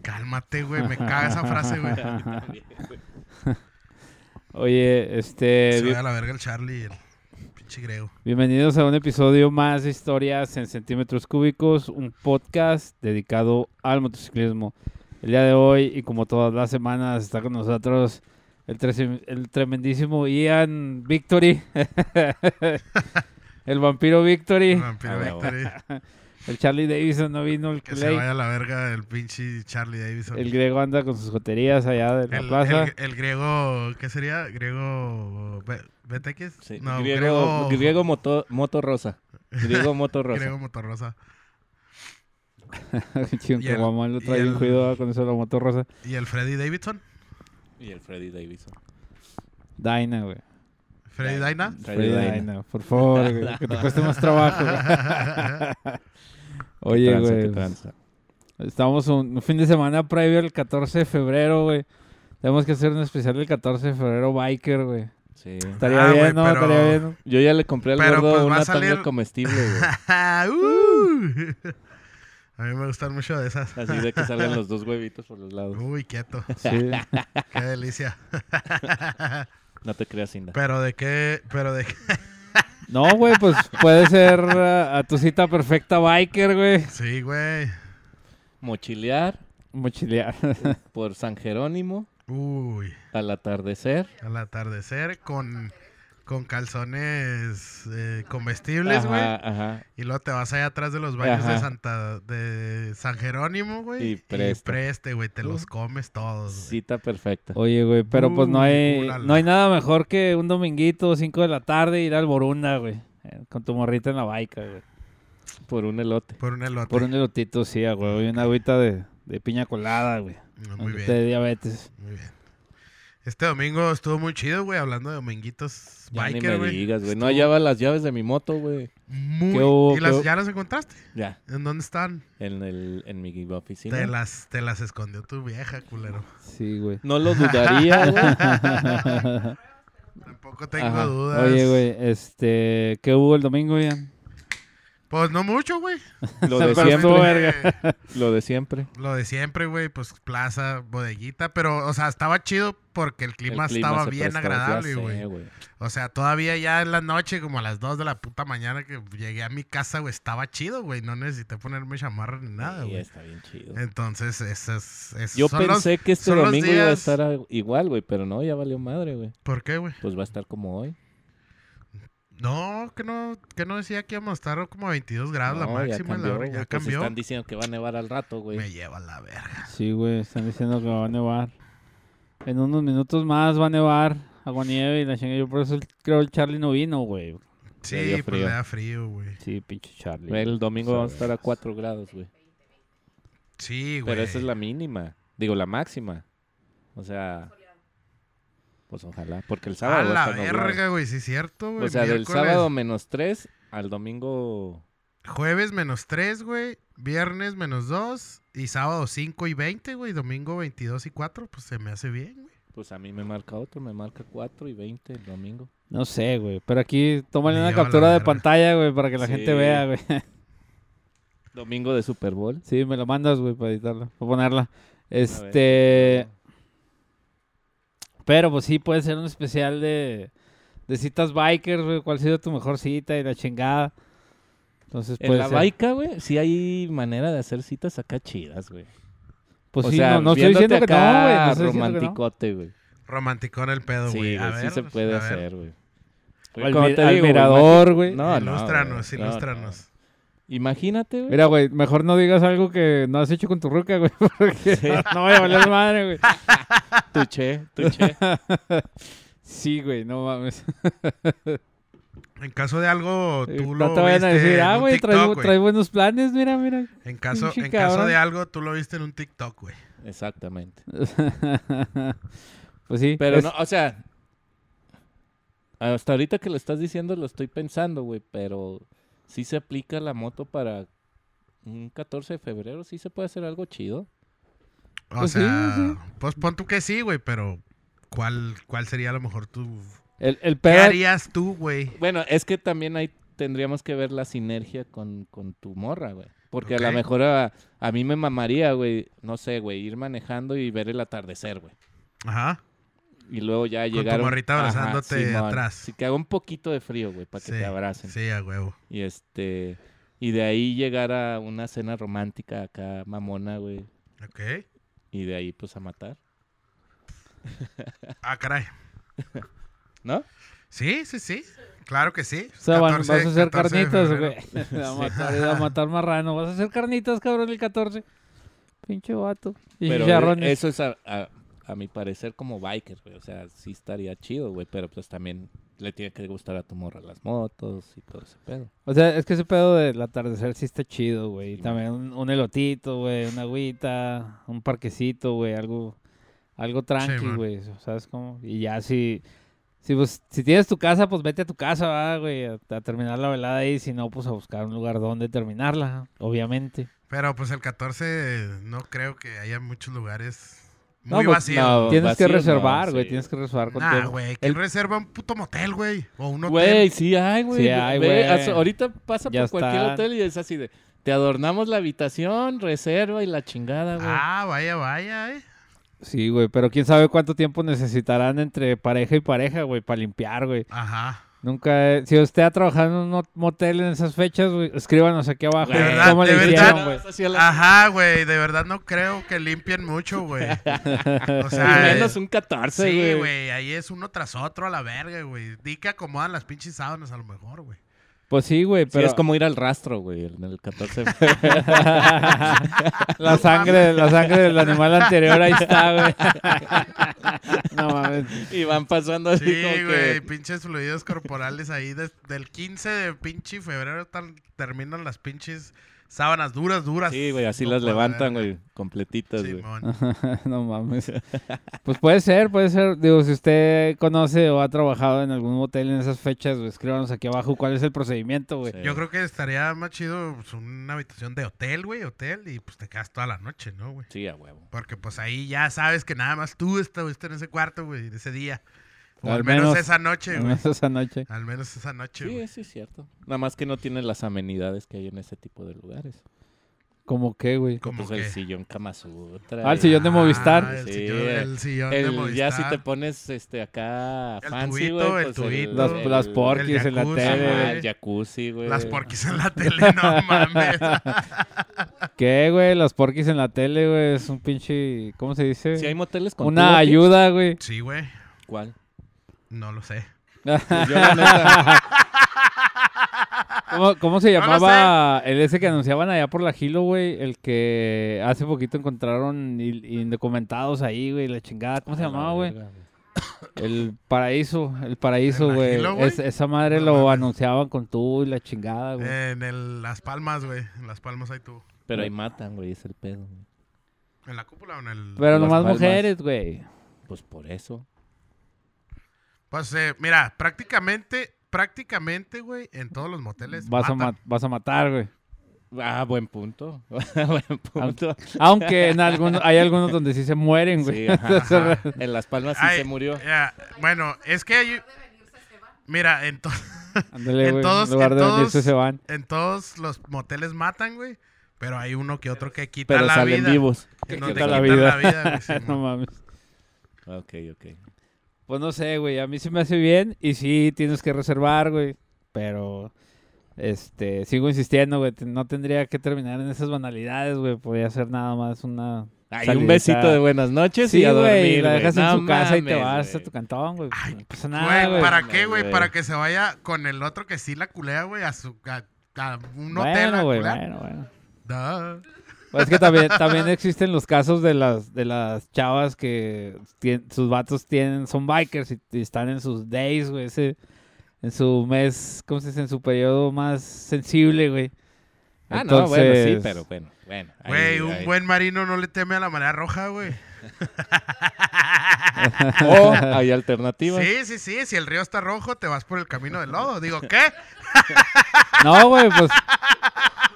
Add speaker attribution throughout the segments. Speaker 1: Cállate, güey. Me caga esa frase, güey.
Speaker 2: Oye, este.
Speaker 1: Se
Speaker 2: bi-
Speaker 1: ve a la verga el Charlie y el pinche griego.
Speaker 2: bienvenidos a un episodio más de Historias en Centímetros Cúbicos, un podcast dedicado al motociclismo. El día de hoy, y como todas las semanas, está con nosotros el, trece- el tremendísimo Ian Victory. el vampiro Victory.
Speaker 1: El vampiro
Speaker 2: Ah, huevo.
Speaker 1: Victory.
Speaker 2: El Charlie Davidson no vino, el
Speaker 1: Que se
Speaker 2: Clay.
Speaker 1: vaya a la verga el pinche Charlie Davidson.
Speaker 2: El griego anda con sus joterías allá de la
Speaker 1: El-
Speaker 2: plaza.
Speaker 1: el- el griego, ¿qué sería? ¿Griego Be- BTX?
Speaker 3: Sí,
Speaker 1: No,
Speaker 3: griego,
Speaker 1: griego,
Speaker 3: griego moto, moto rosa. Griego moto rosa.
Speaker 1: griego Motorrosa.
Speaker 2: Chingón,
Speaker 1: y
Speaker 2: que
Speaker 1: el-
Speaker 2: mamá lo
Speaker 1: y
Speaker 2: trae bien
Speaker 1: el-
Speaker 2: cuidado con eso de la moto rosa.
Speaker 1: ¿Y el Freddy Davidson?
Speaker 3: Y el Freddy Davidson.
Speaker 2: Dyna, güey.
Speaker 1: ¿Freddy Daina?
Speaker 2: Freddy Dyna, por favor, güey, que te cueste más trabajo. güey. Oye, güey, pues, estamos un, un fin de semana previo al 14 de febrero, güey. Tenemos que hacer un especial del 14 de febrero biker, güey.
Speaker 3: Sí.
Speaker 2: Estaría
Speaker 1: Ah,
Speaker 2: bien,
Speaker 1: güey,
Speaker 2: ¿no?
Speaker 1: pero-
Speaker 2: Estaría bien.
Speaker 3: Yo ya le compré al
Speaker 1: Pero,
Speaker 3: gordo
Speaker 1: pues, va a
Speaker 3: una
Speaker 1: salir-
Speaker 3: tanga comestible, güey.
Speaker 1: Uh. A mí me gustan mucho de esas.
Speaker 3: Así de que salgan los dos huevitos por los lados.
Speaker 1: Uy, quieto.
Speaker 2: Sí.
Speaker 1: Qué delicia.
Speaker 3: No te creas, Inda.
Speaker 1: Pero de qué, pero de qué.
Speaker 2: No, güey, pues puede ser ah, a tu cita perfecta biker, güey.
Speaker 1: Sí, güey.
Speaker 3: Mochilear
Speaker 2: Mochilear.
Speaker 3: por San Jerónimo
Speaker 1: Uy,
Speaker 3: al atardecer.
Speaker 1: al atardecer con, con calzones eh, comestibles,
Speaker 3: ajá,
Speaker 1: güey.
Speaker 3: ajá.
Speaker 1: Y luego te vas allá atrás de los baños de
Speaker 3: Ajá.
Speaker 1: Santa de San Jerónimo,
Speaker 3: Y
Speaker 1: güey.
Speaker 3: presta.
Speaker 1: preste, güey, te los
Speaker 3: Uh.
Speaker 1: comes todos. güey.
Speaker 3: Cita perfecta.
Speaker 2: Oye, güey, pero pues no
Speaker 1: Uy,
Speaker 2: hay,
Speaker 1: ulala.
Speaker 2: no hay nada mejor que un dominguito, 5 de la tarde, ir al Borunda, güey. eh, Con tu morrita en la baica, güey.
Speaker 3: Por un elote.
Speaker 1: Por un elote.
Speaker 2: Por un elotito, sí, ah, güey. Y una agüita de, de piña colada, güey.
Speaker 1: No, Ah, Muy
Speaker 2: Muy
Speaker 1: bien.
Speaker 2: De diabetes.
Speaker 1: Muy bien. Este domingo estuvo muy chido, güey, hablando de dominguitos
Speaker 3: Ya ni
Speaker 1: biker,
Speaker 3: me
Speaker 1: güey.
Speaker 3: digas, güey. No
Speaker 1: Estuvo
Speaker 3: hallaba las llaves de mi moto, güey.
Speaker 1: Muy...
Speaker 2: ¿Qué hubo,
Speaker 1: ¿Y
Speaker 2: qué
Speaker 1: las,
Speaker 2: hubo?
Speaker 1: ya las encontraste?
Speaker 3: Ya.
Speaker 1: ¿En dónde están?
Speaker 3: En, el, en mi oficina.
Speaker 1: Te las, te las escondió tu vieja, culero.
Speaker 2: Sí, güey.
Speaker 3: No lo dudaría, güey.
Speaker 1: Tampoco tengo
Speaker 3: Ajá.
Speaker 1: dudas.
Speaker 2: Oye, güey, este, ¿qué hubo el domingo, Ian?
Speaker 1: Pues no mucho, güey.
Speaker 3: Lo
Speaker 2: Pero
Speaker 3: de Pues siempre.
Speaker 2: estuvo verga.
Speaker 3: Lo de siempre.
Speaker 1: Lo de siempre, güey, pues plaza, bodeguita, pero, o sea, estaba chido porque el clima,
Speaker 3: El clima
Speaker 1: estaba
Speaker 3: se
Speaker 1: bien
Speaker 3: prestó, ya
Speaker 1: agradable,
Speaker 3: sé,
Speaker 1: güey. O sea, todavía ya en la noche, como a las 2 de la puta mañana que llegué a mi casa, güey, estaba chido, güey. No necesité ponerme chamarra ni nada,
Speaker 3: Sí,
Speaker 1: güey.
Speaker 3: está bien chido.
Speaker 1: Entonces, esas, es
Speaker 3: Yo
Speaker 1: son los-
Speaker 3: pensé que este
Speaker 1: son los
Speaker 3: domingo iba a
Speaker 1: días-
Speaker 3: estar a- igual, güey, pero no, ya valió madre, güey.
Speaker 1: ¿Por qué, güey?
Speaker 3: Pues va a estar como hoy.
Speaker 1: No, que no, que no decía que íbamos a estar como a 22 grados la
Speaker 3: No,
Speaker 1: máxima, la hora
Speaker 3: güey,
Speaker 1: ya
Speaker 3: pues
Speaker 1: cambió.
Speaker 3: están diciendo que va a nevar al rato,
Speaker 1: Me
Speaker 3: güey.
Speaker 1: lleva la verga.
Speaker 2: Sí, güey, están diciendo que va a nevar. En unos minutos más va a nevar. Agua nieve y la chinga. Yo por eso el- creo el Charlie no vino, güey.
Speaker 3: Le
Speaker 1: Sí,
Speaker 3: dio
Speaker 1: pues
Speaker 3: frío.
Speaker 1: le da frío, güey.
Speaker 2: Sí, pinche Charlie.
Speaker 3: El domingo
Speaker 2: Sí,
Speaker 3: vamos a estar a
Speaker 2: güey.
Speaker 3: 4 grados, güey.
Speaker 1: Sí, güey.
Speaker 3: Pero esa es la mínima. Digo, la máxima. O sea... Pues ojalá, porque el
Speaker 1: A
Speaker 3: sábado va
Speaker 1: la
Speaker 3: a estar nublado.
Speaker 1: verga, güey, sí es cierto, güey.
Speaker 3: O sea, del
Speaker 1: Miércoles.
Speaker 3: sábado menos 3 al domingo...
Speaker 1: Jueves menos 3, güey. Viernes menos 2. Y sábado 5 y 20, güey. Domingo 22 y 4. Pues se me hace bien, güey.
Speaker 3: Pues a mí me marca otro, me marca 4 y 20 el domingo.
Speaker 2: No sé, güey. Pero aquí tómale
Speaker 1: Me
Speaker 2: una
Speaker 1: lleva la
Speaker 2: captura de
Speaker 1: verga.
Speaker 2: pantalla, güey, para que la
Speaker 3: Sí.
Speaker 2: gente vea, güey.
Speaker 3: Domingo de Super Bowl.
Speaker 2: Sí, me la mandas, güey, para editarla, para ponerla.
Speaker 3: A ver.
Speaker 2: Este, pero pues sí, puede ser un especial de, de citas bikers, güey. ¿Cuál ha sido tu mejor cita y la chingada? Entonces,
Speaker 3: En
Speaker 2: puede
Speaker 3: la
Speaker 2: ser.
Speaker 3: baica, güey, sí hay manera de hacer citas acá chidas, güey.
Speaker 2: Pues
Speaker 3: o
Speaker 2: sí,
Speaker 3: sea,
Speaker 2: no, no estoy
Speaker 3: viéndote
Speaker 2: diciendo que no, güey.
Speaker 3: acá
Speaker 2: No estoy diciendo que no.
Speaker 3: romanticote, güey.
Speaker 1: Romanticón el pedo,
Speaker 3: Sí,
Speaker 1: güey.
Speaker 3: güey,
Speaker 1: a ver. pues,
Speaker 3: sí se puede
Speaker 1: a ver.
Speaker 3: hacer, güey.
Speaker 2: O al
Speaker 3: Como
Speaker 2: mi-
Speaker 3: te
Speaker 2: al
Speaker 3: digo, güey,
Speaker 2: mirador,
Speaker 3: imagi-
Speaker 2: güey.
Speaker 3: No, no,
Speaker 1: ilústranos,
Speaker 3: güey, no,
Speaker 1: ilústranos.
Speaker 3: no. Imagínate, güey.
Speaker 2: Mira, güey, mejor no digas algo que no has hecho con tu ruca, güey, porque no voy a valer madre, güey.
Speaker 3: Tuché, tuché.
Speaker 2: Sí, güey, no mames.
Speaker 1: En caso de algo, tú
Speaker 2: No
Speaker 1: lo
Speaker 2: te vayan
Speaker 1: viste
Speaker 2: a decir,
Speaker 1: en
Speaker 2: ah,
Speaker 1: un
Speaker 2: güey,
Speaker 1: TikTok,
Speaker 2: trae,
Speaker 1: güey.
Speaker 2: trae buenos planes, mira, mira.
Speaker 1: En, caso,
Speaker 2: pinche
Speaker 1: en caso de
Speaker 2: cabrón.
Speaker 1: algo, tú lo viste en un TikTok, güey.
Speaker 3: Exactamente.
Speaker 2: pues sí.
Speaker 3: Pero
Speaker 2: es-
Speaker 3: no, o sea, hasta ahorita que lo estás diciendo lo estoy pensando, güey, pero sí se aplica la moto para un 14 de febrero, sí se puede hacer algo chido.
Speaker 1: O
Speaker 2: Pues sí,
Speaker 1: sea,
Speaker 2: sí.
Speaker 1: pues pon tú que sí, güey, pero ¿cuál, ¿cuál sería a lo mejor tú?
Speaker 2: El, el
Speaker 1: ¿Qué
Speaker 2: pedo
Speaker 1: harías tú, güey?
Speaker 3: Bueno, es que también ahí tendríamos que ver la sinergia con, con tu morra, güey. Porque a
Speaker 1: Ok.
Speaker 3: lo mejor a, a mí me mamaría, güey, no sé, güey, ir manejando y ver el atardecer, güey.
Speaker 1: Ajá.
Speaker 3: Y luego ya
Speaker 1: tu
Speaker 3: llegar... a un-
Speaker 1: morrita
Speaker 3: Ajá,
Speaker 1: abrazándote
Speaker 3: Simón.
Speaker 1: atrás.
Speaker 3: Sí, que haga un poquito de frío, güey, para que
Speaker 1: Sí,
Speaker 3: te abracen.
Speaker 1: Sí, a huevo.
Speaker 3: Y este... Y de ahí llegar a una cena romántica acá, mamona, güey.
Speaker 1: Ok.
Speaker 3: Y de ahí, pues, a matar.
Speaker 1: Ah, caray.
Speaker 3: ¿No?
Speaker 1: Sí, sí, sí. Claro que sí.
Speaker 2: O sea, van-
Speaker 1: 14
Speaker 2: vas a hacer
Speaker 1: 14 de
Speaker 2: carnitas,
Speaker 1: febrero.
Speaker 2: güey. Le va a matar, le va a matar marrano. Vas a hacer carnitas, cabrón, el 14. Pinche vato. Y
Speaker 3: Pero e,
Speaker 2: chicharrones.
Speaker 3: eso es a, a- a mi parecer como biker, güey. O sea, sí estaría chido, güey. Pero pues también le tiene que gustar a tu morra las motos y todo ese pedo.
Speaker 2: O sea, es que ese pedo del atardecer sí está chido, güey.
Speaker 3: Sí,
Speaker 2: También un, un elotito, güey, una agüita, un parquecito, güey, algo, algo
Speaker 1: Sí,
Speaker 2: tranqui,
Speaker 1: man.
Speaker 2: güey. ¿Sabes cómo? Y ya si, si, pues, si tienes tu casa, pues vete a tu casa, ¿va, güey, a, a terminar la velada ahí. Si no, pues a buscar un lugar donde terminarla, obviamente.
Speaker 1: Pero pues el 14 no creo que haya muchos lugares
Speaker 2: No,
Speaker 1: muy
Speaker 2: pues,
Speaker 1: vacíos.
Speaker 3: no.
Speaker 2: tienes que
Speaker 3: vacío no,
Speaker 2: reservar, güey,
Speaker 3: sí.
Speaker 2: tienes que reservar con
Speaker 1: Nah,
Speaker 2: tiempo.
Speaker 1: güey. ¿Quién reserva un puto motel, güey? O un hotel.
Speaker 3: Güey, sí hay, güey.
Speaker 2: Sí hay,
Speaker 3: Ve,
Speaker 2: güey.
Speaker 3: hasta Ahorita pasa
Speaker 2: Ya
Speaker 3: por cualquier
Speaker 2: están.
Speaker 3: hotel y es así de... Te adornamos la habitación, reserva y la chingada, güey.
Speaker 1: ah, vaya, vaya, eh.
Speaker 2: Sí, güey, pero quién sabe cuánto tiempo necesitarán entre pareja y pareja, güey, para limpiar, güey.
Speaker 1: Ajá.
Speaker 2: Nunca, he- si usted ha trabajado en un motel en esas fechas, güey, escríbanos aquí abajo.
Speaker 1: De
Speaker 3: Güey,
Speaker 2: güey,
Speaker 1: verdad,
Speaker 2: ¿Cómo
Speaker 1: de
Speaker 2: le
Speaker 1: verdad.
Speaker 2: hicieron, güey?
Speaker 3: Vas hacia la-
Speaker 1: Ajá, güey. De verdad no creo que limpien mucho, güey. O
Speaker 3: y
Speaker 1: sea,
Speaker 3: menos un 14,
Speaker 1: Ah,
Speaker 3: güey.
Speaker 1: eh. sí, güey. Ahí es uno tras otro a la verga, güey. Di que acomodan las pinches sábanas a lo mejor, güey.
Speaker 2: Pues sí, güey,
Speaker 3: Sí,
Speaker 2: pero
Speaker 3: es como ir al rastro, güey, en el 14 de febrero.
Speaker 2: la sangre, la sangre del animal anterior ahí está, güey. no mames.
Speaker 3: y van pasando así como
Speaker 1: Sí,
Speaker 3: que-
Speaker 1: güey, pinches fluidos corporales ahí. des- del 15 de pinche febrero tan- terminan las pinches sábanas duras, duras.
Speaker 3: Sí, güey, así
Speaker 1: No
Speaker 3: las
Speaker 1: puedo
Speaker 3: levantan,
Speaker 1: ver.
Speaker 3: güey, completitas, güey.
Speaker 1: Simón.
Speaker 2: no mames. Pues puede ser, puede ser. Digo, si usted conoce o ha trabajado en algún motel en esas fechas, güey, escríbanos aquí abajo cuál es el procedimiento, güey.
Speaker 3: Sí.
Speaker 1: Yo creo que estaría más chido pues, una habitación de hotel, güey, hotel, y pues te quedas toda la noche, ¿no, güey?
Speaker 3: Sí, a huevo.
Speaker 1: Porque pues ahí ya sabes que nada más tú estuviste en ese cuarto, güey, de ese día. O
Speaker 2: Al
Speaker 1: al, menos,
Speaker 2: menos-
Speaker 1: esa noche,
Speaker 2: Al
Speaker 1: güey.
Speaker 2: menos esa noche.
Speaker 1: Al menos esa noche,
Speaker 3: Sí,
Speaker 1: güey.
Speaker 3: sí, es cierto. Nada más que no tiene las amenidades que hay en ese tipo de lugares.
Speaker 2: ¿Cómo qué, güey?
Speaker 1: Como
Speaker 3: Pues
Speaker 1: que...
Speaker 3: el sillón Kama Sutra.
Speaker 2: Ah, el
Speaker 3: y-
Speaker 2: sillón de Movistar.
Speaker 1: Ah, el
Speaker 3: Sí, eh,
Speaker 1: sillón, el sillón de
Speaker 3: el-
Speaker 1: Movistar.
Speaker 3: ya si te pones este acá
Speaker 1: El
Speaker 3: fancy,
Speaker 1: tubito,
Speaker 3: güey.
Speaker 1: el
Speaker 3: pues,
Speaker 1: tubito.
Speaker 2: Las,
Speaker 1: Eh, El-
Speaker 2: las porquis en la
Speaker 1: jacuzzi,
Speaker 2: tele.
Speaker 1: güey.
Speaker 3: Ajá, el jacuzzi, güey.
Speaker 1: Las porquis en la tele, no mames.
Speaker 2: ¿Qué, güey? Las porquis en la tele, güey. Es un pinche. ¿Cómo se dice?
Speaker 3: Si hay moteles con tubo,
Speaker 2: Una
Speaker 3: ¿qué?
Speaker 2: ayuda, güey.
Speaker 1: Sí, güey.
Speaker 3: ¿Cuál?
Speaker 1: No lo sé.
Speaker 3: Pues yo, la neta,
Speaker 2: ¿Cómo, cómo se
Speaker 1: No lo
Speaker 2: llamaba el ese que anunciaban allá por la Gilo, güey? El que hace poquito encontraron il- indocumentados ahí, güey. La chingada. ¿Cómo se
Speaker 3: a la
Speaker 2: llamaba, güey?
Speaker 3: verga,
Speaker 2: El paraíso. El paraíso,
Speaker 1: ¿En la
Speaker 2: güey.
Speaker 1: Gilo, güey?
Speaker 2: Es- esa madre
Speaker 1: No
Speaker 2: lo
Speaker 1: mames. Eh,
Speaker 2: anunciaban con tú y la chingada, Ah, güey.
Speaker 1: En el- Las Palmas, güey. En Las Palmas hay tú.
Speaker 3: Pero ahí matan, güey, es el pedo. güey.
Speaker 1: ¿En la cúpula o en el...?
Speaker 2: Pero
Speaker 3: Las
Speaker 2: nomás
Speaker 3: Palmas.
Speaker 2: mujeres, güey.
Speaker 3: Pues por eso.
Speaker 1: Pues, eh, mira, prácticamente, prácticamente, güey, en todos los moteles
Speaker 2: Vas, a
Speaker 1: matan.
Speaker 2: ma- vas a matar, güey.
Speaker 3: Ah, buen punto.
Speaker 2: Ah,
Speaker 3: buen punto.
Speaker 2: Aunque en algunos, hay algunos donde sí se mueren, güey.
Speaker 3: Sí, ajá, ajá. En Las Palmas sí
Speaker 1: Ay, eh,
Speaker 3: se murió.
Speaker 1: ya, bueno, es que hay... Mira, en, to-
Speaker 2: Ándale,
Speaker 1: En
Speaker 2: güey.
Speaker 1: todos-
Speaker 2: en lugar
Speaker 1: en
Speaker 2: de venirse
Speaker 1: todos-
Speaker 2: se van.
Speaker 1: en todos los moteles matan, güey. Pero hay uno que otro que quita
Speaker 3: Pero
Speaker 1: la
Speaker 3: salen
Speaker 1: vida.
Speaker 3: vivos.
Speaker 1: En
Speaker 2: Que
Speaker 1: donde
Speaker 2: quita
Speaker 1: quitan
Speaker 2: la
Speaker 1: la
Speaker 2: vida.
Speaker 1: vida, güey, sí,
Speaker 2: no
Speaker 1: mo-
Speaker 2: mames.
Speaker 3: Ok, ok.
Speaker 2: Pues no sé, güey. A mí sí me hace bien. Y sí, tienes que reservar, güey. Pero, este, sigo insistiendo, güey. te- No tendría que terminar en esas banalidades, güey. Podría ser nada más una.
Speaker 3: Ay,
Speaker 2: salidita.
Speaker 3: un besito de buenas noches y
Speaker 2: Sí,
Speaker 3: a
Speaker 2: güey.
Speaker 3: dormir.
Speaker 2: La
Speaker 3: güey.
Speaker 2: dejas en
Speaker 3: No
Speaker 2: su casa y te
Speaker 3: mames,
Speaker 2: vas a
Speaker 3: güey.
Speaker 2: tu cantón, güey.
Speaker 1: Ay,
Speaker 2: no pasa
Speaker 1: Güey,
Speaker 2: nada, güey.
Speaker 1: ¿para
Speaker 3: no,
Speaker 1: qué, güey?
Speaker 3: güey.
Speaker 1: Para que se vaya con el otro que sí la culea, güey, a su... A, a un hotel a
Speaker 2: Bueno, güey.
Speaker 1: culear.
Speaker 2: Bueno, bueno.
Speaker 1: Da.
Speaker 2: Pues es que también, también existen los casos de las, de las chavas que tien- sus vatos tienen, son bikers y, y están en sus days, güey, ese- en su mes, ¿cómo se dice? En su periodo más sensible, güey.
Speaker 3: Ah, no, bueno, sí,
Speaker 2: Entonces,
Speaker 3: pero bueno. bueno ahí-
Speaker 1: Güey, un
Speaker 3: ahí.
Speaker 1: buen marino no le teme a la marea roja, güey.
Speaker 3: O hay alternativas.
Speaker 1: Sí, sí, sí. Si el río está rojo, te vas por el camino de lodo. Digo, ¿qué?
Speaker 2: No, güey, pues...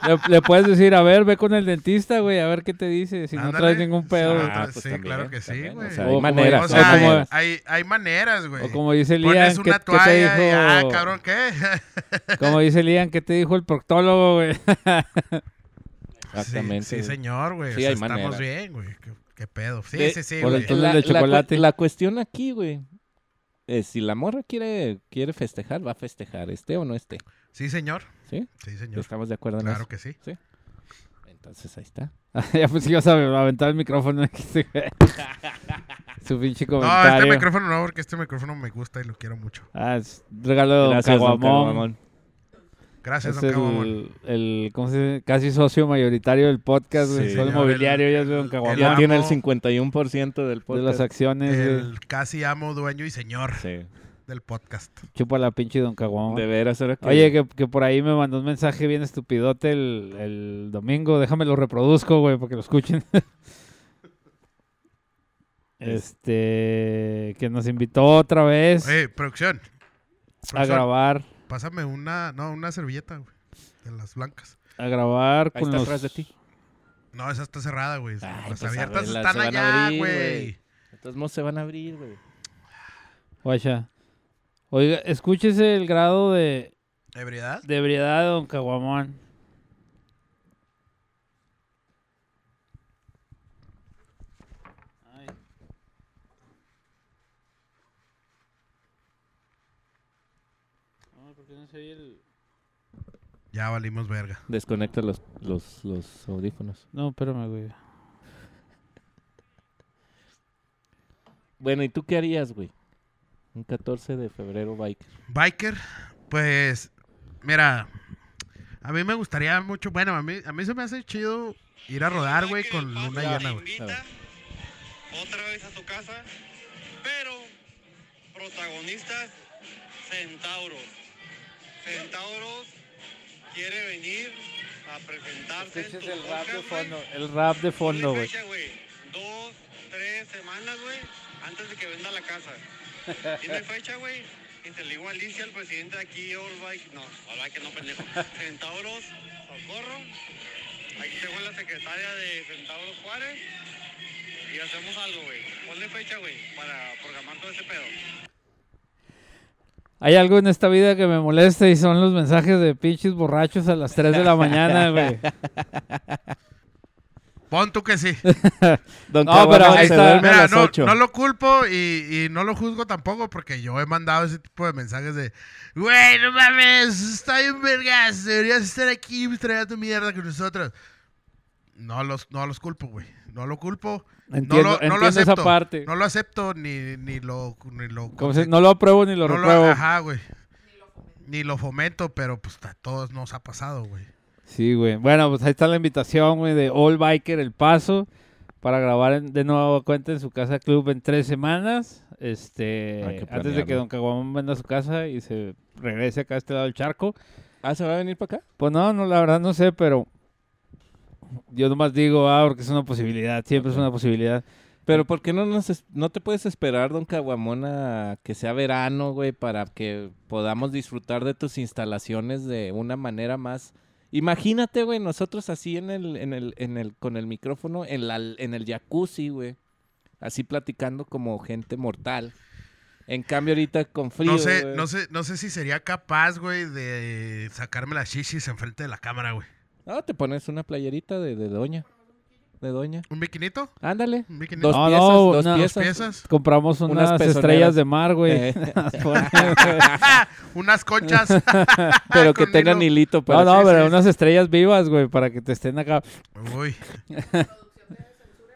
Speaker 2: Le, le puedes decir, a ver, ve con el dentista, güey, a ver qué te dice, si no
Speaker 1: Ándale.
Speaker 2: traes ningún pedo.
Speaker 1: Sí,
Speaker 2: güey.
Speaker 1: Ah, pues sí, claro que sí, güey.
Speaker 3: O sea,
Speaker 2: O
Speaker 3: hay
Speaker 2: como-
Speaker 3: maneras.
Speaker 1: O
Speaker 2: o
Speaker 1: sea,
Speaker 3: hay
Speaker 2: como-
Speaker 1: hay,
Speaker 3: maneras.
Speaker 1: hay- hay maneras, güey.
Speaker 2: O como dice Lian,
Speaker 1: Pones
Speaker 2: ¿qué,
Speaker 1: una
Speaker 2: qué te dijo?
Speaker 1: toalla y, ah, cabrón, ¿qué?
Speaker 2: Como dice Lian, ¿qué te dijo el proctólogo, güey?
Speaker 3: Exactamente.
Speaker 1: Sí, sí,
Speaker 3: güey.
Speaker 1: señor, güey.
Speaker 3: Sí,
Speaker 1: o sea,
Speaker 3: hay
Speaker 1: estamos
Speaker 3: manera.
Speaker 1: bien, güey. ¿Qué, qué pedo? Sí,
Speaker 3: De-
Speaker 1: sí, sí,
Speaker 2: por el
Speaker 1: güey.
Speaker 2: túnel de
Speaker 3: cu-
Speaker 2: chocolate.
Speaker 3: la cuestión aquí, güey, es si la morra quiere, quiere festejar, va a festejar, esté o no esté.
Speaker 1: Sí, señor.
Speaker 3: ¿Sí?
Speaker 1: Sí, señor.
Speaker 3: Estamos de acuerdo en
Speaker 1: Claro
Speaker 3: eso.
Speaker 1: que sí.
Speaker 3: Entonces ahí está.
Speaker 2: ya pues ibas a aventar el micrófono. este güey. Su pinche
Speaker 1: No, este
Speaker 2: comentario.
Speaker 1: micrófono no, porque este micrófono me gusta y lo quiero mucho.
Speaker 2: Ah, es regalo de Don
Speaker 3: Gracias, don
Speaker 2: Caguamón.
Speaker 3: Caguamón.
Speaker 1: Gracias,
Speaker 2: Es
Speaker 1: don Cabamón.
Speaker 2: el, el- ¿cómo se dice? Casi socio mayoritario del podcast, güey.
Speaker 3: Sí,
Speaker 2: Soy
Speaker 1: señor,
Speaker 2: inmobiliario,
Speaker 1: el-
Speaker 2: ya es Don Caguamón.
Speaker 3: Ya
Speaker 1: amo-
Speaker 3: tiene el 51% del
Speaker 2: De las
Speaker 3: podcast.
Speaker 2: acciones, güey.
Speaker 1: El casi amo, dueño y señor
Speaker 3: Sí.
Speaker 1: del podcast.
Speaker 2: Chupa la pinche Don Caguamón.
Speaker 3: De veras, ahora que...
Speaker 2: Oye, que, que por ahí me mandó un mensaje bien estupidote el, el domingo. Déjame lo reproduzco, güey, para que lo escuchen. este. Que nos invitó otra vez
Speaker 1: Eh, producción.
Speaker 2: a
Speaker 1: Producción,
Speaker 2: grabar.
Speaker 1: Pásame una, no, una servilleta, güey. De las blancas.
Speaker 2: A grabar
Speaker 3: Ahí
Speaker 2: con
Speaker 3: está
Speaker 2: los.
Speaker 3: atrás de ti.
Speaker 1: No, esa está cerrada, güey.
Speaker 3: Ay,
Speaker 1: las
Speaker 3: pues,
Speaker 1: abiertas
Speaker 3: ábrela,
Speaker 1: están
Speaker 3: se van a
Speaker 1: allá,
Speaker 3: abrir,
Speaker 1: güey.
Speaker 3: güey. Entonces no se van a abrir, güey.
Speaker 2: Guacha. Oiga, escúchese el grado de,
Speaker 1: ¿Ebriedad?
Speaker 2: de ebriedad de Don Caguamón.
Speaker 1: Ya valimos verga.
Speaker 3: Desconecta los, los, los audífonos.
Speaker 2: No, espérame, güey.
Speaker 3: Bueno, ¿y tú qué harías, güey? Un 14 de febrero, biker.
Speaker 1: Biker, pues, mira, a mí me gustaría mucho, bueno, a mí, a mí se me hace chido ir a rodar, güey, con luna
Speaker 3: Ya.
Speaker 1: llena, güey.
Speaker 3: A ver.
Speaker 4: Invita otra vez a su casa, pero protagonistas centauros. Centauros quiere venir a presentarse.
Speaker 2: Este
Speaker 4: en tu podcast, güey.
Speaker 2: El rap de
Speaker 4: Ponle
Speaker 2: fondo, güey.
Speaker 4: fecha, güey. Dos, tres semanas, güey, antes de que venda la casa. Tiene fecha, güey. Y se le digo a Alicia, al presidente de aquí, Olbike, no, Olbike no, pendejo. Centauros, socorro. Aquí tengo a la secretaria de Centauros Juárez. Y hacemos algo, güey. Ponle fecha, güey, para programar todo ese pedo.
Speaker 2: Hay algo en esta vida que me molesta y son los mensajes de pinches borrachos a las 3 de la mañana, güey.
Speaker 1: Pon tú que sí.
Speaker 3: Don
Speaker 2: No, pero
Speaker 3: Caguamón
Speaker 2: ahí
Speaker 3: se
Speaker 2: está.
Speaker 3: duerme a
Speaker 1: Mira,
Speaker 3: las
Speaker 1: no,
Speaker 3: 8.
Speaker 1: no lo culpo y, y no lo juzgo tampoco porque yo he mandado ese tipo de mensajes de, güey, no mames, está bien vergas, deberías estar aquí y traer tu mierda con nosotros. No los, no los culpo, güey. No lo culpo. no
Speaker 2: Entiendo,
Speaker 1: lo, no
Speaker 2: entiendo
Speaker 1: lo acepto.
Speaker 2: esa parte.
Speaker 1: No lo acepto ni, ni lo... Ni lo
Speaker 2: Como si no lo apruebo ni lo
Speaker 1: no
Speaker 2: repruebo.
Speaker 1: ajá, güey. Ni lo fomento, pero pues a todos nos ha pasado, güey.
Speaker 2: Sí, güey. Bueno, pues ahí está la invitación, güey, de All Biker El Paso para grabar en- de nuevo cuenta en su casa club en tres semanas. Este,
Speaker 3: Hay que
Speaker 2: antes de que
Speaker 3: planearlo.
Speaker 2: Don Caguamón venda a su casa y se regrese acá a este lado del charco.
Speaker 3: Ah, ¿se va a venir para acá?
Speaker 2: Pues no, no, la verdad no sé, pero yo nomás digo, ah, porque es una posibilidad, siempre es una posibilidad.
Speaker 3: Pero ¿por qué no, nos es- no te puedes esperar, don Caguamón, a que sea verano, güey, para que podamos disfrutar de tus instalaciones de una manera más... Imagínate, güey, nosotros así en el, en el, en el, con el micrófono, en, la, en el jacuzzi, güey. Así platicando como gente mortal. En cambio ahorita con frío,
Speaker 1: No sé,
Speaker 3: güey.
Speaker 1: no sé, no sé si sería capaz, güey, de sacarme las shishis enfrente de la cámara, güey.
Speaker 3: No, te pones una playerita de, de doña. De doña.
Speaker 1: ¿Un biquinito?
Speaker 3: Ándale.
Speaker 1: ¿Un biquinito?
Speaker 3: Dos
Speaker 2: No, no,
Speaker 3: piezas, dos
Speaker 2: una-
Speaker 3: piezas.
Speaker 1: piezas?
Speaker 2: Compramos
Speaker 3: Unas
Speaker 2: unas,
Speaker 3: pezoneras.
Speaker 2: estrellas de mar, güey.
Speaker 3: Eh,
Speaker 1: Unas conchas.
Speaker 3: pero que
Speaker 1: Con
Speaker 3: tengan
Speaker 1: hilo.
Speaker 3: hilito para
Speaker 2: no, no,
Speaker 1: sí,
Speaker 2: pero
Speaker 1: sí.
Speaker 2: unas estrellas vivas, güey, para que te estén acá.
Speaker 1: Uy.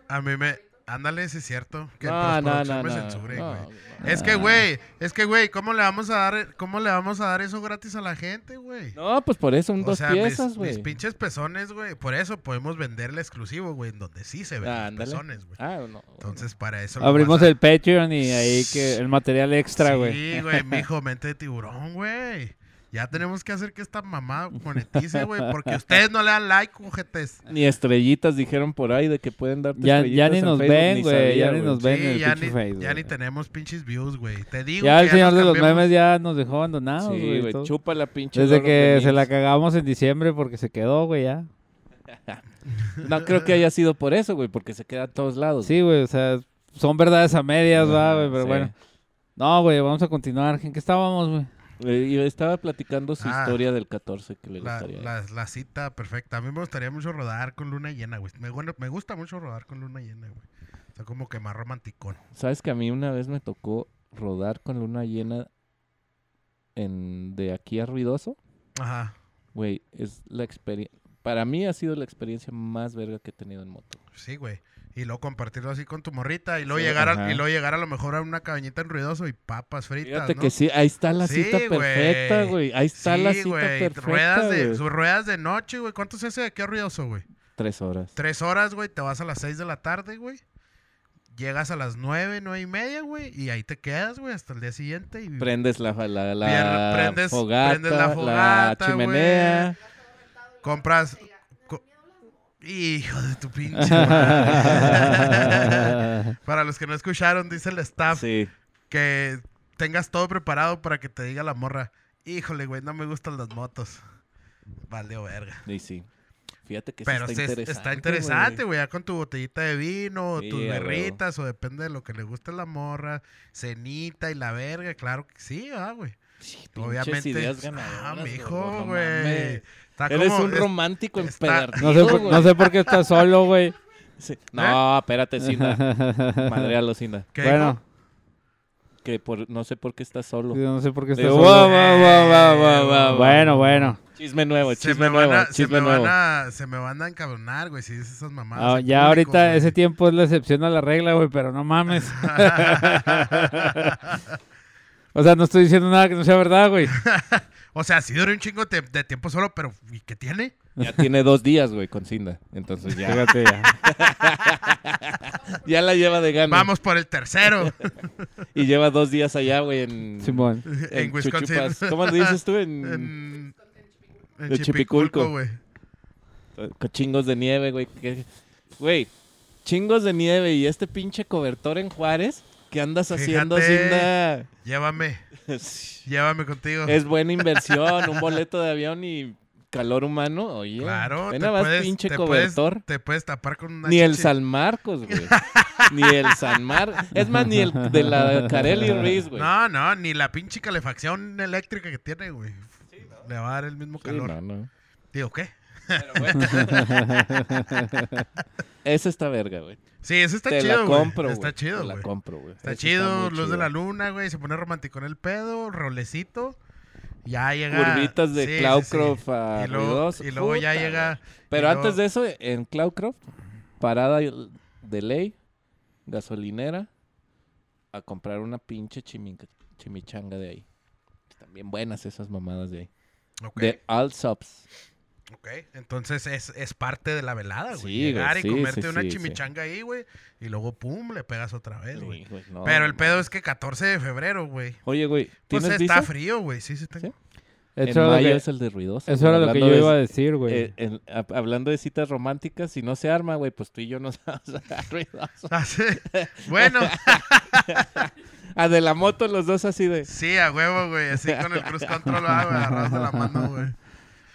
Speaker 1: A mí me... Ándale, sí es cierto. Que
Speaker 3: No,
Speaker 1: pues, producción
Speaker 3: no, no,
Speaker 1: me
Speaker 3: no,
Speaker 1: censure,
Speaker 3: no,
Speaker 1: güey.
Speaker 3: no.
Speaker 1: Es que, güey, es que, güey, ¿cómo le vamos a dar, cómo le vamos a dar eso gratis a la gente, güey?
Speaker 3: No, pues por eso, un
Speaker 1: O
Speaker 3: dos
Speaker 1: sea, mis-
Speaker 3: piezas,
Speaker 1: mis,
Speaker 3: güey.
Speaker 1: pinches pezones, güey. Por eso podemos venderle exclusivo, güey, en donde sí se ven
Speaker 3: Ah,
Speaker 1: los
Speaker 3: ándale.
Speaker 1: pezones, güey.
Speaker 3: Ah, no.
Speaker 1: Entonces, para eso... lo
Speaker 2: Abrimos
Speaker 1: vas a-
Speaker 2: el Patreon y ahí que el material extra, güey.
Speaker 1: Sí, güey, mijo, mente de tiburón, güey. Ya tenemos que hacer que esta mamá monetice, güey, porque ustedes no le dan like, ojetes.
Speaker 3: Ni estrellitas dijeron por ahí de que pueden darte
Speaker 2: Ya- ya
Speaker 3: estrellitas
Speaker 2: ni
Speaker 3: en
Speaker 2: nos
Speaker 3: Facebook,
Speaker 2: ven,
Speaker 3: ni
Speaker 2: güey,
Speaker 3: sabía,
Speaker 2: ya ni nos ven. en el
Speaker 1: Sí, ya
Speaker 2: pinche
Speaker 1: ni,
Speaker 2: Face,
Speaker 1: ya
Speaker 2: güey.
Speaker 1: ni tenemos pinches views, güey. Te digo
Speaker 2: Ya
Speaker 1: que
Speaker 2: el señor
Speaker 1: nos
Speaker 2: de los
Speaker 1: cambiamos.
Speaker 2: memes ya nos dejó abandonados,
Speaker 3: Sí,
Speaker 2: güey.
Speaker 3: güey,
Speaker 2: todo.
Speaker 3: chupa la pinche.
Speaker 2: Desde
Speaker 3: Lord of
Speaker 2: que
Speaker 3: the
Speaker 2: se la
Speaker 3: Rings.
Speaker 2: cagamos en diciembre porque se quedó, güey, ya.
Speaker 3: No creo que haya sido por eso, güey, porque se queda a todos lados.
Speaker 2: Sí, güey, o sea, son verdades a medias,
Speaker 3: Ajá,
Speaker 2: va, güey, pero
Speaker 3: sí.
Speaker 2: bueno. No, güey, vamos a continuar. ¿En qué estábamos, güey?
Speaker 3: Eh, y estaba platicando su
Speaker 1: Ah.
Speaker 3: historia del 14 que le
Speaker 1: La,
Speaker 3: gustaría.
Speaker 1: la- la cita perfecta. A mí me gustaría mucho rodar con luna llena, güey. Me, bueno, me gusta mucho rodar con luna llena, güey. Está como que más romanticón.
Speaker 3: ¿Sabes que a mí una vez me tocó rodar con luna llena en de aquí a Ruidoso?
Speaker 1: Ajá.
Speaker 3: Güey, es la experiencia. Para mí ha sido la experiencia más verga que he tenido en moto.
Speaker 1: Sí, güey. Y luego compartirlo así con tu morrita. Y luego,
Speaker 3: Sí,
Speaker 1: llegar, a,
Speaker 3: ajá.
Speaker 1: y luego llegar a lo mejor a una cabañita en ruidoso y papas fritas.
Speaker 3: Fíjate
Speaker 1: ¿no?
Speaker 3: que sí, ahí está la
Speaker 1: Sí,
Speaker 3: cita perfecta,
Speaker 1: güey.
Speaker 3: güey. Ahí está la
Speaker 1: Sí,
Speaker 3: cita
Speaker 1: güey.
Speaker 3: perfecta.
Speaker 1: Ruedas de,
Speaker 3: güey.
Speaker 1: sus ruedas de noche, güey. ¿Cuánto se hace de aquí a ruidoso, güey?
Speaker 3: Tres horas.
Speaker 1: Tres horas, güey. Te vas a las seis de la tarde, güey. Llegas a las nueve, nueve y media, güey. Y ahí te quedas, güey, hasta el día siguiente. Y
Speaker 3: Prendes la, la, la
Speaker 1: Pier- prendes-
Speaker 3: fogata,
Speaker 1: prendes la
Speaker 3: la
Speaker 1: fogata,
Speaker 3: chimenea.
Speaker 1: compras. co- Hijo de tu pinche madre. Para los que no escucharon, dice el staff
Speaker 3: Sí.
Speaker 1: que tengas todo preparado para que te diga la morra. Híjole, güey, no me gustan las motos. Valió verga.
Speaker 3: Y sí. Fíjate que sí
Speaker 1: Pero sí es-
Speaker 3: está
Speaker 1: está,
Speaker 3: interesante.
Speaker 1: interesante,
Speaker 3: güey.
Speaker 1: güey. Ya con tu botellita de vino, o
Speaker 3: Sí,
Speaker 1: tus
Speaker 3: a huevo.
Speaker 1: berritas, o depende de lo que le guste a la morra. Cenita y la verga, claro que sí, ah, güey.
Speaker 3: Sí, pinches
Speaker 1: Obviamente.
Speaker 3: ideas
Speaker 1: ah,
Speaker 3: ganadoras, güey,
Speaker 1: mijo,
Speaker 3: no
Speaker 1: güey.
Speaker 3: mames.
Speaker 1: Está
Speaker 3: Eres
Speaker 1: como-
Speaker 3: un
Speaker 1: es-
Speaker 3: romántico
Speaker 1: está-
Speaker 2: No
Speaker 3: empedernido,
Speaker 2: sé, por,
Speaker 3: güey.
Speaker 2: no sé por qué estás solo, güey.
Speaker 3: Sí. No, espérate, Cinda. Madre a Cinda.
Speaker 1: ¿qué
Speaker 2: bueno,
Speaker 3: Que por, no sé por qué estás solo.
Speaker 2: no sé por qué
Speaker 3: Sí,
Speaker 2: estás
Speaker 3: solo.
Speaker 2: solo.
Speaker 1: Eh,
Speaker 2: Bueno, bueno.
Speaker 3: Chisme nuevo,
Speaker 1: Se
Speaker 3: chisme
Speaker 1: me,
Speaker 3: nuevo,
Speaker 1: van a, se,
Speaker 3: chisme
Speaker 1: me
Speaker 3: nuevo.
Speaker 1: van a, se me van a encabronar, güey, si dices esas mamadas.
Speaker 2: Ah,
Speaker 1: en
Speaker 2: ya
Speaker 1: público,
Speaker 2: ahorita
Speaker 1: güey.
Speaker 2: ese tiempo es la excepción a la regla, güey, pero no mames. o sea, no estoy diciendo nada que no sea verdad, güey.
Speaker 1: O sea, sí duré un chingo te- de tiempo solo, pero ¿y qué tiene?
Speaker 3: Ya tiene dos días, güey, con Cinda. Entonces ya,
Speaker 2: Fíjate ya.
Speaker 3: ya la lleva de gana.
Speaker 1: Vamos por el tercero
Speaker 3: Y lleva dos días allá, güey, en,
Speaker 2: Simón.
Speaker 1: en
Speaker 3: en
Speaker 1: Wisconsin.
Speaker 3: Chuchupas. ¿Cómo le dices tú? En,
Speaker 1: En, en
Speaker 3: De
Speaker 1: Chipiculco,
Speaker 3: Chipiculco.
Speaker 1: güey.
Speaker 3: con chingos de nieve, güey. que- Güey, chingos de nieve y este pinche cobertor en Juárez. ¿Qué andas haciendo,
Speaker 1: Fíjate.
Speaker 3: Cinda?
Speaker 1: Llévame, llévame contigo.
Speaker 3: es buena inversión, un boleto de avión y calor humano, oye.
Speaker 1: claro,
Speaker 3: ve
Speaker 1: te
Speaker 3: nada más
Speaker 1: puedes,
Speaker 3: pinche
Speaker 1: te, puedes,
Speaker 3: cobertor.
Speaker 1: te puedes tapar con una
Speaker 3: Ni el
Speaker 1: chichi.
Speaker 3: San Marcos, güey. ni el San Mar. Es más, ni el de la Carelli Ruiz, güey.
Speaker 1: No, no, ni la pinche calefacción eléctrica que tiene, güey. Le va a dar el mismo
Speaker 3: Sí,
Speaker 1: calor.
Speaker 3: no, no.
Speaker 1: Digo, ¿qué?
Speaker 3: Pero bueno. Esa está verga, güey.
Speaker 1: Sí, eso está
Speaker 3: Te
Speaker 1: chido,
Speaker 3: la
Speaker 1: güey.
Speaker 3: compro, güey.
Speaker 1: Está chido,
Speaker 3: Te la
Speaker 1: güey.
Speaker 3: compro, güey.
Speaker 1: Está
Speaker 3: Eso
Speaker 1: chido,
Speaker 3: muy
Speaker 1: luz de
Speaker 3: chido.
Speaker 1: la luna, güey, se pone romántico en el pedo, rolecito. Ya llega.
Speaker 3: Curvitas de
Speaker 1: Sí, sí, sí.
Speaker 3: Clawcroft a
Speaker 1: Y luego,
Speaker 3: Ruidoso.
Speaker 1: y luego ya
Speaker 3: Puta, güey.
Speaker 1: llega.
Speaker 3: Pero
Speaker 1: y
Speaker 3: antes
Speaker 1: luego-
Speaker 3: de eso, en Clawcroft, parada de ley, gasolinera, a comprar una pinche chiminca- chimichanga de ahí. Están bien buenas esas mamadas de ahí.
Speaker 1: Ok,
Speaker 3: De Allsops.
Speaker 1: ok. Entonces es, es parte de la velada, güey.
Speaker 3: Sí, güey,
Speaker 1: Llegar y
Speaker 3: sí,
Speaker 1: comerte
Speaker 3: sí,
Speaker 1: una
Speaker 3: sí, sí.
Speaker 1: chimichanga ahí, güey. Y luego, pum, le pegas otra vez, güey.
Speaker 3: Sí, güey, no,
Speaker 1: Pero el
Speaker 3: no.
Speaker 1: pedo es que 14 de febrero, güey.
Speaker 3: Oye, güey,
Speaker 1: Pues
Speaker 3: ¿tienes
Speaker 1: está
Speaker 3: visa?
Speaker 1: frío, güey. Sí, sí, tengo.
Speaker 3: ¿Sí? En
Speaker 2: Eso era lo
Speaker 3: mayo
Speaker 2: que,
Speaker 3: es el de ruidoso.
Speaker 2: eso
Speaker 3: güey,
Speaker 2: era lo que
Speaker 3: hablando
Speaker 2: yo
Speaker 3: de-
Speaker 2: iba a decir, güey.
Speaker 3: eh, en- hab- hablando de citas románticas, si no se arma, güey, pues tú y yo nos vamos a ruidoso.
Speaker 1: Ah, sí. Bueno,
Speaker 2: Ah,
Speaker 3: A de la moto los dos así de...
Speaker 1: sí, a huevo, güey. Así con el cruise control, ah, güey, agarrados de la mano, güey.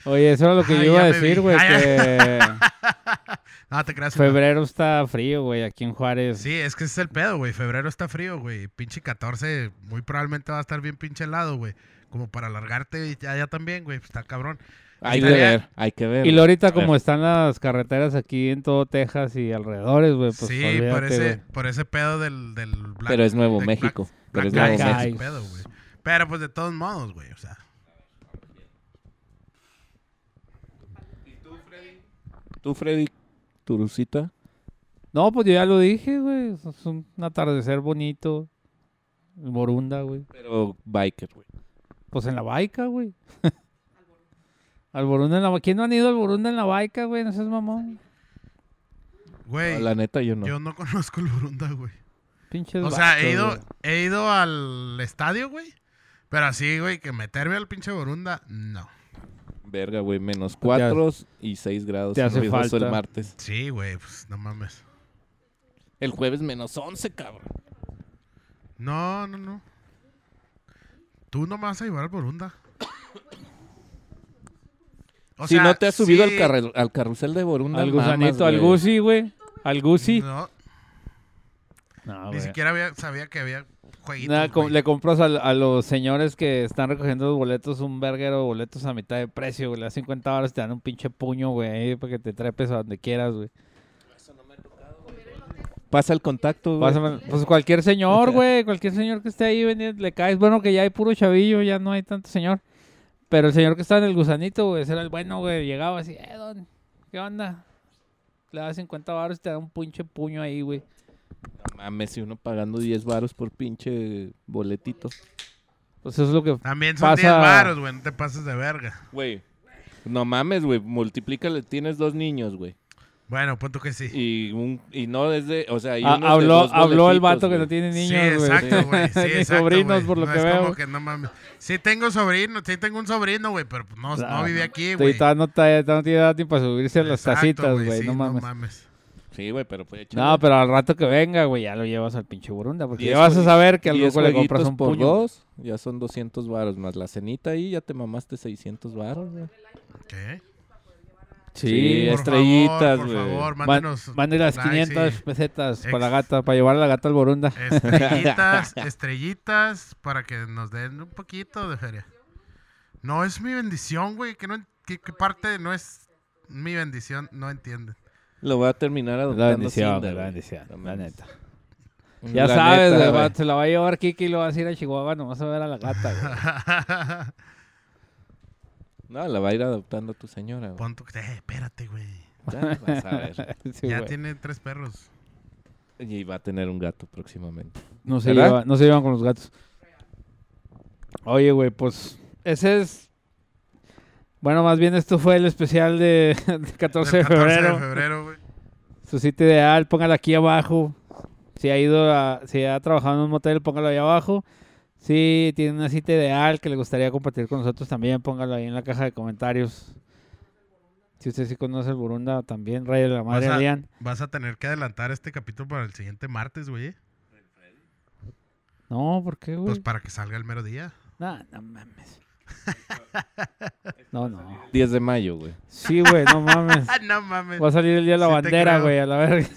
Speaker 2: Oye, eso era lo que
Speaker 1: Ah,
Speaker 2: yo iba
Speaker 1: ya
Speaker 2: a
Speaker 1: me
Speaker 2: decir,
Speaker 1: vi.
Speaker 2: güey,
Speaker 1: Ah,
Speaker 2: que
Speaker 1: No, te creas. güey.
Speaker 2: febrero está frío, güey, aquí en Juárez.
Speaker 1: Sí, es que ese es el pedo, güey. Febrero está frío, güey. Pinche 14, muy probablemente va a estar bien pinche helado, güey. Como para alargarte y ya, ya también, güey. pues, Está cabrón.
Speaker 3: Hay que
Speaker 1: Estaría-
Speaker 3: ver, hay que ver.
Speaker 2: Y lo ahorita
Speaker 3: A ver.
Speaker 1: Eh.
Speaker 2: como están las carreteras aquí en todo Texas y alrededores, güey, pues
Speaker 1: sí,
Speaker 2: olvídate,
Speaker 1: por ese,
Speaker 2: güey.
Speaker 1: por ese pedo del, del Black
Speaker 3: Pero es Nuevo
Speaker 1: Black-
Speaker 3: México. Pero
Speaker 1: Black
Speaker 3: es
Speaker 2: Black
Speaker 3: Nuevo
Speaker 1: Friday,
Speaker 2: Guys.
Speaker 3: México.
Speaker 1: ese pedo, güey. Pero pues de todos modos, güey. O sea,
Speaker 3: ¿Tú, Freddy, Turucita?
Speaker 2: No, pues yo ya lo dije, güey, es un atardecer bonito. Borunda, güey.
Speaker 3: Pero biker, güey.
Speaker 2: Pues en la baica, güey. Al Borunda en la ¿Quién no han ido al Borunda en la baica, güey? No seas mamón.
Speaker 1: güey,
Speaker 3: No, la neta, yo no.
Speaker 1: yo no conozco el Burunda, güey.
Speaker 2: Pinches
Speaker 1: O sea, he
Speaker 2: vatos,
Speaker 1: ido,
Speaker 2: güey.
Speaker 1: he ido al estadio, güey. Pero así, güey, que meterme al pinche Burunda, no.
Speaker 3: Verga, güey. Menos 4 y 6 grados.
Speaker 2: te
Speaker 3: en
Speaker 2: hace
Speaker 3: Ruidoso
Speaker 2: falta.
Speaker 3: el martes.
Speaker 1: Sí, güey, pues no mames.
Speaker 3: El jueves menos 11, cabrón.
Speaker 1: No, no, no. Tú no me vas a llevar al Borunda. O
Speaker 3: si
Speaker 1: sea,
Speaker 3: no te has subido
Speaker 1: sí,
Speaker 3: al, carrel- al carrusel de Borunda,
Speaker 2: Al
Speaker 3: mamas,
Speaker 2: gusanito, al
Speaker 3: güey.
Speaker 2: gusi, güey. Al gusi.
Speaker 1: No,
Speaker 2: No,
Speaker 1: ni
Speaker 2: güey.
Speaker 1: siquiera había- sabía que había jueguitos.
Speaker 2: Nada, com-
Speaker 1: güey.
Speaker 2: le compras al- a, los señores que están recogiendo los boletos un verguero de boletos a mitad de precio, güey. Le das 50 dólares, te dan un pinche puño, güey, ahí para que te trepes a donde quieras, güey.
Speaker 3: Pasa el contacto, güey.
Speaker 2: Pásame- pues cualquier señor, güey, cualquier señor que esté ahí vendiendo, le caes. Bueno, que ya hay puro chavillo, ya no hay tanto señor. Pero el señor que estaba en el gusanito, güey, ese era el bueno, güey. Llegaba así, eh, don, ¿qué onda? Le das 50 baros y te da un pinche puño ahí, güey.
Speaker 3: No mames, si uno pagando 10 varos por pinche boletito.
Speaker 2: Pues eso es lo que
Speaker 1: También son
Speaker 2: pasa-
Speaker 1: 10 varos, güey. No te pases de verga.
Speaker 3: Güey. No mames, güey. Multiplícale, tienes dos niños, güey.
Speaker 1: Bueno, punto que sí.
Speaker 3: Y un y no desde, o sea, y
Speaker 2: Ah,
Speaker 3: uno es de
Speaker 2: habló,
Speaker 3: dos
Speaker 2: habló el
Speaker 3: boletitos,
Speaker 2: vato que
Speaker 3: güey.
Speaker 2: no tiene niños,
Speaker 1: sí,
Speaker 2: güey.
Speaker 1: exacto, güey. Sí,
Speaker 2: Ni
Speaker 1: exacto,
Speaker 2: sobrinos,
Speaker 1: güey.
Speaker 2: por lo
Speaker 1: No,
Speaker 2: que
Speaker 1: es
Speaker 2: veo.
Speaker 1: como que no mames. Sí tengo sobrino, sí tengo un sobrino, güey, pero pues, no,
Speaker 2: Claro.
Speaker 1: no viví aquí,
Speaker 2: Y
Speaker 1: güey.
Speaker 2: todavía no, ta- todavía no tiene edad ni para subirse a las
Speaker 1: Exacto,
Speaker 2: tacitas, güey.
Speaker 1: sí,
Speaker 2: no mames. No,
Speaker 3: Sí, güey, pero fue
Speaker 2: pero al rato que venga, güey, ya lo llevas al pinche burunda. Porque
Speaker 3: Diez
Speaker 2: ya vas a
Speaker 3: jue-
Speaker 2: saber que al
Speaker 3: diez
Speaker 2: loco le compras
Speaker 3: jueguitos
Speaker 2: un
Speaker 3: por
Speaker 2: puño.
Speaker 3: dos, ya son 200 varos más la cenita ahí, ya te mamaste 600 varos, güey.
Speaker 1: ¿Qué?
Speaker 2: Sí,
Speaker 3: Sí,
Speaker 1: Por
Speaker 3: estrellitas,
Speaker 1: favor, Por
Speaker 3: güey.
Speaker 1: favor,
Speaker 2: man-
Speaker 1: mándenos.
Speaker 2: mande las
Speaker 1: likes,
Speaker 2: 500
Speaker 1: sí.
Speaker 2: pesetas para la
Speaker 1: Ex-
Speaker 2: gata, para llevar a la gata al burunda.
Speaker 1: Estrellitas, estrellitas, para que nos den un poquito de feria. No es mi bendición, güey. Que no, en- que, que parte no es mi bendición, no entienden.
Speaker 3: Lo voy a terminar adoptando
Speaker 2: La bendición,
Speaker 3: Cinda,
Speaker 2: güey, la
Speaker 3: güey.
Speaker 2: bendición,
Speaker 3: No
Speaker 2: la
Speaker 3: mames.
Speaker 2: neta. Ya
Speaker 3: La
Speaker 2: sabes,
Speaker 3: neta,
Speaker 2: güey,
Speaker 3: güey.
Speaker 2: va- se la va a llevar Kiki y lo vas a ir a Chihuahua nomás a ver a la gata, güey.
Speaker 3: No, la va a ir adoptando tu señora, güey.
Speaker 1: Pon tu- eh, espérate, güey.
Speaker 3: Ya vas a ver.
Speaker 2: Sí,
Speaker 1: ya
Speaker 2: güey.
Speaker 1: tiene tres perros.
Speaker 3: Y va a tener un gato próximamente.
Speaker 2: No se,
Speaker 3: ¿Verdad?
Speaker 2: lleva- no se llevan con los gatos. Oye, güey, pues ese es... Bueno, más bien esto fue el especial de, del 14 de
Speaker 1: Del 14
Speaker 2: febrero.
Speaker 1: de febrero, güey.
Speaker 2: Su sitio ideal, póngalo aquí abajo. Si ha ido a- si ha trabajado en un motel, póngalo ahí abajo. Si tiene una cita ideal que le gustaría compartir con nosotros también, póngalo ahí en la caja de comentarios. Si usted sí conoce el Burunda, también Rey de la Madre
Speaker 1: Vas a-
Speaker 2: Elian.
Speaker 1: Vas a tener que adelantar este capítulo para el siguiente martes, güey.
Speaker 2: No, ¿por qué, güey?
Speaker 1: Pues para que salga el mero día.
Speaker 2: Nah, no mames. No, no.
Speaker 3: 10 de mayo, güey.
Speaker 2: Sí, güey, no mames.
Speaker 1: Ah, no mames.
Speaker 2: Va a salir el Día de la
Speaker 1: Sí te
Speaker 2: Bandera,
Speaker 1: creo.
Speaker 2: güey, a la verga.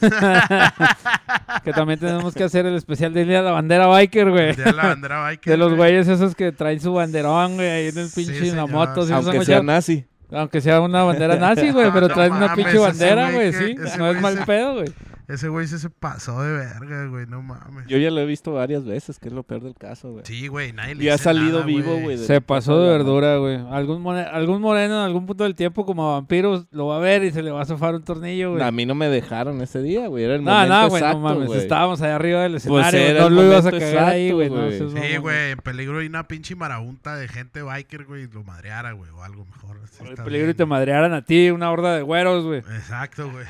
Speaker 2: que también tenemos que hacer el especial del Día de la Bandera Biker, güey.
Speaker 1: El día de la bandera biker,
Speaker 2: De los güeyes esos que traen su banderón, güey, ahí en el
Speaker 1: Sí,
Speaker 2: pinche en la
Speaker 1: señor.
Speaker 2: moto. ¿sí los han
Speaker 3: Aunque sea
Speaker 2: escuchado?
Speaker 3: nazi.
Speaker 2: Aunque sea una bandera nazi, güey,
Speaker 1: Ah,
Speaker 2: pero
Speaker 1: no
Speaker 2: traen una
Speaker 1: mames,
Speaker 2: pinche
Speaker 1: ese
Speaker 2: bandera,
Speaker 1: güey
Speaker 2: güey,
Speaker 1: que-
Speaker 2: sí.
Speaker 1: ese
Speaker 2: No es
Speaker 1: güey
Speaker 2: mal
Speaker 1: se-
Speaker 2: pedo, güey.
Speaker 1: Ese güey sí se pasó de verga, güey. No mames.
Speaker 3: Yo ya lo he visto varias veces, que es lo peor del caso, güey.
Speaker 1: Sí, güey, nadie le
Speaker 3: y ha
Speaker 1: dice
Speaker 3: salido
Speaker 1: nada,
Speaker 3: vivo, güey. de-
Speaker 2: Se pasó de verdura, güey. Algún, more- algún moreno en algún punto del tiempo como vampiro lo va a ver y se le va a zafar un tornillo, güey.
Speaker 3: A mí no me dejaron ese día, güey. Era el
Speaker 2: No,
Speaker 3: momento
Speaker 2: no, güey,
Speaker 3: exacto,
Speaker 2: no mames.
Speaker 3: güey.
Speaker 2: Estábamos allá arriba del
Speaker 3: Pues
Speaker 2: escenario.
Speaker 3: era
Speaker 2: no
Speaker 3: el
Speaker 2: lo ibas a
Speaker 3: momento
Speaker 2: cagar ahí,
Speaker 3: exacto,
Speaker 2: güey. No,
Speaker 3: güey.
Speaker 2: seas
Speaker 1: Sí,
Speaker 2: mamón,
Speaker 1: güey, en peligro y una pinche marabunta de gente biker, güey, lo madreara, güey, o algo mejor. así
Speaker 2: El
Speaker 1: está
Speaker 2: peligro y
Speaker 1: bien,
Speaker 2: te
Speaker 1: güey.
Speaker 2: madrearan a ti, una horda de güeros, güey.
Speaker 1: Exacto, güey.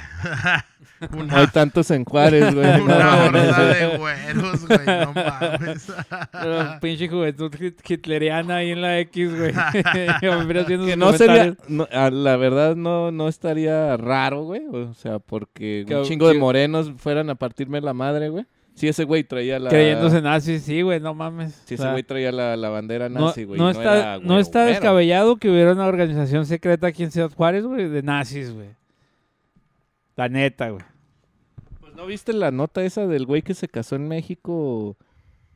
Speaker 3: No hay
Speaker 1: una
Speaker 3: tantos en Juárez, güey. No
Speaker 1: una
Speaker 3: mames,
Speaker 1: horda
Speaker 3: güey.
Speaker 1: de güeros, güey, no mames.
Speaker 2: Pero pinche juventud hit- hitleriana ahí en la X, güey. Vampiros viendo
Speaker 3: Que
Speaker 2: sus
Speaker 3: no sería,
Speaker 2: comentarios.
Speaker 3: no, a la verdad no, no estaría raro, güey. O sea, porque
Speaker 2: Que-
Speaker 3: un chingo de
Speaker 2: que-
Speaker 3: morenos fueran a partirme la madre, güey. Si ese güey traía la...
Speaker 2: Creyéndose nazi, sí, güey, no mames. O
Speaker 3: Si ese
Speaker 2: sea,
Speaker 3: güey traía la, la bandera
Speaker 2: no,
Speaker 3: nazi, güey.
Speaker 2: no está,
Speaker 3: era, güey,
Speaker 2: no está
Speaker 3: güero.
Speaker 2: descabellado que hubiera una organización secreta aquí en Ciudad Juárez, güey, de nazis, güey. La neta, güey.
Speaker 3: Pues, ¿No viste la nota esa del güey que se casó en México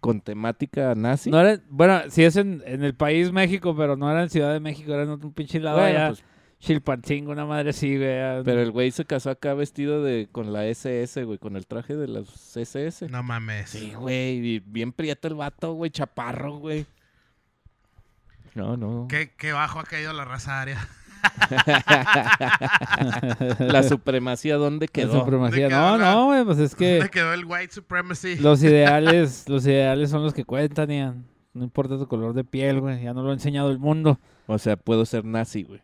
Speaker 3: con temática nazi?
Speaker 2: No era, bueno, sí es en, en el país México, pero no era en Ciudad de México, era en otro pinche lado
Speaker 3: Bueno,
Speaker 2: allá.
Speaker 3: pues,
Speaker 2: Chilpancingo, una madre así, güey. ah,
Speaker 3: pero el güey se casó acá vestido de con la SS, güey, con el traje de las SS.
Speaker 1: No mames.
Speaker 3: Sí, güey, y bien prieto el vato, güey, chaparro, güey. No, no.
Speaker 1: Qué, qué bajo ha caído la raza área.
Speaker 3: La supremacía, ¿dónde
Speaker 2: la
Speaker 3: quedó?
Speaker 2: supremacía.
Speaker 1: ¿De qué
Speaker 2: No,
Speaker 1: habla?
Speaker 2: no, güey, pues es que
Speaker 1: ¿Dónde quedó el white supremacy?
Speaker 2: los ideales, los ideales son los que cuentan, Ian. No importa tu color de piel, güey. Ya no lo ha enseñado el mundo.
Speaker 3: O sea, puedo ser nazi, güey.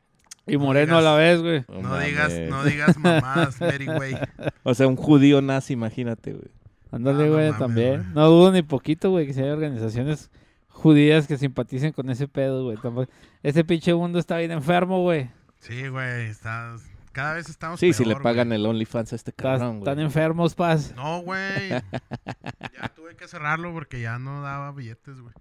Speaker 2: Y moreno
Speaker 1: digas.
Speaker 2: a la vez, güey.
Speaker 1: No,
Speaker 3: mames.
Speaker 1: digas, no digas mamadas, Mary, güey.
Speaker 3: O sea, un judío nazi, imagínate, güey.
Speaker 1: Ah,
Speaker 2: Ándale,
Speaker 1: no
Speaker 2: güey,
Speaker 1: mames,
Speaker 2: también.
Speaker 1: güey.
Speaker 2: No dudo ni poquito, güey, que si hay organizaciones judías que simpaticen con ese pedo, güey. Tampoco... Ese pinche mundo está bien enfermo, güey.
Speaker 1: Sí, güey, estás... Cada vez estamos
Speaker 3: Sí, si
Speaker 1: peor,
Speaker 3: le pagan
Speaker 1: güey.
Speaker 3: el OnlyFans a este
Speaker 2: Estás-
Speaker 3: cabrón,
Speaker 2: están
Speaker 3: güey.
Speaker 2: enfermos, paz.
Speaker 1: No, güey. Ya tuve que cerrarlo porque ya no daba billetes, güey.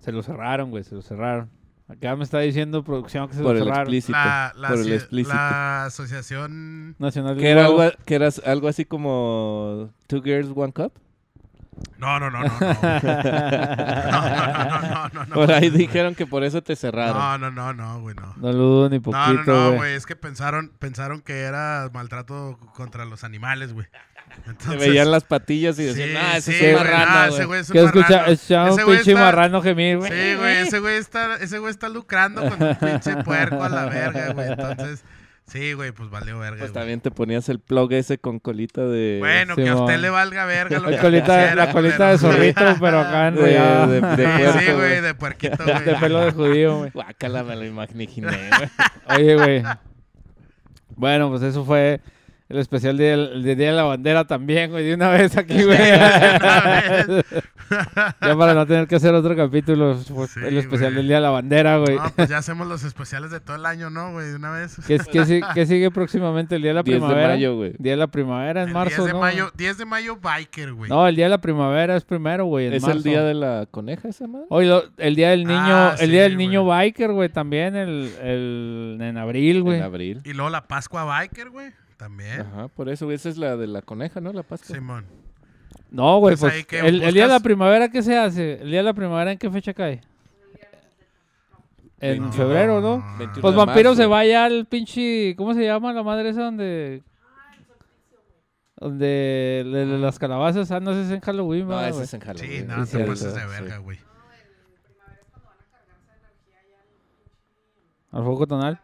Speaker 2: Se lo cerraron, güey, se lo cerraron. Acá me está diciendo producción que se
Speaker 3: Por
Speaker 2: lo
Speaker 3: el
Speaker 2: cerraron.
Speaker 3: explícito.
Speaker 1: La, la
Speaker 3: por el
Speaker 1: asoci-
Speaker 3: explícito.
Speaker 1: la asociación
Speaker 2: Nacional del
Speaker 3: Que era,
Speaker 2: Huevo.
Speaker 3: algo, que era algo así como Two Girls, One Cup.
Speaker 1: No, no, no, no. No, no, no, no, no.
Speaker 3: Por ahí dijeron que por eso te cerraron.
Speaker 1: No, no, no, no, güey, no.
Speaker 2: No lo dudo ni poquito,
Speaker 1: No, no, no,
Speaker 2: güey.
Speaker 1: güey, es que pensaron, pensaron que era maltrato contra los animales, güey.
Speaker 3: Te
Speaker 1: Entonces,
Speaker 3: veían las patillas y
Speaker 1: sí,
Speaker 3: decían, ah, ese
Speaker 1: sí,
Speaker 3: es un
Speaker 1: güey,
Speaker 3: marrano,
Speaker 1: ah,
Speaker 3: güey".
Speaker 1: ese güey es un
Speaker 2: Que escucha,
Speaker 1: marrano.
Speaker 2: escuchaba
Speaker 1: Ese
Speaker 2: un
Speaker 1: güey
Speaker 2: pinche
Speaker 1: está-
Speaker 2: marrano gemir, güey.
Speaker 1: Sí, güey, ese güey está, ese güey está lucrando con un pinche puerco a la verga, güey. Entonces, sí, güey, pues valió verga,
Speaker 3: Pues
Speaker 1: güey.
Speaker 3: también te ponías el plug ese con colita de...
Speaker 1: Bueno, que a usted
Speaker 2: Simón.
Speaker 1: le valga verga lo
Speaker 2: La
Speaker 1: que
Speaker 2: colita,
Speaker 1: quisiera,
Speaker 2: la colita de
Speaker 1: culero.
Speaker 2: zorrito, pero acá
Speaker 3: de,
Speaker 2: enrollada.
Speaker 3: de-
Speaker 2: De,
Speaker 3: de
Speaker 1: Sí,
Speaker 3: puerco,
Speaker 1: sí, güey,
Speaker 3: güey.
Speaker 1: de puerquito, güey.
Speaker 2: pelo de judío, güey.
Speaker 3: Guácala, me lo imaginé, güey.
Speaker 2: Oye, güey. Bueno, pues eso fue el especial del del Día de la Bandera también, güey. De una vez aquí, güey.
Speaker 1: una vez.
Speaker 2: ya para no tener que hacer otro capítulo, pues, fue
Speaker 1: Sí,
Speaker 2: el especial
Speaker 1: güey.
Speaker 2: del Día de la Bandera, güey.
Speaker 1: No, pues ya hacemos los especiales de todo el año, ¿no, güey? De una vez.
Speaker 2: ¿Qué, qué si- qué sigue próximamente? El Día de la
Speaker 3: 10 de
Speaker 2: Primavera.
Speaker 3: mayo, güey.
Speaker 2: Día de la Primavera en
Speaker 1: El
Speaker 2: marzo,
Speaker 1: 10 de
Speaker 2: ¿no?
Speaker 1: mayo, 10 de mayo, biker, güey.
Speaker 2: No, el Día de la Primavera es primero, güey. en
Speaker 3: ¿Es el
Speaker 2: marzo.
Speaker 3: día de la coneja esa madre?
Speaker 2: Oye, lo- el día del niño,
Speaker 1: Ah,
Speaker 2: el día
Speaker 1: sí,
Speaker 2: del niño biker, güey, también el, el- en abril, güey.
Speaker 3: En abril.
Speaker 1: Y luego la Pascua biker, güey. También.
Speaker 3: Ajá, por eso, güey. Esa es la de la coneja, ¿no? La Pascua.
Speaker 1: Simón.
Speaker 2: No, güey,
Speaker 1: Pues
Speaker 2: pues,
Speaker 1: ahí que
Speaker 2: el, el día de la
Speaker 1: buscas-
Speaker 2: primavera ¿qué se hace? El día de la primavera ¿en qué fecha cae? En
Speaker 3: No.
Speaker 2: febrero, ¿no?
Speaker 3: 21
Speaker 2: Pues
Speaker 3: de
Speaker 2: vampiro
Speaker 3: marzo.
Speaker 2: se va ya al pinche, ¿cómo se llama la madre esa donde donde le- le- las calabazas, ah, no ese es en Halloween,
Speaker 3: No,
Speaker 2: ¿verdad,
Speaker 3: esa
Speaker 2: güey?
Speaker 3: es en Halloween.
Speaker 1: Sí, no,
Speaker 2: sí,
Speaker 1: te
Speaker 2: sí,
Speaker 1: pases de
Speaker 3: sí.
Speaker 1: verga, güey.
Speaker 2: Al foco tonal.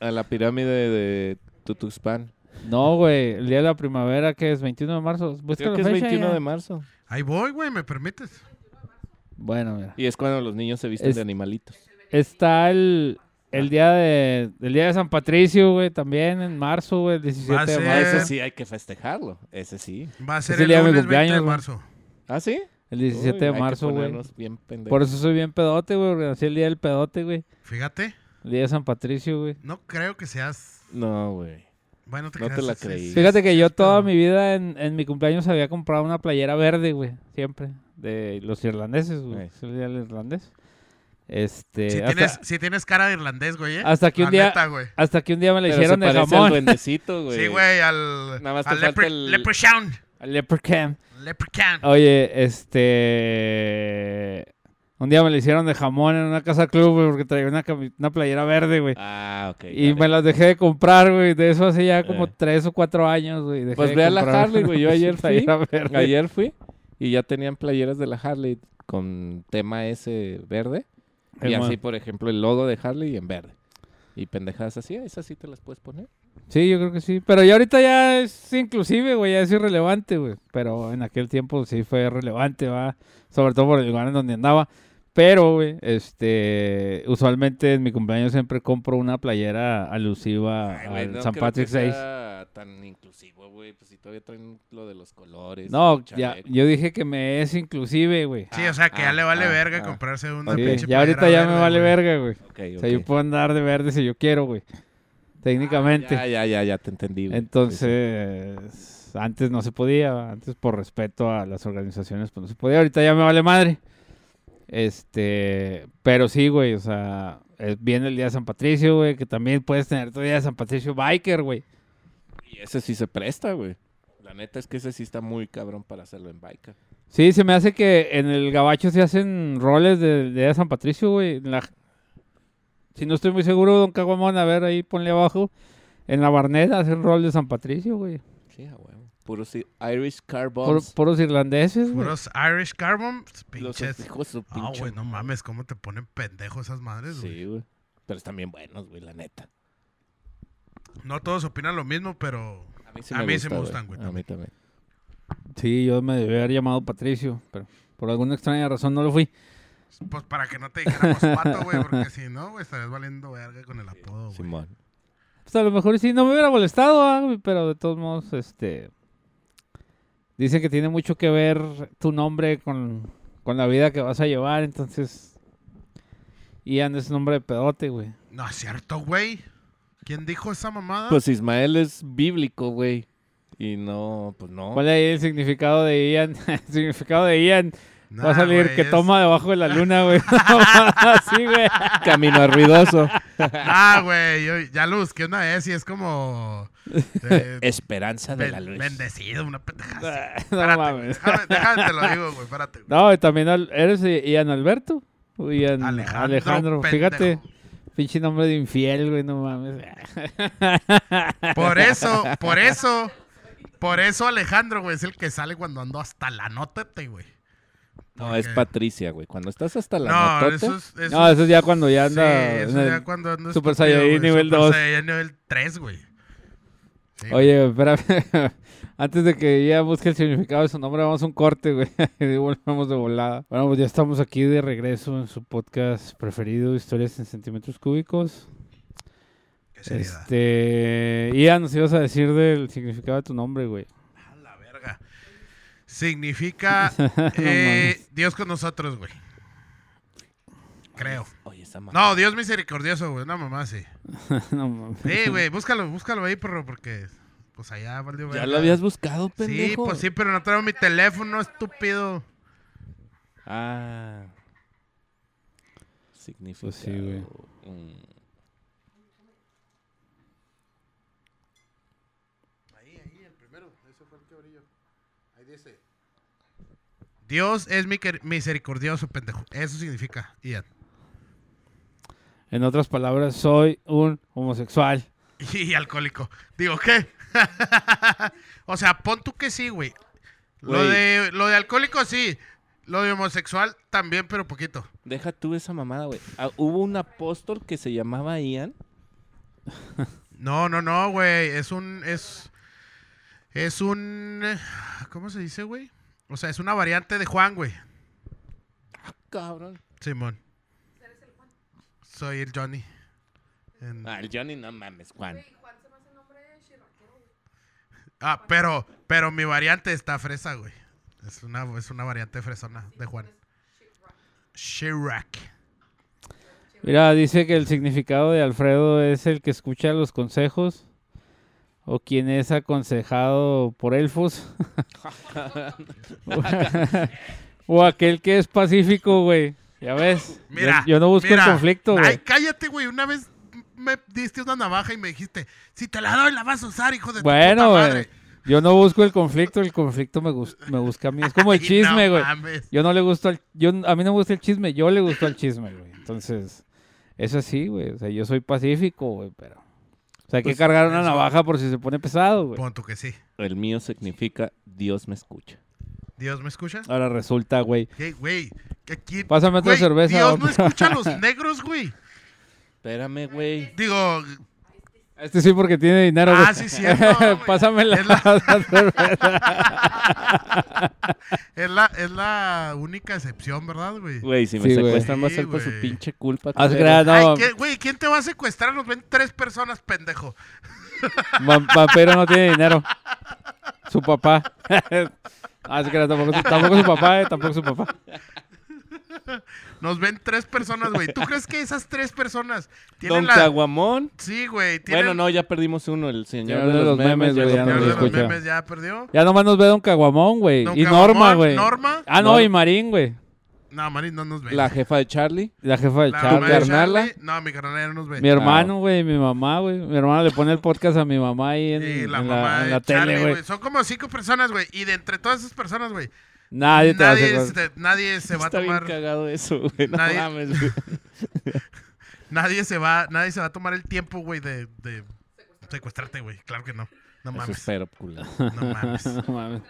Speaker 3: A la pirámide de Tutuxpan.
Speaker 2: No, güey, el día de la primavera que es 21 de marzo. Busca
Speaker 3: Creo
Speaker 2: la
Speaker 3: que es
Speaker 2: fecha
Speaker 3: 21
Speaker 2: ya.
Speaker 3: de marzo.
Speaker 1: Ahí voy, güey, ¿me permites?
Speaker 2: Bueno, mira.
Speaker 3: Y es cuando los niños se visten
Speaker 2: Es-
Speaker 3: de animalitos.
Speaker 2: Está el, el día de el día de San Patricio, güey, también en marzo, güey, el 17 de
Speaker 1: ser-
Speaker 2: marzo.
Speaker 3: Ah, Ese sí hay que festejarlo. Ese sí.
Speaker 1: Va a ser
Speaker 2: el
Speaker 1: el
Speaker 2: día de mi
Speaker 1: lunes 20 de
Speaker 2: cumpleaños, güey.
Speaker 1: marzo.
Speaker 3: ¿Ah, sí?
Speaker 2: El 17
Speaker 3: Uy,
Speaker 2: de
Speaker 3: hay que
Speaker 2: marzo, güey.
Speaker 3: ponernos bien pendejos.
Speaker 2: Por eso soy bien pedote, güey, porque nací el día del pedote, güey.
Speaker 1: Fíjate,
Speaker 2: El día de San Patricio, güey.
Speaker 1: no creo que seas...
Speaker 3: No, güey.
Speaker 1: Bueno, te
Speaker 3: No te
Speaker 1: creas,
Speaker 3: la
Speaker 1: sí,
Speaker 3: creí.
Speaker 1: sí,
Speaker 2: Fíjate
Speaker 1: sí,
Speaker 2: que
Speaker 1: sí,
Speaker 2: yo
Speaker 1: es
Speaker 2: toda
Speaker 1: pedo.
Speaker 2: mi vida en, en mi cumpleaños había comprado una playera verde, güey. Siempre. De los irlandeses, güey.
Speaker 3: Ey.
Speaker 2: Es el día del irlandés. Este.
Speaker 1: Si
Speaker 2: hasta,
Speaker 1: tienes, si tienes cara de irlandés, güey, ¿eh?
Speaker 2: hasta que un
Speaker 1: La
Speaker 2: día-
Speaker 1: neta, güey.
Speaker 2: hasta que un día me la
Speaker 3: Pero
Speaker 2: hicieron
Speaker 3: se
Speaker 2: de
Speaker 3: parece al
Speaker 2: jamón.
Speaker 3: duendecito, güey.
Speaker 1: Sí, güey, al...
Speaker 3: Nada más te
Speaker 1: al
Speaker 3: falta
Speaker 1: lepre-
Speaker 3: el-
Speaker 1: Leprechaun.
Speaker 2: Al leprechaun.
Speaker 1: Leprechaun.
Speaker 2: Ah, Oye, este. Un día me la hicieron de jamón en una casa club, güey, porque traía una, cami- una playera verde, güey.
Speaker 3: Ah, ok.
Speaker 2: Y
Speaker 3: dale.
Speaker 2: me las dejé de comprar, güey. De eso hace ya como
Speaker 3: Eh.
Speaker 2: tres o cuatro años, güey. dejé
Speaker 3: Pues
Speaker 2: de
Speaker 3: ve a la
Speaker 2: comprar
Speaker 3: Harley, güey, yo ayer fui.
Speaker 2: playera verde.
Speaker 3: Ayer fui y ya tenían playeras de la Harley con tema ese verde. Y
Speaker 2: Simón.
Speaker 3: así, por ejemplo, el logo de Harley en verde. Y pendejadas así, esas sí te las puedes poner.
Speaker 2: Sí, yo creo que sí. Pero ya ahorita ya es inclusive, güey. Ya es irrelevante, güey. Pero en aquel tiempo sí fue relevante, va. Sobre todo por el lugar en donde andaba. Pero, güey, este... Usualmente en mi cumpleaños siempre compro una playera alusiva
Speaker 3: Ay,
Speaker 2: al
Speaker 3: güey, no
Speaker 2: Ah, San
Speaker 3: creo
Speaker 2: Patrick's
Speaker 3: que
Speaker 2: Day.
Speaker 3: sea tan inclusivo, güey. Pues si todavía traen lo de los colores.
Speaker 2: No,
Speaker 3: el
Speaker 2: ya,
Speaker 3: chaleco.
Speaker 2: yo dije que me es inclusive, güey.
Speaker 1: Sí, o sea, que ya
Speaker 3: Ah,
Speaker 1: le vale
Speaker 3: ah,
Speaker 1: verga
Speaker 3: ah.
Speaker 1: comprarse una
Speaker 2: Sí,
Speaker 1: pinche
Speaker 2: ya ahorita ya
Speaker 1: playera
Speaker 2: me
Speaker 1: verde,
Speaker 2: vale
Speaker 1: güey.
Speaker 2: verga, güey.
Speaker 3: Ok,
Speaker 2: O
Speaker 3: ok.
Speaker 2: sea, yo puedo andar de verde si yo quiero, güey. Técnicamente.
Speaker 3: Ah, Ya, ya, ya, ya te entendí, güey.
Speaker 2: Entonces, antes no se podía, antes por respeto a las organizaciones, pues no se podía, ahorita ya me vale madre. Este, pero sí, güey, o sea, es- viene el día de San Patricio, güey, que también puedes tener tu día de San Patricio biker, güey.
Speaker 3: Sí, sí. Y ese sí se presta, güey. La neta es que ese sí está muy cabrón para hacerlo en biker.
Speaker 2: Sí, se me hace que en el gabacho se hacen roles del día de San Patricio, güey. en la- Si no estoy muy seguro, don Caguamón, a ver ahí, ponle abajo. En la Barneda hacen rol de San Patricio, güey.
Speaker 3: Sí, a huevo. Puros i- Irish car
Speaker 2: Puro-
Speaker 3: bombs.
Speaker 2: puros irlandeses, güey.
Speaker 1: Puros Irish Car Bombs,
Speaker 3: Los
Speaker 1: pinches.
Speaker 3: hijos de su
Speaker 1: Ah,
Speaker 3: pinche.
Speaker 1: güey, no mames, cómo te ponen pendejo esas madres, güey.
Speaker 3: sí, güey. Pero están bien buenos, güey, la neta.
Speaker 1: No todos opinan lo mismo, pero
Speaker 3: A mí sí
Speaker 1: A
Speaker 3: me,
Speaker 1: mí sí
Speaker 3: gusta,
Speaker 1: me
Speaker 3: güey.
Speaker 1: gustan, güey,
Speaker 3: A mí también.
Speaker 2: Sí, yo me debí haber llamado Patricio, pero por alguna extraña razón no lo fui.
Speaker 1: pues para que no te dijéramos pato, güey, porque si no, güey, estarías valiendo verga con el apodo, güey.
Speaker 3: Simón.
Speaker 2: Pues a lo mejor sí, no me hubiera molestado, ah, güey, pero de todos modos, este... Dice que tiene mucho que ver tu nombre con, con la vida que vas a llevar, entonces... Ian es nombre de pedote, güey.
Speaker 1: No es cierto, güey. ¿Quién dijo esa mamada?
Speaker 3: Pues Ismael es bíblico, güey. Y no, pues no.
Speaker 2: ¿Cuál es ahí el significado de Ian? el significado de Ian
Speaker 1: Nah,
Speaker 2: va a salir
Speaker 1: güey,
Speaker 2: que
Speaker 1: es-
Speaker 2: toma debajo de la luna, güey. Así, güey.
Speaker 3: Camino a ruidoso.
Speaker 1: Ah, güey, yo- ya luz, que una vez y es como... eh,
Speaker 3: Esperanza de
Speaker 1: ben-
Speaker 3: la luz.
Speaker 1: bendecido, una pendejada.
Speaker 2: no mames.
Speaker 1: Déjame, déjame te lo digo, güey, espérate. güey.
Speaker 2: No, y también al- eres I- Ian Alberto. o Ian
Speaker 1: pendejo.
Speaker 2: Alejandro. Fíjate, pinche nombre de infiel, güey, no mames.
Speaker 1: Por eso, por eso, por eso Alejandro, güey, es el que sale cuando ando hasta la nota, güey.
Speaker 3: No, es
Speaker 1: Porque-
Speaker 3: Patricia, güey. Cuando estás hasta la
Speaker 1: No,
Speaker 3: notota,
Speaker 1: eso es... Eso
Speaker 2: No, eso es ya cuando ya
Speaker 1: sí,
Speaker 2: anda. en
Speaker 1: eso ya
Speaker 2: el-
Speaker 1: cuando ando
Speaker 2: Super
Speaker 1: estúpido,
Speaker 2: Saiyajin
Speaker 1: güey,
Speaker 2: nivel
Speaker 1: Super
Speaker 2: dos.
Speaker 1: Saiyajin nivel 3, güey. Sí, güey.
Speaker 2: Oye, espérame. Antes de que ya busque el significado de su nombre, vamos a un corte, güey. Y volvemos de volada. Bueno, pues ya estamos aquí de regreso en su podcast preferido, Historias en Centímetros Cúbicos.
Speaker 1: Qué seriedad.
Speaker 2: Este. Ian, nos ibas a decir del significado de tu nombre, güey.
Speaker 1: A la verga. Significa eh, Dios con nosotros, güey. Creo.
Speaker 3: Oye, esa madre.
Speaker 1: No, Dios misericordioso, güey. Una mamá, sí.
Speaker 2: no mames.
Speaker 1: Sí, güey, búscalo, búscalo ahí, perro, porque pues allá valió
Speaker 3: Ya
Speaker 1: verga.
Speaker 3: lo habías buscado,
Speaker 1: Sí,
Speaker 3: pendejo.
Speaker 1: pues sí, pero no traigo mi teléfono, estúpido.
Speaker 3: Ah. Significa.
Speaker 2: Pues sí, güey.
Speaker 3: Mm.
Speaker 1: Ahí, ahí, el primero. Ese fue el que brilló. Ahí dice. Dios es mi quer- misericordioso, pendejo. Eso significa, Ian.
Speaker 2: En otras palabras, soy un homosexual.
Speaker 1: Y alcohólico. Digo, ¿qué? o sea, pon tú que sí, güey. Lo
Speaker 3: Güey.
Speaker 1: de, lo de alcohólico sí. Lo de homosexual también, pero poquito.
Speaker 3: Deja tú esa mamada, güey. Ah, hubo un apóstol que se llamaba Ian.
Speaker 1: No, no, no, güey. Es un. Es, es un. eh, ¿Cómo se dice, güey? O sea, es una variante de Juan, güey.
Speaker 3: Cabrón.
Speaker 1: Simón. Soy el Johnny. En-
Speaker 3: Ah, el Johnny, no mames, Juan.
Speaker 1: Ah, pero, pero mi variante está fresa, güey. Es una, es una variante fresona de Juan. Chirac.
Speaker 2: Mira, dice que el significado de Alfredo es el que escucha los consejos o quien es aconsejado por elfos. o aquel que es pacífico, güey. Ya ves. Yo-
Speaker 1: Mira.
Speaker 2: yo, no busco
Speaker 1: mira.
Speaker 2: el conflicto,
Speaker 1: Ay,
Speaker 2: güey.
Speaker 1: cállate, güey. Una vez me diste una navaja y me dijiste, si te la doy, la vas a usar, hijo de tu
Speaker 2: Bueno,
Speaker 1: puta
Speaker 2: güey.
Speaker 1: madre".
Speaker 2: Yo no busco el conflicto, el conflicto me, gus- me busca a mí. Es como el
Speaker 1: Ay,
Speaker 2: chisme,
Speaker 1: no
Speaker 2: güey.
Speaker 1: mames.
Speaker 2: Yo no le gusto al, yo a mí no me gusta el chisme, yo le gusto el chisme, güey. Entonces, es así, güey. O sea, yo soy pacífico, güey, pero. O sea, hay
Speaker 3: Pues,
Speaker 2: que cargar una
Speaker 1: eso-
Speaker 2: navaja por si se pone pesado, güey.
Speaker 1: Pon tú que sí.
Speaker 3: El mío significa Dios me escucha.
Speaker 1: ¿Dios me escucha?
Speaker 2: Ahora resulta, güey.
Speaker 1: Ey, güey. que aquí-
Speaker 2: Pásame otra
Speaker 1: güey,
Speaker 2: cerveza,
Speaker 1: Dios
Speaker 2: hombre.
Speaker 1: no escucha a los negros, güey.
Speaker 3: Espérame, güey.
Speaker 1: Digo,
Speaker 2: Este sí porque tiene dinero, güey.
Speaker 1: ah, sí, cierto. güey.
Speaker 2: Pásame la,
Speaker 1: Es la-
Speaker 2: la cerveza.
Speaker 1: Es la, es la única excepción, ¿verdad, güey?
Speaker 3: Güey, si me
Speaker 2: Sí, güey.
Speaker 3: secuestran va a ser por
Speaker 1: Sí,
Speaker 3: su
Speaker 1: güey.
Speaker 3: pinche culpa.
Speaker 2: Ah,
Speaker 3: culero.
Speaker 2: gra-
Speaker 1: Ay,
Speaker 2: no,
Speaker 1: ¿qué- güey, ¿quién te va a secuestrar? Nos ven tres personas, pendejo.
Speaker 2: Va- Vampiro no tiene dinero. Su papá. Ah, es que era tampoco, su- tampoco su papá, eh, tampoco su papá.
Speaker 1: Nos ven tres personas, güey. ¿Tú crees que esas tres personas
Speaker 3: Don
Speaker 1: tienen la...
Speaker 3: Caguamón.
Speaker 1: Sí, güey. tienen-
Speaker 3: Bueno, no, ya perdimos uno, el señor
Speaker 2: Señor
Speaker 3: de los, memes.
Speaker 2: güey,
Speaker 3: ya
Speaker 2: ya
Speaker 3: lo
Speaker 1: Señor
Speaker 2: no
Speaker 1: de
Speaker 2: lo
Speaker 1: los
Speaker 3: perdimos.
Speaker 2: escucha.
Speaker 1: memes ya perdió.
Speaker 2: Ya nomás nos ve Don Caguamón, güey.
Speaker 1: Don
Speaker 2: Y
Speaker 1: Caguamón,
Speaker 2: Norma, güey.
Speaker 1: Norma.
Speaker 2: Ah, no,
Speaker 3: Nor-
Speaker 2: y Marín, güey.
Speaker 1: No, Marín no nos ve.
Speaker 3: La jefa de Charlie.
Speaker 2: La jefa de
Speaker 1: La
Speaker 2: Charlie.
Speaker 1: mamá
Speaker 3: ¿Tu
Speaker 1: de
Speaker 3: carnala?
Speaker 1: Charlie, No, mi carnal ya no nos ve.
Speaker 2: Mi hermano, güey, mi mamá, güey. Mi hermano le pone el podcast a mi mamá ahí en,
Speaker 1: Sí,
Speaker 2: en
Speaker 1: la
Speaker 2: la,
Speaker 1: mamá
Speaker 2: en
Speaker 1: de
Speaker 2: la
Speaker 1: Charlie,
Speaker 2: tele,
Speaker 1: güey.
Speaker 2: güey.
Speaker 1: Son como cinco personas, güey. Y de entre todas esas personas, güey,
Speaker 2: Nadie te
Speaker 1: nadie,
Speaker 2: hace
Speaker 1: se- nadie se va a
Speaker 3: Está bien
Speaker 1: tomar...
Speaker 3: cagado eso, güey. No
Speaker 1: Nadie-
Speaker 3: mames, güey.
Speaker 1: Nadie se va, nadie se va a tomar el tiempo, güey, de, de secuestrarte, güey. Claro que no. No
Speaker 3: Eso
Speaker 1: mames.
Speaker 3: espero, culero.
Speaker 1: No mames.
Speaker 2: No mames.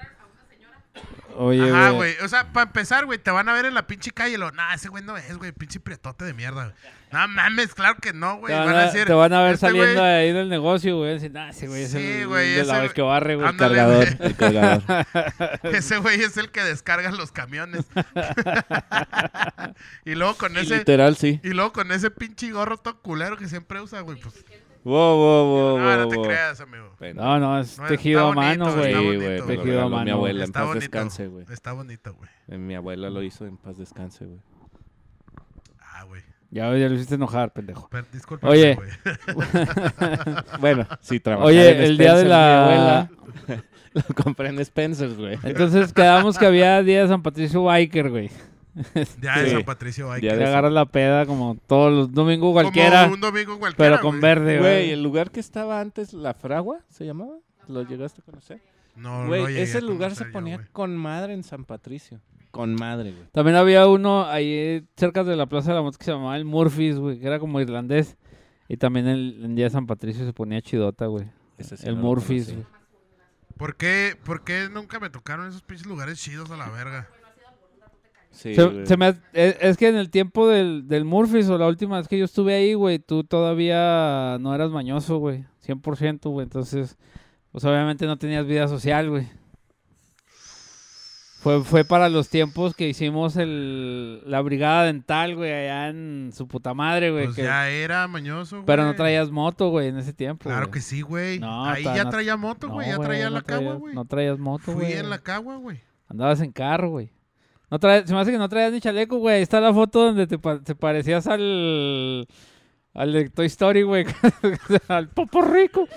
Speaker 2: Oye,
Speaker 1: Ajá,
Speaker 2: güey.
Speaker 1: güey. O sea, para empezar, güey, te van a ver en la pinche calle. y Lo, nah, ese güey no es, güey. Pinche prietote de mierda, güey. No mames, claro que no,
Speaker 2: Te
Speaker 1: güey.
Speaker 2: van, a, te van a ver
Speaker 1: "Este güey
Speaker 2: saliendo ahí del negocio, güey. Dicen, ah, ese güey es
Speaker 1: Sí,
Speaker 2: el
Speaker 1: güey,
Speaker 2: de la
Speaker 1: ese-
Speaker 2: vez que barre, güey. el
Speaker 1: Ándale,
Speaker 2: cargador.
Speaker 1: güey.
Speaker 3: El cargador.
Speaker 1: Ese güey es el que descarga los camiones. y luego con
Speaker 3: Y
Speaker 1: ese.
Speaker 3: Literal, sí.
Speaker 1: Y luego con ese pinche gorro todo culero que siempre usa, güey. Pues,
Speaker 3: Wow, wow, wow,
Speaker 1: no, no
Speaker 3: wow,
Speaker 1: te
Speaker 3: wow.
Speaker 1: creas, amigo.
Speaker 3: Bueno,
Speaker 2: No, no, es
Speaker 1: No, está
Speaker 2: tejido a
Speaker 1: bonito,
Speaker 2: mano,
Speaker 1: está
Speaker 3: sí,
Speaker 2: güey.
Speaker 1: bonito,
Speaker 3: güey, me
Speaker 1: güey.
Speaker 3: lo
Speaker 2: Tejido a
Speaker 3: regaló mi
Speaker 2: mano.
Speaker 3: abuela. En
Speaker 1: Está
Speaker 3: paz
Speaker 1: bonito.
Speaker 3: descanse, güey.
Speaker 1: Está bonito, güey.
Speaker 3: Eh, Mi abuela lo hizo en paz descanse, güey.
Speaker 1: Ah, güey.
Speaker 2: Ya, ya lo hiciste enojar, pendejo.
Speaker 1: Per- Discúlpame,
Speaker 2: Oye.
Speaker 1: güey.
Speaker 3: Bueno, sí, trabajaba
Speaker 2: Oye,
Speaker 3: en
Speaker 2: el día de
Speaker 3: Spencer's, mi
Speaker 2: la-
Speaker 3: abuela. lo compré en Spencer's, güey.
Speaker 2: Entonces quedamos que había Día de San Patricio Biker, güey.
Speaker 1: Ya
Speaker 3: Sí.
Speaker 1: de San Patricio hay
Speaker 3: Ya
Speaker 2: Te
Speaker 3: de-
Speaker 2: agarras la peda como todos los domingos cualquiera,
Speaker 1: Como un domingo cualquiera.
Speaker 2: pero con
Speaker 1: güey.
Speaker 2: verde,
Speaker 3: Güey,
Speaker 2: güey.
Speaker 3: el lugar que estaba antes, La Fragua, ¿se llamaba? ¿Lo llegaste a conocer?
Speaker 1: Oh, No,
Speaker 3: Güey,
Speaker 1: no llegué a
Speaker 3: ese lugar se
Speaker 1: conocer yo,
Speaker 3: ponía
Speaker 1: güey.
Speaker 3: con madre en San Patricio. Con madre, güey.
Speaker 2: También había uno ahí eh, cerca de la Plaza de la Moto que se llamaba el Murphy's, güey, que era como irlandés. Y también el, el día de San Patricio se ponía chidota, güey.
Speaker 3: Ese sí
Speaker 2: el
Speaker 3: no lo
Speaker 2: Murphy's,
Speaker 3: conocí.
Speaker 2: güey.
Speaker 1: ¿Por qué, ¿Por qué nunca me tocaron esos pinches lugares chidos a la verga?
Speaker 3: Sí,
Speaker 2: Se,
Speaker 3: güey.
Speaker 2: se me ha- es, es que en el tiempo del, del Murphy's o la última vez que yo estuve ahí, güey, tú todavía no eras mañoso, güey. 100%, güey. Entonces, pues obviamente no tenías vida social, güey. Fue, fue para los tiempos que hicimos el, la brigada dental, güey, allá en su puta madre, güey.
Speaker 1: Pues
Speaker 2: que-
Speaker 1: ya era mañoso, güey.
Speaker 2: pero no traías moto, güey, en ese tiempo.
Speaker 1: Claro
Speaker 2: güey.
Speaker 1: que sí, güey.
Speaker 2: No,
Speaker 1: Ahí
Speaker 2: ta-
Speaker 1: ya
Speaker 2: no-
Speaker 1: traía moto, güey.
Speaker 2: No,
Speaker 1: ya traía
Speaker 2: no
Speaker 1: la cagua,
Speaker 2: traías-
Speaker 1: güey.
Speaker 2: No traías moto,
Speaker 1: Fui
Speaker 2: güey.
Speaker 1: en la cagua, güey.
Speaker 2: Andabas en carro, güey. No traes, se me hace que no traías ni chaleco, güey. Ahí está la foto donde te, pa- te parecías al. Al de Toy Story, güey. al Popo Rico.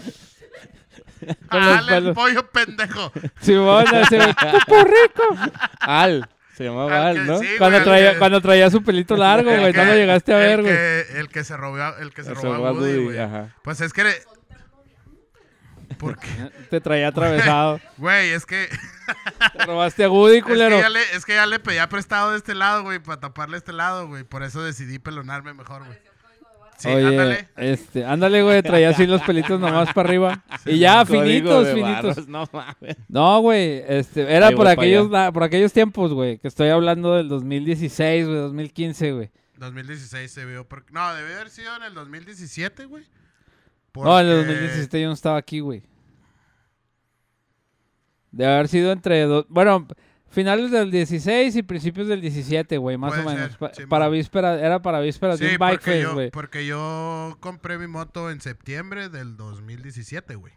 Speaker 2: Con los
Speaker 1: ¡Dale el
Speaker 2: palos.
Speaker 1: pollo, pendejo!
Speaker 2: Simón, ese güey, Popo Rico.
Speaker 3: Al. Se llamaba
Speaker 1: Al que
Speaker 3: Al, ¿no?
Speaker 1: sí, güey,
Speaker 2: Cuando
Speaker 1: al
Speaker 2: traía,
Speaker 1: que-
Speaker 2: cuando traía su pelito largo,
Speaker 1: el
Speaker 2: güey. No
Speaker 1: que-
Speaker 2: lo llegaste a
Speaker 1: el
Speaker 2: ver, güey.
Speaker 1: que- El que se robó, el que se
Speaker 3: Se
Speaker 1: robó
Speaker 3: llamaba
Speaker 1: a Woody,
Speaker 3: Woody,
Speaker 1: güey.
Speaker 3: ajá.
Speaker 1: Pues es que... le- ¿Por qué?
Speaker 2: Te traía atravesado.
Speaker 1: Güey, es que...
Speaker 2: Te robaste a Woody,
Speaker 1: Es que,
Speaker 2: culero.
Speaker 1: ya le, es que ya le pedía prestado de este lado, güey, para taparle este lado, güey. Por eso decidí pelonarme mejor, güey. Sí,
Speaker 2: Oye,
Speaker 1: ándale.
Speaker 2: este, ándale, güey, traía así los pelitos nomás para arriba. Y ya,
Speaker 3: Código
Speaker 2: finitos,
Speaker 3: de
Speaker 2: finitos.
Speaker 3: barras, No mames.
Speaker 2: No, güey, este, era
Speaker 3: Ahí
Speaker 2: por
Speaker 3: voy pa'
Speaker 2: aquellos, la- por aquellos tiempos, güey, que estoy hablando del 2016, güey, 2015, güey.
Speaker 1: 2016 se vio. por- No, debió haber sido en el 2017, güey.
Speaker 2: No, en el
Speaker 1: Porque-
Speaker 2: 2017 yo no estaba aquí, güey. De haber sido entre dos, bueno, finales del 16 y principios del 17, güey, más o
Speaker 1: Puede
Speaker 2: menos.
Speaker 1: ser,
Speaker 2: Pa-
Speaker 1: sí,
Speaker 2: para
Speaker 1: man.
Speaker 2: víspera, era para vísperas de
Speaker 1: Sí,
Speaker 2: un bike
Speaker 1: porque
Speaker 2: fest,
Speaker 1: yo,
Speaker 2: güey.
Speaker 1: porque yo compré mi moto en septiembre del 2017, güey.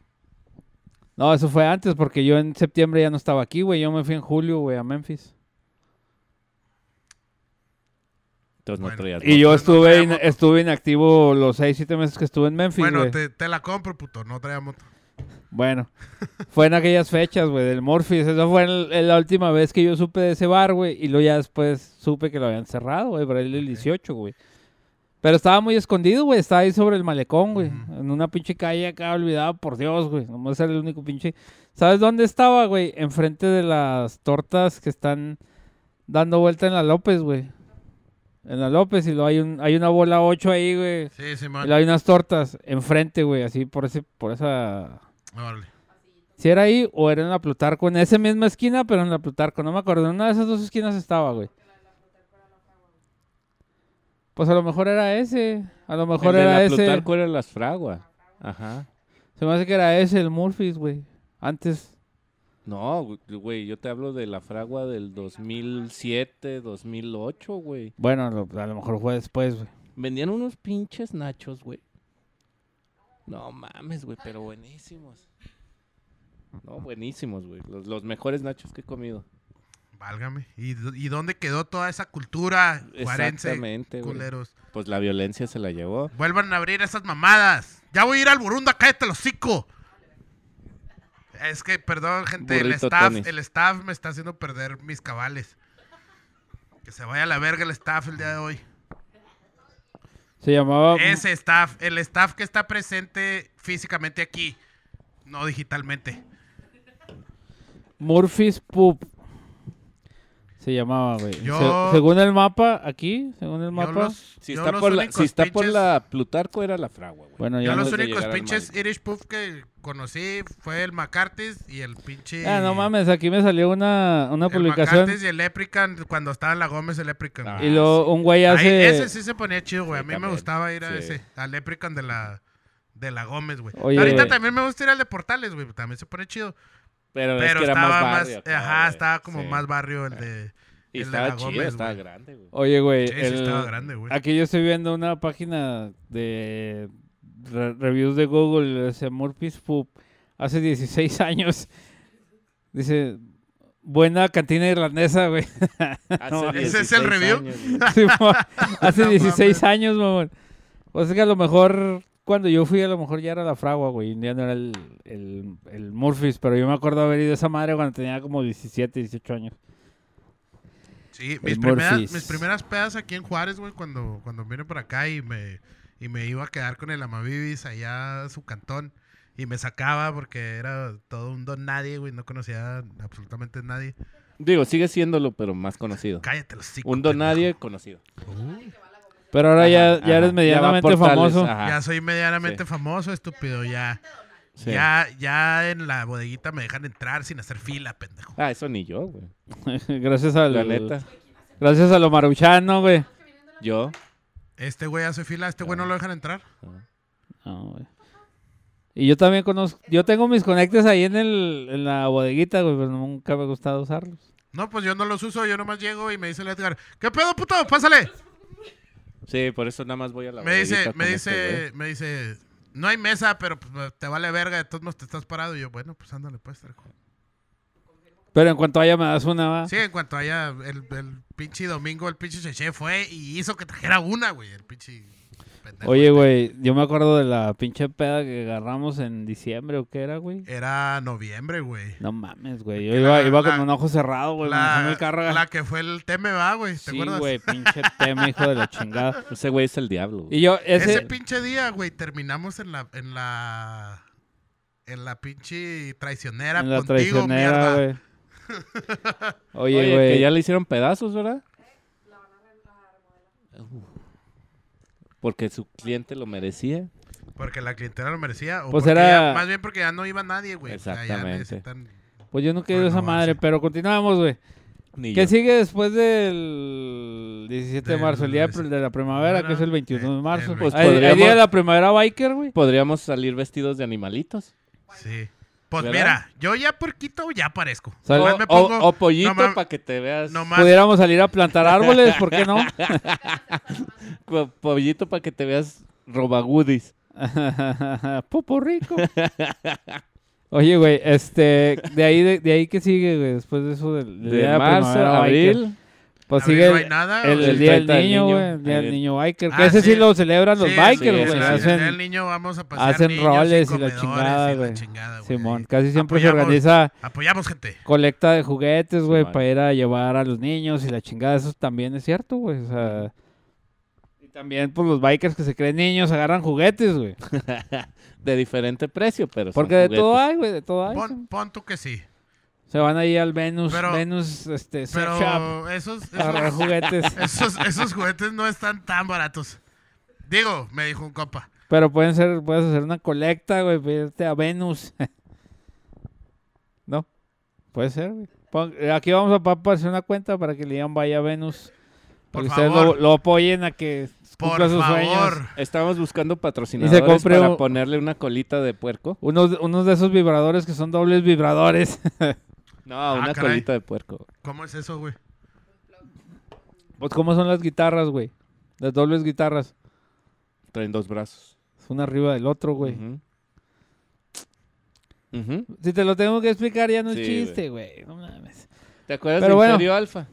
Speaker 2: No, eso fue antes, porque yo en septiembre ya no estaba aquí, güey. Yo me fui en julio, güey, a Memphis.
Speaker 3: Entonces
Speaker 1: Bueno.
Speaker 3: no traías
Speaker 2: Y yo
Speaker 1: no
Speaker 2: estuve, in-
Speaker 1: traemos-
Speaker 2: estuve inactivo los 6, 7 meses que estuve en Memphis, güey.
Speaker 1: Bueno, te, te la compro, puto. No traía moto.
Speaker 2: Bueno, fue en aquellas fechas, güey, del Morpheus. Esa fue el- el- la última vez que yo supe de ese bar, güey. Y luego ya después supe que lo habían cerrado, güey, para el del 18, güey. Pero estaba muy escondido, güey. Estaba ahí sobre el malecón, güey.
Speaker 1: Ujú.
Speaker 2: En una pinche calle acá, olvidado, por Dios, güey. Nomás era el único pinche. ¿Sabes dónde estaba, güey? Enfrente de las tortas que están dando vuelta en la López, güey. En la López. Y luego hay, un, hay una bola 8 ahí, güey.
Speaker 1: Sí, sí,
Speaker 2: Y
Speaker 1: man.
Speaker 2: luego hay unas tortas enfrente, güey. Así por, ese, por esa
Speaker 1: Órale.
Speaker 2: si era ahí o era en la Plutarco, en esa misma esquina, pero en la Plutarco, no me acuerdo. En una de esas dos esquinas estaba, güey. Pues a lo mejor era ese, a lo mejor
Speaker 3: El de
Speaker 2: era
Speaker 3: la
Speaker 2: ese.
Speaker 3: Plutarco era las Fragua. Ajá.
Speaker 2: Se me hace que era ese, el Murphy's, güey. Antes.
Speaker 3: No, gu- güey, yo te hablo de la fragua del 2007, 2008, güey.
Speaker 2: Bueno, lo- a lo mejor fue después, güey.
Speaker 3: Vendían unos pinches nachos, güey. No mames, güey, pero buenísimos. No, buenísimos, güey. Los, los mejores nachos que he comido.
Speaker 1: Válgame. ¿Y, do- y dónde quedó toda esa cultura juarense,
Speaker 3: Exactamente, güey.
Speaker 1: culeros?
Speaker 3: Pues la violencia se la llevó.
Speaker 1: Vuelvan a abrir esas mamadas. Ya voy a ir al Burunda, cállate los hocico. Es que, perdón, gente, el
Speaker 3: Burrito
Speaker 1: staff,
Speaker 3: Tony.
Speaker 1: el staff me está haciendo perder mis cabales. Que se vaya a la verga el staff el día de hoy.
Speaker 2: Se llamaba.
Speaker 3: Um.
Speaker 1: Ese staff, el staff que está presente físicamente aquí, no digitalmente.
Speaker 2: Murphy's Pub. Se llamaba, güey.
Speaker 1: Yo-
Speaker 2: Se- según el mapa, aquí, según el
Speaker 1: Yo
Speaker 2: mapa.
Speaker 1: los-
Speaker 3: Si,
Speaker 1: yo
Speaker 3: está
Speaker 1: los
Speaker 3: por, la,
Speaker 1: únicos
Speaker 3: si está por
Speaker 1: pinches-
Speaker 3: la Plutarco, era la fragua, güey.
Speaker 2: Bueno,
Speaker 1: Yo
Speaker 2: ya.
Speaker 1: los
Speaker 3: antes de
Speaker 1: únicos
Speaker 3: llegar al
Speaker 1: pinches
Speaker 3: Malcolm.
Speaker 1: Irish Puff que conocí fue el McCarthy's y el pinche...
Speaker 2: Ah, no mames, aquí me salió una, una
Speaker 1: El
Speaker 2: publicación.
Speaker 1: McCarthy's y el Leprechaun, cuando estaba en la Gómez, el Leprechaun.
Speaker 3: Ah,
Speaker 1: güey.
Speaker 2: Y luego un güey
Speaker 1: Ahí,
Speaker 2: hace.
Speaker 1: ese sí se ponía chido, güey. A
Speaker 3: Sí,
Speaker 1: mí me
Speaker 3: también,
Speaker 1: gustaba ir a
Speaker 3: sí.
Speaker 1: ese, al Leprechaun de la, de la Gómez, güey.
Speaker 2: Oye,
Speaker 1: Ahorita
Speaker 2: güey.
Speaker 1: también me gusta ir al de Portales, güey. También se pone chido.
Speaker 3: Pero, es
Speaker 1: Pero
Speaker 3: que era
Speaker 1: estaba
Speaker 3: más
Speaker 1: más,
Speaker 3: barrio. acá,
Speaker 1: ajá,
Speaker 3: güey.
Speaker 1: estaba como
Speaker 3: Sí.
Speaker 1: más barrio el de,
Speaker 3: Y
Speaker 1: el de
Speaker 3: estaba
Speaker 1: la
Speaker 3: chido,
Speaker 1: Gómez,
Speaker 3: estaba
Speaker 1: güey.
Speaker 3: grande, güey.
Speaker 2: Oye, güey.
Speaker 1: Sí, sí
Speaker 2: el-
Speaker 1: estaba grande, güey.
Speaker 2: Aquí yo estoy viendo una página de re- reviews de Google, ese Murphy's Pub, hace 16 años. Dice, buena cantina irlandesa, güey.
Speaker 3: Hace
Speaker 1: ¿Ese es el
Speaker 3: 16
Speaker 1: review?
Speaker 3: años, güey.
Speaker 2: Sí, mo- hace
Speaker 1: No
Speaker 2: 16
Speaker 1: mames.
Speaker 2: años, mamón. O sea que a lo mejor, cuando yo fui, a lo mejor ya era la fragua, güey. Ya no era el, el, el Murphy's, pero yo me acuerdo haber ido a esa madre cuando tenía como 17, 18 años.
Speaker 1: Sí, mis
Speaker 2: El
Speaker 1: primeras,
Speaker 2: Murphy's.
Speaker 1: mis primeras pedas aquí en Juárez, güey, cuando, cuando vine por acá y me, y me iba a quedar con el Amavivis allá a su cantón. Y me sacaba porque era todo un don nadie, güey. No conocía absolutamente nadie.
Speaker 3: Digo, sigue siéndolo, pero más conocido.
Speaker 1: Cállate los cinco. Uh.
Speaker 3: Un don nadie conocido.
Speaker 2: Pero ahora ya,
Speaker 3: Ajá,
Speaker 2: ya eres
Speaker 3: ajá.
Speaker 2: medianamente
Speaker 3: Ya va por tales,
Speaker 2: famoso.
Speaker 3: ajá,
Speaker 1: Ya soy medianamente
Speaker 3: Sí.
Speaker 1: famoso, estúpido. Ya,
Speaker 3: sí.
Speaker 1: ya, ya en la bodeguita me dejan entrar sin hacer fila, pendejo.
Speaker 3: Ah, eso ni yo, güey.
Speaker 2: gracias al
Speaker 3: La neta.
Speaker 2: Gracias a lo maruchano, güey.
Speaker 3: Yo.
Speaker 1: Este güey hace fila, este güey no lo dejan entrar.
Speaker 2: No, güey. Y yo también conozco, yo tengo mis conectes ahí en, el, en la bodeguita, güey, pero nunca me ha gustado usarlos.
Speaker 1: No, pues yo no los uso, yo nomás llego y me dice el Edgar, ¿qué pedo, puto? Pásale.
Speaker 3: Sí, por eso nada más voy a la
Speaker 1: Me dice,
Speaker 3: bodeguita
Speaker 1: me
Speaker 3: con
Speaker 1: dice,
Speaker 3: este
Speaker 1: me dice, no hay mesa, pero pues, te vale verga, de todos modos te estás parado. Y yo, bueno, pues ándale, pues. Trejo".
Speaker 2: Pero en cuanto haya me das una, va.
Speaker 1: Sí, en cuanto haya el, el pinche domingo, el pinche Cheche fue y hizo que trajera una, güey, el pinche pendejo
Speaker 2: Oye,
Speaker 1: este.
Speaker 2: güey, yo me acuerdo de la pinche peda que agarramos en diciembre o qué era, güey.
Speaker 1: Era noviembre, güey.
Speaker 2: No mames, güey. Yo
Speaker 1: Que la-
Speaker 2: iba, iba con
Speaker 1: la-
Speaker 2: un ojo cerrado, güey, manejando
Speaker 1: La,
Speaker 2: el carro.
Speaker 1: la que fue el tema, va, güey, ¿te
Speaker 2: sí,
Speaker 1: acuerdas?
Speaker 2: güey, pinche tema, hijo de la chingada.
Speaker 3: güey. Ese güey es el diablo. güey.
Speaker 2: Y yo,
Speaker 1: Ese...
Speaker 2: ese,
Speaker 1: pinche día, güey, terminamos en la, en la, en la pinche traicionera
Speaker 2: en la
Speaker 1: contigo, mierda.
Speaker 2: traicionera, güey. Oye,
Speaker 3: Oye, que
Speaker 2: güey.
Speaker 3: ya le hicieron pedazos, ¿verdad? Uh. Porque su cliente lo merecía.
Speaker 1: Porque la clientela lo merecía. O
Speaker 2: Pues
Speaker 1: porque
Speaker 2: era-
Speaker 1: ya- más bien porque ya no iba nadie, güey. O sea, ya
Speaker 3: Exactamente.
Speaker 1: necesitan-
Speaker 2: Pues yo nunca he ido a esa
Speaker 1: Renovarse.
Speaker 2: madre, pero continuamos, güey.
Speaker 3: Ni
Speaker 2: ¿Qué
Speaker 3: yo.
Speaker 2: sigue después del 17 de marzo? El día
Speaker 1: Del-
Speaker 2: de de la primavera, que es el 21 de marzo.
Speaker 1: el
Speaker 2: Pues
Speaker 3: 20.
Speaker 2: podríamos... El día de
Speaker 3: podríamos-
Speaker 2: la primavera biker, güey.
Speaker 3: Podríamos salir vestidos de animalitos.
Speaker 1: Sí. Pues
Speaker 3: ¿Verdad?
Speaker 1: mira, yo ya por Quito ya aparezco.
Speaker 2: O sea,
Speaker 1: Nomás
Speaker 3: O,
Speaker 1: me
Speaker 3: o-
Speaker 1: pongo-
Speaker 3: o pollito
Speaker 1: nomás-
Speaker 3: para que te veas.
Speaker 1: nomás-
Speaker 2: Pudiéramos salir a plantar árboles, ¿por qué no?
Speaker 3: po- pollito para que te veas robagudis.
Speaker 2: Popo rico. Oye, güey, este, de ahí, de, de ahí que sigue, güey, después de eso del, del
Speaker 3: De
Speaker 2: día de la
Speaker 3: marzo,
Speaker 2: primavera biker?
Speaker 3: abril.
Speaker 2: Pues
Speaker 1: Abril
Speaker 2: sigue
Speaker 1: no
Speaker 2: el,
Speaker 1: hay nada,
Speaker 2: el-
Speaker 1: o
Speaker 2: el
Speaker 1: el
Speaker 2: día del
Speaker 3: 30 del
Speaker 2: niño,
Speaker 3: niño.
Speaker 2: güey, el día
Speaker 3: Ahí
Speaker 2: del
Speaker 3: de-
Speaker 2: niños biker. que
Speaker 1: Ah,
Speaker 2: ese sí,
Speaker 1: sí.
Speaker 2: lo celebran los
Speaker 1: Sí, sí,
Speaker 2: bikers,
Speaker 1: es
Speaker 2: güey.
Speaker 1: la-
Speaker 2: hacen-
Speaker 1: el Día del niño vamos a pasear
Speaker 2: hacen
Speaker 1: niños
Speaker 2: roles y la
Speaker 1: comedores
Speaker 2: chingada,
Speaker 1: y la
Speaker 2: güey.
Speaker 1: chingada, güey.
Speaker 2: Simón, casi siempre se
Speaker 1: Apoyamos.
Speaker 2: organiza
Speaker 1: Apoyamos, gente.
Speaker 2: colecta de juguetes, güey,
Speaker 3: Simón.
Speaker 2: para ir a llevar a los niños y la chingada, eso también es cierto, güey. O sea, y también pues los bikers que se creen niños agarran juguetes, güey.
Speaker 3: De diferente precio, pero son
Speaker 2: Porque de todo
Speaker 3: juguetes.
Speaker 2: hay, güey, de todo hay.
Speaker 1: Pon, pon tú que sí.
Speaker 2: Se van ahí al Venus,
Speaker 1: Pero-
Speaker 2: Venus este sex shop
Speaker 1: Pero esos,
Speaker 2: a agarrar
Speaker 1: esos,
Speaker 2: juguetes,
Speaker 1: esos, esos juguetes no están tan baratos. Digo, me dijo un compa.
Speaker 2: pero pueden ser puedes hacer una colecta, güey, para irte a Venus. no. Puede ser, güey. Pon- eh, Aquí vamos a pa- pa- hacer una cuenta para que Liam vaya a Venus. Para
Speaker 1: Por
Speaker 2: que ustedes lo,
Speaker 1: favor.
Speaker 2: lo apoyen a que
Speaker 1: Por
Speaker 2: cumpla sus
Speaker 1: favor.
Speaker 2: sueños.
Speaker 3: Estamos buscando patrocinadores
Speaker 2: compre
Speaker 3: para
Speaker 2: un-
Speaker 3: ponerle una colita de puerco.
Speaker 2: Unos, unos de esos vibradores que son dobles vibradores.
Speaker 3: No,
Speaker 1: Ah,
Speaker 3: una
Speaker 1: caray.
Speaker 3: colita de puerco.
Speaker 1: ¿Cómo es eso, güey?
Speaker 2: pues, ¿cómo son las guitarras, güey? Las dobles guitarras.
Speaker 3: Traen dos brazos.
Speaker 2: Es una arriba del otro, güey.
Speaker 3: Ujú. Ujú.
Speaker 2: Si te lo tengo que explicar, ya no
Speaker 3: Sí,
Speaker 2: es
Speaker 3: güey.
Speaker 2: chiste, güey. No mames.
Speaker 3: ¿Te acuerdas
Speaker 2: Pero
Speaker 3: de
Speaker 2: bueno.
Speaker 3: Imperio Alfa?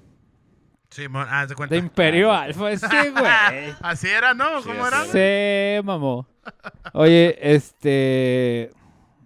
Speaker 1: Simón, ah, se cuenta.
Speaker 2: De Imperio Alfa, ese, güey.
Speaker 1: Así era, ¿no?
Speaker 3: Sí,
Speaker 1: ¿Cómo era?
Speaker 3: así era.
Speaker 1: güey?
Speaker 2: Se mamó. Oye, este.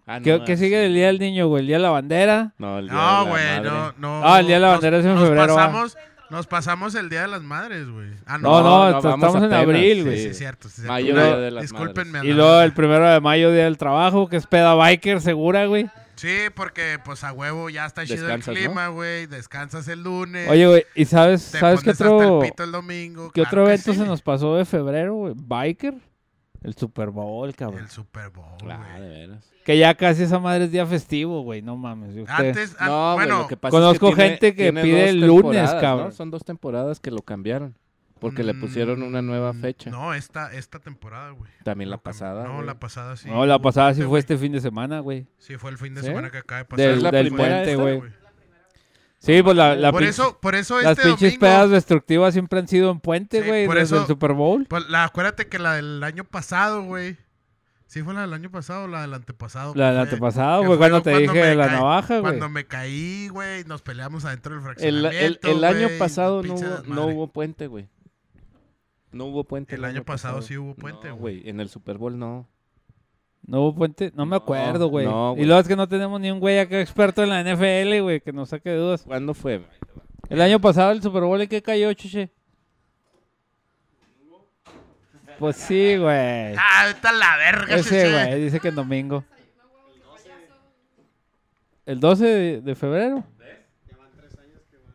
Speaker 3: Ah,
Speaker 2: ¿Qué,
Speaker 3: no,
Speaker 2: qué
Speaker 3: ah,
Speaker 2: sigue
Speaker 3: sí.
Speaker 2: del día del niño, güey? ¿El día de la bandera?
Speaker 3: No, el día
Speaker 1: No,
Speaker 3: de la
Speaker 1: güey,
Speaker 3: madre.
Speaker 1: no, no.
Speaker 2: Ah, el Día de la
Speaker 1: Nos-
Speaker 2: Bandera es en
Speaker 1: nos
Speaker 2: febrero, va.
Speaker 1: Pasamos, nos pasamos el Día de las Madres, güey. Ah,
Speaker 2: No,
Speaker 1: no.
Speaker 2: no,
Speaker 3: no,
Speaker 2: esto-
Speaker 3: vamos
Speaker 2: estamos en
Speaker 3: apenas,
Speaker 2: abril,
Speaker 3: sí.
Speaker 2: güey.
Speaker 1: sí, es cierto. sí, es cierto.
Speaker 3: Mayo,
Speaker 1: Una-
Speaker 3: Día de las
Speaker 1: Discúlpenme.
Speaker 2: Y
Speaker 1: a la
Speaker 2: luego
Speaker 1: madre.
Speaker 2: el primero de mayo, día del trabajo, que es peda biker segura, güey.
Speaker 1: Sí, porque pues a huevo ya está chido el
Speaker 3: Descansas, ¿no?
Speaker 1: clima, güey. Descansas el lunes.
Speaker 2: Oye, güey, ¿y sabes,
Speaker 1: te
Speaker 2: sabes qué
Speaker 1: pones hasta
Speaker 2: otro,
Speaker 1: el pito el domingo.
Speaker 2: qué
Speaker 1: claro
Speaker 2: otro
Speaker 1: que
Speaker 2: evento
Speaker 1: sí.
Speaker 2: se nos pasó de febrero, güey? ¿Biker? El Super Bowl, cabrón.
Speaker 1: El Super Bowl, güey.
Speaker 3: Ah, de veras.
Speaker 2: Que ya casi esa madre es día festivo, güey. No mames. yo-
Speaker 1: Antes, an-
Speaker 3: No, güey,
Speaker 1: Ah, bueno,
Speaker 3: lo que pasa es
Speaker 2: Conozco
Speaker 3: tiene-
Speaker 2: gente que
Speaker 3: tiene
Speaker 2: pide
Speaker 3: dos
Speaker 2: el lunes,
Speaker 3: temporadas, ¿no?
Speaker 2: cabrón.
Speaker 3: Son dos temporadas que lo cambiaron. Porque le pusieron una nueva
Speaker 1: mm,
Speaker 3: fecha.
Speaker 1: No, esta, esta temporada, güey.
Speaker 3: También la
Speaker 1: Lo que-
Speaker 3: pasada.
Speaker 1: No,
Speaker 3: güey.
Speaker 1: la pasada sí.
Speaker 2: no, la pasada sí
Speaker 1: Puente,
Speaker 2: fue
Speaker 1: güey.
Speaker 2: este fin de semana, güey.
Speaker 1: Sí, fue el fin de
Speaker 2: ¿Sí?
Speaker 1: semana que acaba de pasar.
Speaker 2: Del,
Speaker 3: es la
Speaker 2: del
Speaker 3: primera
Speaker 2: puente,
Speaker 3: esta,
Speaker 2: güey. Sí, pues la, la
Speaker 1: Por
Speaker 2: pinche-
Speaker 1: eso, por eso
Speaker 2: las
Speaker 1: este
Speaker 2: pinches
Speaker 1: domingo.
Speaker 2: pedas destructivas siempre han sido en puente,
Speaker 1: Sí,
Speaker 2: güey,
Speaker 1: por
Speaker 2: desde
Speaker 1: eso-
Speaker 2: el Super Bowl.
Speaker 1: Pues, la, acuérdate que la del año pasado, güey. Sí, fue la del año pasado o la del antepasado.
Speaker 2: La, la
Speaker 1: que fue-
Speaker 2: antepasada,
Speaker 1: que fue
Speaker 2: güey, cuando te dije
Speaker 1: me
Speaker 2: de la
Speaker 1: caí-
Speaker 2: navaja, güey.
Speaker 1: Cuando me caí, güey, nos peleamos adentro del
Speaker 3: El,
Speaker 1: fraccionamiento.
Speaker 3: el- el año
Speaker 1: güey,
Speaker 3: pasado no
Speaker 1: pinche
Speaker 3: hubo,
Speaker 1: desmadre.
Speaker 3: no hubo puente, güey. No hubo puente.
Speaker 1: El año pasado sí hubo puente,
Speaker 3: No,
Speaker 1: güey.
Speaker 3: güey. En el Super Bowl no.
Speaker 2: No hubo puente, no me
Speaker 3: No,
Speaker 2: acuerdo, güey.
Speaker 3: no,
Speaker 2: y
Speaker 3: güey.
Speaker 2: luego es que no tenemos ni un güey acá experto en la NFL, güey, que nos saque de dudas.
Speaker 3: ¿Cuándo fue?
Speaker 2: El año pasado el Super Bowl en qué cayó, Chuche. Pues sí, güey.
Speaker 1: Ah, está la verga,
Speaker 2: Ese,
Speaker 1: chuche.
Speaker 2: güey, dice que en domingo. ¿El 12 de, de febrero?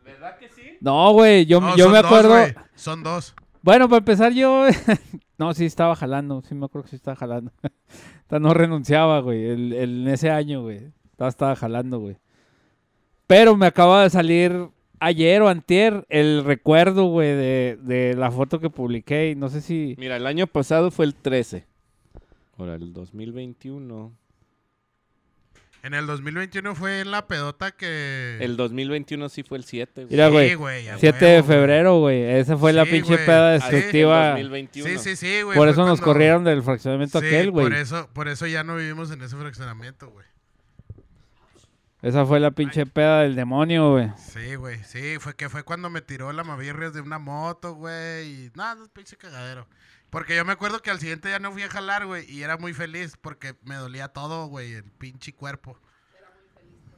Speaker 3: ¿Verdad que sí?
Speaker 2: No, güey, yo,
Speaker 1: No,
Speaker 2: yo
Speaker 1: son
Speaker 2: me
Speaker 1: dos,
Speaker 2: acuerdo.
Speaker 1: güey, son dos.
Speaker 2: bueno, para empezar, yo. no, sí estaba jalando, sí me acuerdo que sí estaba jalando. Ta- no renunciaba, güey, el, el- en ese año, güey. Ta- Estaba jalando, güey. Pero me acaba de salir ayer o antier el recuerdo, güey, de, de la foto que publiqué. Y no sé si.
Speaker 3: Mira, el año pasado fue el 13. Ahora, el 2021.
Speaker 1: En el 2021 fue en la pedota que...
Speaker 3: El 2021 sí fue el 7, güey.
Speaker 2: Mira, güey.
Speaker 1: Sí, güey. a
Speaker 2: 7
Speaker 1: huevo,
Speaker 2: de
Speaker 1: güey.
Speaker 2: febrero, güey. Esa fue la
Speaker 1: Sí,
Speaker 2: pinche
Speaker 1: güey.
Speaker 2: peda
Speaker 1: Así es, el
Speaker 2: destructiva.
Speaker 1: Sí, sí, sí, güey.
Speaker 2: Por
Speaker 1: fue
Speaker 2: eso nos
Speaker 1: cuando-
Speaker 2: corrieron del fraccionamiento
Speaker 1: Sí,
Speaker 2: aquel, güey.
Speaker 1: Por eso, por eso ya no vivimos en ese fraccionamiento, güey.
Speaker 2: Esa fue la pinche peda del demonio, güey.
Speaker 1: Sí, güey. Sí, fue que fue cuando me tiró la mavirrias de una moto, güey. Y nada, un pinche cagadero. Porque yo me acuerdo que al siguiente día no fui a jalar, güey. Y era muy feliz porque me dolía todo, güey. El pinche cuerpo.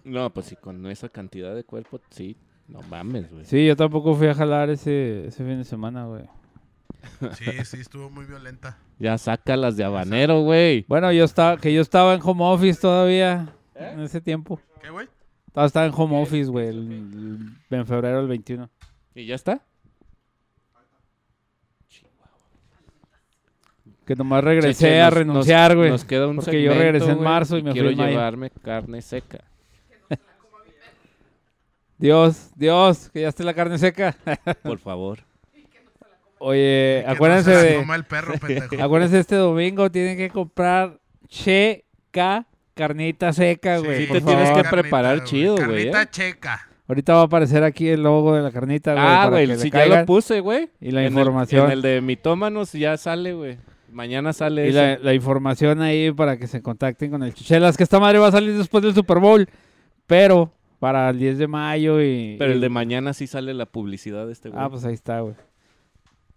Speaker 3: No, pues sí, con esa cantidad de cuerpo, sí. No mames, güey.
Speaker 2: Sí, yo tampoco fui a jalar ese, ese fin de semana, güey.
Speaker 1: Sí, sí, estuvo muy violenta.
Speaker 3: Ya saca las de habanero, güey.
Speaker 2: Bueno, yo estaba, que yo estaba en home office todavía en ese tiempo.
Speaker 1: ¿Qué, güey?
Speaker 2: Estaba, estaba en home office, güey, el- el- en febrero del 21.
Speaker 3: ¿Y ya está?
Speaker 2: Que nomás
Speaker 3: Cheche,
Speaker 2: regresé a
Speaker 3: nos- nos-
Speaker 2: renunciar, güey.
Speaker 3: Nos queda un
Speaker 2: Porque yo regresé en
Speaker 3: segmento, güey,
Speaker 2: marzo y me fui
Speaker 3: quiero
Speaker 2: en mayo.
Speaker 3: llevarme carne seca.
Speaker 2: Dios, Dios, que ya esté la carne seca.
Speaker 3: Por favor.
Speaker 2: Oye,
Speaker 1: Que
Speaker 2: ah,
Speaker 1: no
Speaker 2: acuérdense
Speaker 1: se la
Speaker 2: de...
Speaker 1: coma el perro, pendejo.
Speaker 2: Acuérdense, este domingo tienen que comprar checa carnita seca,
Speaker 1: Sí,
Speaker 2: güey.
Speaker 3: sí
Speaker 2: por
Speaker 3: te tienes
Speaker 2: favor.
Speaker 3: que- preparar chido, güey,
Speaker 1: Carnita
Speaker 3: ¿eh?
Speaker 1: checa.
Speaker 2: Ahorita va a aparecer aquí el logo de la carnita, güey.
Speaker 3: Ah,
Speaker 2: para que
Speaker 3: güey,
Speaker 2: le
Speaker 3: si ya
Speaker 2: caigan.
Speaker 3: lo puse, güey.
Speaker 2: Y la
Speaker 3: En el-
Speaker 2: información.
Speaker 3: En el, de mitómanos ya sale, güey. Mañana sale
Speaker 2: Y
Speaker 3: ese.
Speaker 2: la, la información ahí para que se contacten con el Chuchelas, que esta madre va a salir después del Super Bowl. Pero para el 10 de mayo y...
Speaker 3: Pero el
Speaker 2: y-
Speaker 3: de mañana sí sale la publicidad de este güey.
Speaker 2: Ah, pues ahí está, güey.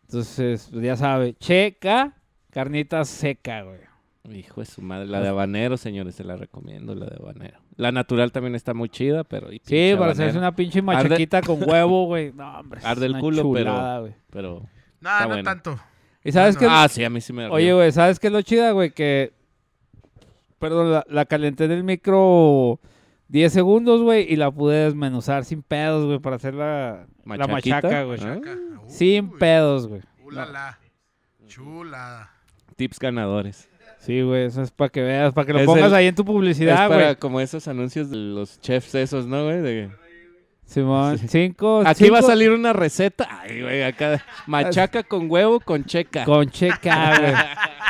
Speaker 2: Entonces, pues ya sabe. Checa carnita seca, güey.
Speaker 3: Hijo de su madre.
Speaker 2: Pues
Speaker 3: La de habanero, señores, se la recomiendo, la de habanero. La natural también está muy chida, pero... y
Speaker 2: Sí,
Speaker 3: pinche
Speaker 2: para hacerse
Speaker 3: habanero.
Speaker 2: una pinche
Speaker 3: Arde-
Speaker 2: machaquita con huevo, güey. No, hombre. es
Speaker 3: Arde el
Speaker 2: una
Speaker 3: culo, pero-
Speaker 2: chulada, güey.
Speaker 3: Pero...
Speaker 1: No,
Speaker 3: Está
Speaker 1: no
Speaker 3: bueno.
Speaker 1: tanto.
Speaker 2: ¿Y sabes
Speaker 1: No.
Speaker 2: qué?
Speaker 3: Ah, sí, a mí sí me...
Speaker 2: Oye, güey, ¿sabes qué es lo chida, güey? Que. Perdón, la, la calenté en el micro 10 segundos, güey, y la pude desmenuzar sin pedos, güey, para hacer la, la
Speaker 3: ¿Machaquita?
Speaker 2: machaca, güey.
Speaker 3: Ah.
Speaker 1: Acá.
Speaker 2: Sin
Speaker 1: Uy,
Speaker 2: pedos, güey.
Speaker 1: ulala. Chulada.
Speaker 3: Tips ganadores.
Speaker 2: Sí, güey, eso es para que veas, para que lo
Speaker 3: Es
Speaker 2: pongas
Speaker 3: el-
Speaker 2: ahí en tu publicidad,
Speaker 3: es para
Speaker 2: güey.
Speaker 3: como esos anuncios de los chefs esos, ¿no, güey? De-
Speaker 2: Simón, cinco.
Speaker 3: Aquí va a
Speaker 2: Pues cinco
Speaker 3: salir una receta. Ay, güey, acá. Machaca con huevo con checa.
Speaker 2: Con checa,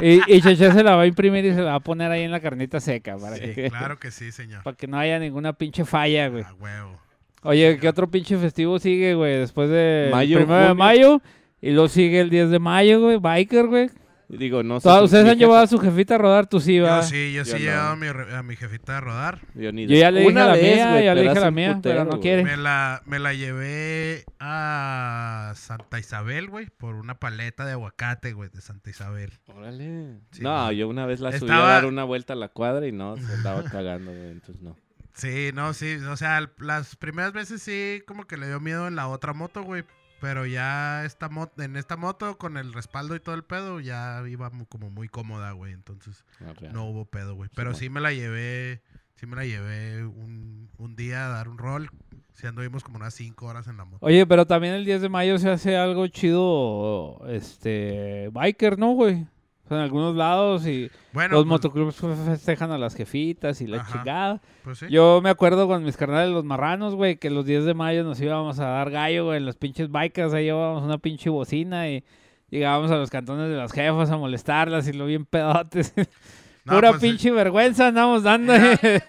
Speaker 2: güey. Y, y Cheche se la va a imprimir y se la va a poner ahí en la carnita seca, para que.
Speaker 1: Claro que sí, señor.
Speaker 2: Para que no haya ninguna pinche falla, güey.
Speaker 1: A huevo.
Speaker 2: Oye, ¿qué otro pinche festivo sigue, güey? Después de
Speaker 3: Mayo,
Speaker 2: el primero de
Speaker 3: junio.
Speaker 2: mayo y luego sigue el 10 de mayo, güey. Biker, güey.
Speaker 3: Digo, no sé.
Speaker 2: Todas-
Speaker 3: si
Speaker 2: ¿Ustedes
Speaker 3: mi
Speaker 2: han
Speaker 3: jefa-
Speaker 2: llevado a su jefita a rodar? Tú sí,
Speaker 1: Yo
Speaker 2: va.
Speaker 1: sí, yo
Speaker 3: Yo
Speaker 1: sí he
Speaker 3: no.
Speaker 1: llevado a mi, re- a mi jefita a rodar.
Speaker 3: Yo, ni
Speaker 2: Yo ya le dije
Speaker 3: Una
Speaker 2: a la
Speaker 3: vez,
Speaker 2: mía,
Speaker 3: güey,
Speaker 2: ya
Speaker 3: pero
Speaker 2: le dije a
Speaker 3: hace
Speaker 2: la
Speaker 3: un
Speaker 2: mía, pero no
Speaker 3: güey.
Speaker 2: quiere.
Speaker 1: Me la, me la llevé a Santa Isabel, güey, por una paleta de aguacate, güey, de Santa Isabel.
Speaker 3: Órale.
Speaker 1: Sí,
Speaker 3: no,
Speaker 1: no.
Speaker 3: yo una vez la subí a
Speaker 1: Estaba-
Speaker 3: dar una vuelta a la cuadra y no, se andaba cagando, güey, entonces no.
Speaker 1: Sí, no, sí, o sea, el- las primeras veces sí como que le dio miedo en la otra moto, güey, pero ya esta moto, en esta moto con el respaldo y todo el pedo ya iba mu- como muy cómoda, güey, entonces
Speaker 3: No, real.
Speaker 1: no hubo pedo, güey, pero sí me la llevé, sí me la llevé un, un día a dar un rol, sí anduvimos como unas cinco horas en la moto.
Speaker 2: Oye, pero también el 10 de mayo se hace algo chido, este, biker, ¿no, güey? O sea, en algunos lados y
Speaker 1: Bueno,
Speaker 2: los
Speaker 1: pues-
Speaker 2: motoclubs festejan a las jefitas y la
Speaker 1: Ajá.
Speaker 2: chingada.
Speaker 1: pues sí.
Speaker 2: Yo me acuerdo con mis carnales los marranos, güey, que los 10 de mayo nos íbamos a dar gallo, güey, en los pinches bikers, ahí llevábamos una pinche bocina y llegábamos a los cantones de las jefas a molestarlas y lo bien pedotes.
Speaker 1: No,
Speaker 2: Pura
Speaker 1: pues,
Speaker 2: pinche vergüenza andamos dando.
Speaker 1: Era-
Speaker 2: eh.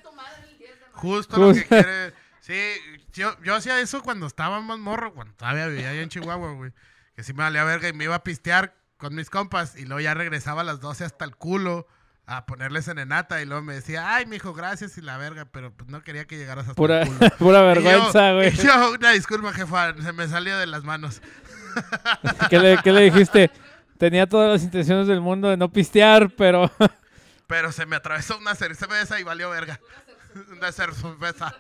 Speaker 1: Justo
Speaker 2: Justo.
Speaker 1: lo que quiere. Sí, yo, yo hacía eso cuando estaba más morro, cuando todavía vivía allá en Chihuahua, güey. Que sí me valía verga y me iba a pistear con mis compas y luego ya regresaba a las 12 hasta el culo a ponerles enenata y luego me decía, ay, mijo, gracias y la verga, pero pues no quería que llegaras hasta
Speaker 2: Pura,
Speaker 1: el culo.
Speaker 2: pura
Speaker 1: Y yo-
Speaker 2: vergüenza, güey.
Speaker 1: y Yo, una disculpa, jefa, se me salió de las manos.
Speaker 2: ¿Qué le, qué le dijiste? Tenía todas las intenciones del mundo de no pistear, pero
Speaker 1: Pero se me atravesó una cerveza y valió verga. Una cerveza.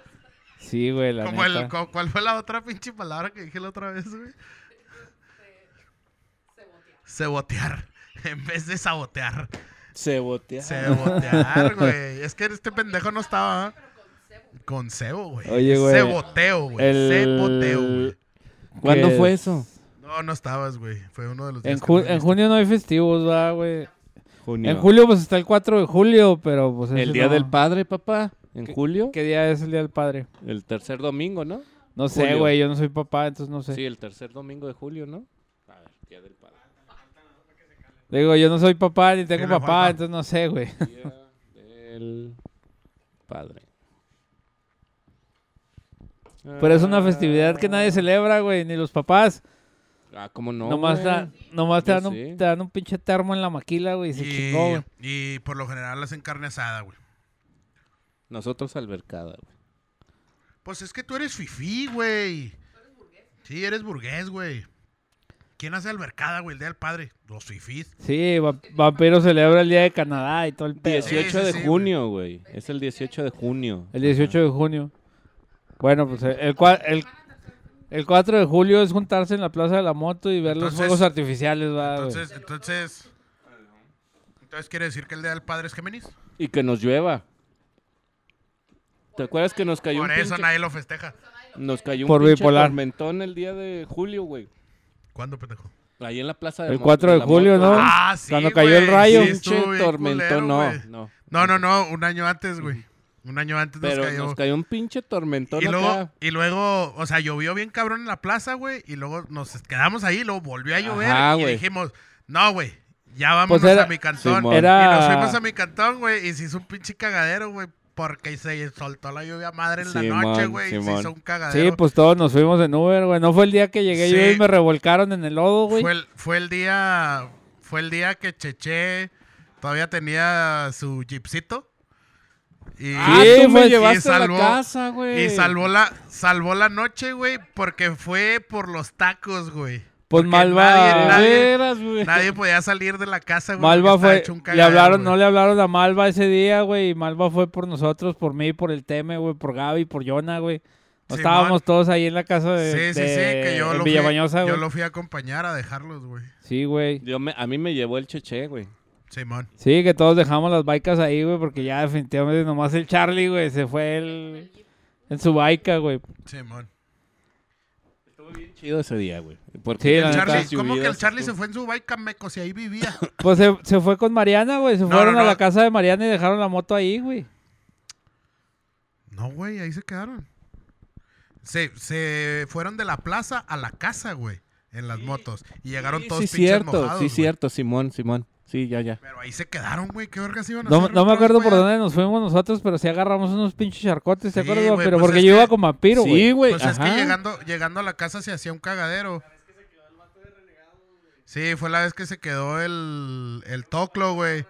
Speaker 2: Sí, güey, la
Speaker 1: Como el,
Speaker 2: neta.
Speaker 1: co- ¿Cuál fue la otra pinche palabra que dije la otra vez, güey? Este, Sebotear. En vez de sabotear.
Speaker 3: Se botea.
Speaker 1: Sebotear, güey. Es que este pendejo no estaba. ¿ah? Con cebo, güey.
Speaker 2: Oye, güey.
Speaker 1: Seboteo, güey.
Speaker 2: El-
Speaker 1: Seboteo, güey.
Speaker 3: ¿Cuándo
Speaker 2: Que
Speaker 3: fue
Speaker 2: es-
Speaker 3: eso?
Speaker 1: No, no estabas, güey. Fue uno de los días
Speaker 2: En,
Speaker 1: que
Speaker 2: ju-
Speaker 1: no
Speaker 2: en
Speaker 1: viniste.
Speaker 2: junio no hay festivos, ¿verdad, güey?
Speaker 3: Junio.
Speaker 2: En julio, pues está el 4 de julio, pero pues.
Speaker 3: El
Speaker 2: ese
Speaker 3: Día
Speaker 2: no.
Speaker 3: del Padre, papá. En julio.
Speaker 2: ¿Qué día es el Día del Padre?
Speaker 3: El tercer domingo, ¿no?
Speaker 2: No sé,
Speaker 3: Julio.
Speaker 2: güey, yo no soy papá, entonces no sé.
Speaker 3: Sí, el tercer domingo de julio, ¿no? A ver, Día del Padre.
Speaker 2: Digo, yo no soy papá ni tengo
Speaker 1: le
Speaker 2: papá,
Speaker 1: falta.
Speaker 2: entonces no sé, güey.
Speaker 3: Día del Padre.
Speaker 2: Pero es una festividad que nadie celebra, güey, ni los papás.
Speaker 3: Ah, ¿cómo no?
Speaker 2: nomás
Speaker 3: güey?
Speaker 2: da- nomás te
Speaker 3: Yo
Speaker 2: dan, un,
Speaker 3: sí.
Speaker 2: te dan un pinche termo en la maquila, güey, y se chingó, güey.
Speaker 1: Y, y por lo general las encarne asada, güey.
Speaker 3: Nosotros albercada, güey.
Speaker 1: Pues es que tú eres fifí, güey. Sí, eres burgués, güey. ¿Quién hace albercada, güey? El día del padre. Los fifís.
Speaker 2: Sí, va- Vampiro celebra el Día de Canadá y todo el pedo.
Speaker 3: 18
Speaker 1: Sí, sí,
Speaker 3: de
Speaker 1: sí,
Speaker 3: junio, güey. Es el 18 de junio.
Speaker 2: El 18 de junio. Bueno, pues eh, el, cua- el, el 4 de julio es juntarse en la Plaza de la Moto y ver los
Speaker 1: Entonces-
Speaker 2: fuegos artificiales, va, güey.
Speaker 1: Entonces, entonces. Entonces quiere decir que el día del padre es Géminis.
Speaker 3: Y que nos llueva. ¿Te acuerdas que nos cayó
Speaker 1: Por
Speaker 3: un
Speaker 1: eso
Speaker 3: pinche-
Speaker 1: nadie lo festeja.
Speaker 3: Nos cayó un
Speaker 2: Por
Speaker 3: pinche
Speaker 2: bipolar.
Speaker 3: tormentón el día de julio, güey.
Speaker 1: ¿Cuándo, pendejo?
Speaker 3: Ahí en la plaza de
Speaker 2: El
Speaker 3: Mo-
Speaker 2: 4 de
Speaker 3: la
Speaker 2: julio,
Speaker 3: moto.
Speaker 2: ¿no?
Speaker 3: Ah,
Speaker 1: Ah, sí.
Speaker 2: Cuando cayó
Speaker 1: güey,
Speaker 2: el rayo.
Speaker 1: sí, estuvo
Speaker 3: pinche
Speaker 1: bien
Speaker 3: tormentón,
Speaker 1: culero,
Speaker 3: no,
Speaker 1: güey.
Speaker 3: no.
Speaker 1: No, no, no. Un año antes, güey. Un año antes
Speaker 3: Pero
Speaker 1: nos cayó.
Speaker 3: un pinche tormentón
Speaker 1: Y luego,
Speaker 3: acá.
Speaker 1: y luego, o sea, llovió bien cabrón en la plaza, güey. Y luego nos quedamos ahí, luego volvió a llover. y
Speaker 3: Ajá, güey. Pues
Speaker 1: dijimos, no, güey, ya vámonos
Speaker 2: era-
Speaker 1: a mi cantón.
Speaker 3: Simón.
Speaker 1: Y nos
Speaker 2: Era-
Speaker 1: fuimos a mi cantón, güey, y se hizo un pinche cagadero, güey. Porque se soltó la lluvia madre en la
Speaker 3: Simón,
Speaker 1: noche, güey. Y se
Speaker 3: Simón.
Speaker 1: hizo un cagadero.
Speaker 2: Sí, pues todos nos fuimos en Uber, güey. No fue el día que llegué yo
Speaker 1: Sí.
Speaker 2: y me revolcaron en el lodo, güey.
Speaker 1: Fue el, fue el día. Fue el día que Cheche todavía tenía su jeepcito. Y,
Speaker 3: Ah,
Speaker 2: Sí,
Speaker 3: tú me
Speaker 2: fue-
Speaker 3: llevaste
Speaker 1: y salvó-
Speaker 3: a la casa, güey.
Speaker 1: y salvó la, salvó la noche, güey, porque fue por los tacos, güey.
Speaker 2: Pues
Speaker 1: Porque
Speaker 2: Malva,
Speaker 1: nadie- nadie-
Speaker 3: Veras, güey.
Speaker 1: Nadie podía salir de la casa, güey.
Speaker 2: Malva
Speaker 1: porque estaba
Speaker 2: fue,
Speaker 1: hecho un
Speaker 2: le
Speaker 1: cagadero,
Speaker 2: hablaron, no
Speaker 1: güey.
Speaker 2: le hablaron a Malva ese día, güey, y Malva fue por nosotros, por mí, por el Teme, güey, por Gaby, por Yona, güey.
Speaker 1: Simón.
Speaker 2: Nos Estábamos todos ahí en la casa de,
Speaker 1: Sí, sí, sí,
Speaker 2: de-
Speaker 1: que yo
Speaker 2: en
Speaker 1: lo, fui,
Speaker 2: Villa Bañosa,
Speaker 1: yo
Speaker 2: güey.
Speaker 1: lo fui a acompañar a dejarlos, güey.
Speaker 2: Sí, güey.
Speaker 3: Yo me- a mí me llevó el cheche, güey.
Speaker 1: Simón.
Speaker 2: Sí, que todos dejamos las bicas ahí, güey, porque ya definitivamente nomás el Charlie, güey, se fue el, en su bica, güey.
Speaker 1: Simón.
Speaker 3: Chido ese día, güey. Porque
Speaker 2: Sí, la
Speaker 1: El
Speaker 2: neta.
Speaker 1: Charlie, ¿Cómo que el Charlie se fue en su bike a Meco si ahí vivía?
Speaker 2: Pues se, se fue con Mariana, güey, se
Speaker 1: No,
Speaker 2: fueron
Speaker 1: no,
Speaker 2: a
Speaker 1: no.
Speaker 2: la casa de Mariana y dejaron la moto ahí, güey.
Speaker 1: No, güey, ahí se quedaron. Se, se fueron de la plaza a la casa, güey, en las motos. Y llegaron todos
Speaker 3: Sí,
Speaker 1: pinches
Speaker 3: cierto,
Speaker 1: mojados,
Speaker 3: sí,
Speaker 1: güey.
Speaker 3: cierto, Simón, Simón. Sí, ya, ya.
Speaker 1: Pero ahí se quedaron, güey. ¿Qué vergas iban a
Speaker 2: No,
Speaker 1: hacer?
Speaker 2: no me
Speaker 1: otra vez
Speaker 2: acuerdo
Speaker 1: para
Speaker 2: por
Speaker 1: allá?
Speaker 2: dónde nos fuimos nosotros, pero sí agarramos unos pinches charcotes, ¿te
Speaker 1: Sí,
Speaker 2: acuerdas?
Speaker 1: güey,
Speaker 2: pero
Speaker 1: pues
Speaker 2: porque
Speaker 1: es
Speaker 2: yo iba
Speaker 1: que-
Speaker 2: con Vampiro, güey.
Speaker 3: Sí, güey.
Speaker 1: Pues es que
Speaker 3: ajá.
Speaker 1: llegando, llegando a la casa se hacía un cagadero. Sí, fue la vez que se quedó el, el toclo, güey.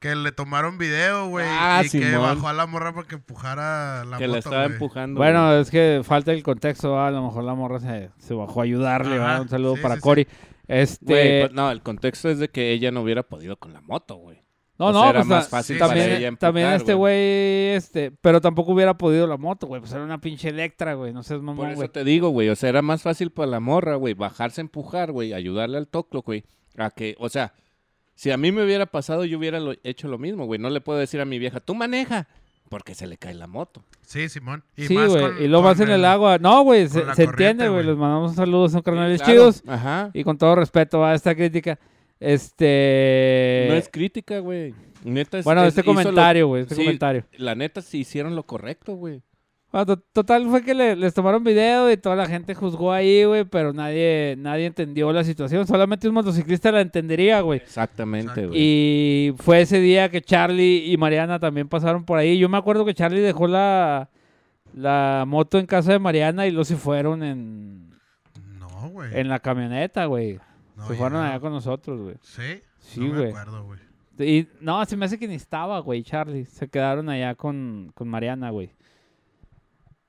Speaker 1: Que le tomaron video, güey.
Speaker 3: Ah,
Speaker 1: y que
Speaker 3: Simón.
Speaker 1: bajó a la morra para que empujara la
Speaker 3: que
Speaker 1: moto,
Speaker 3: la estaba
Speaker 1: güey.
Speaker 3: empujando. güey.
Speaker 2: Bueno, es que falta el contexto, ¿va? a lo mejor la morra se, se bajó a ayudarle,
Speaker 1: Ajá,
Speaker 2: ¿va? un saludo
Speaker 1: sí,
Speaker 2: para
Speaker 1: sí, sí.
Speaker 2: Cory. Este,
Speaker 3: Güey, pues, no, el contexto es de que ella no hubiera podido con la moto, güey.
Speaker 2: no,
Speaker 3: pues
Speaker 2: no,
Speaker 3: era
Speaker 2: pues,
Speaker 3: más
Speaker 2: ta-
Speaker 3: fácil
Speaker 1: para
Speaker 2: también,
Speaker 3: ella empujar,
Speaker 2: también este güey, este, pero tampoco hubiera podido la moto, güey, pues era una pinche Electra, güey, no seas
Speaker 3: Por
Speaker 2: mamón,
Speaker 3: eso
Speaker 2: güey.
Speaker 3: te digo, güey. O sea, era más fácil para la morra, güey, bajarse a empujar, güey, ayudarle al toclo, güey. A que, o sea, si a mí me hubiera pasado, yo hubiera lo- hecho lo mismo, güey. No le puedo decir a mi vieja, tú maneja, porque se le cae la moto.
Speaker 1: Sí, Simón.
Speaker 2: sí,
Speaker 1: más
Speaker 2: güey,
Speaker 1: con-
Speaker 2: y lo más
Speaker 1: con
Speaker 2: en el agua. No, güey, se,
Speaker 1: con la
Speaker 2: se entiende,
Speaker 1: corriente,
Speaker 2: güey,
Speaker 1: güey.
Speaker 2: les mandamos un saludo, son carnales
Speaker 3: Claro,
Speaker 2: chidos.
Speaker 3: Ajá.
Speaker 2: Y con todo respeto a esta crítica, este...
Speaker 3: No es crítica, güey. Neta es-
Speaker 2: bueno,
Speaker 3: es-
Speaker 2: este
Speaker 3: hizo lo-
Speaker 2: comentario, güey, este
Speaker 3: Sí,
Speaker 2: comentario.
Speaker 3: La neta sí hicieron lo correcto, güey.
Speaker 2: Bueno, to- total fue que le- les tomaron video y toda la gente juzgó ahí, güey, pero nadie, nadie entendió la situación. Solamente un motociclista la entendería, güey.
Speaker 3: Exactamente,
Speaker 1: Exacto.
Speaker 3: güey.
Speaker 2: Y fue ese día que Charlie y Mariana también pasaron por ahí. Yo me acuerdo que Charlie dejó la, la moto en casa de Mariana y los se fueron en,
Speaker 1: No, güey.
Speaker 2: en la camioneta, güey.
Speaker 1: No,
Speaker 2: se fueron
Speaker 1: ya no.
Speaker 2: allá con nosotros, güey.
Speaker 1: Sí,
Speaker 2: Sí,
Speaker 1: no me
Speaker 2: güey.
Speaker 1: acuerdo, güey.
Speaker 2: Y no, se me hace que ni estaba, güey, Charlie. Se quedaron allá con, con Mariana, güey.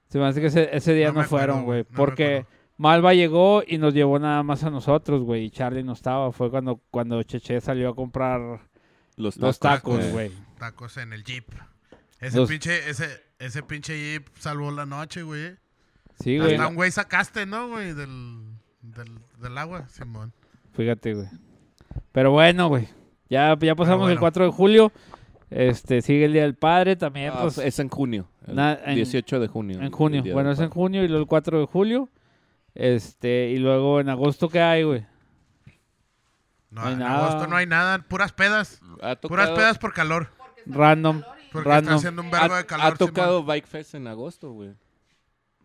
Speaker 2: Se me hace que ese, ese día
Speaker 1: No
Speaker 2: no,
Speaker 1: me acuerdo,
Speaker 2: fueron, güey.
Speaker 1: güey, no me
Speaker 2: porque
Speaker 1: acuerdo.
Speaker 2: Malva llegó y nos llevó nada más a nosotros, güey. Y Charlie no estaba. Fue cuando, cuando Cheche salió a comprar
Speaker 3: Los
Speaker 2: los
Speaker 3: tacos,
Speaker 2: tacos,
Speaker 1: güey.
Speaker 2: güey.
Speaker 1: Tacos en el jeep. Ese
Speaker 2: Los-
Speaker 1: pinche, ese, Ese pinche jeep salvó la noche, güey.
Speaker 2: Sí, güey.
Speaker 1: Hasta un güey sacaste, ¿no, güey? Del, del, del agua, Simón.
Speaker 2: Fíjate, güey. Pero bueno, güey. Ya, ya pasamos el
Speaker 1: bueno.
Speaker 2: 4 de julio. Este, sigue el Día del Padre también,
Speaker 3: Ah,
Speaker 2: pues,
Speaker 3: es en junio. el
Speaker 2: na- en-
Speaker 3: 18 de junio.
Speaker 2: en junio.
Speaker 3: el día
Speaker 2: Bueno,
Speaker 3: del
Speaker 2: es en
Speaker 3: padre.
Speaker 2: junio y luego el 4 de julio. Este, y luego en agosto, ¿qué hay, güey?
Speaker 1: No,
Speaker 2: No hay
Speaker 1: en
Speaker 2: nada.
Speaker 1: agosto no hay nada, puras pedas.
Speaker 3: Ha
Speaker 1: Puras
Speaker 3: tocado-
Speaker 1: pedas por calor.
Speaker 2: Random.
Speaker 1: Porque
Speaker 2: Random.
Speaker 1: está haciendo un vergo
Speaker 3: ha-
Speaker 1: de calor.
Speaker 3: Ha tocado Bike Fest en agosto, güey.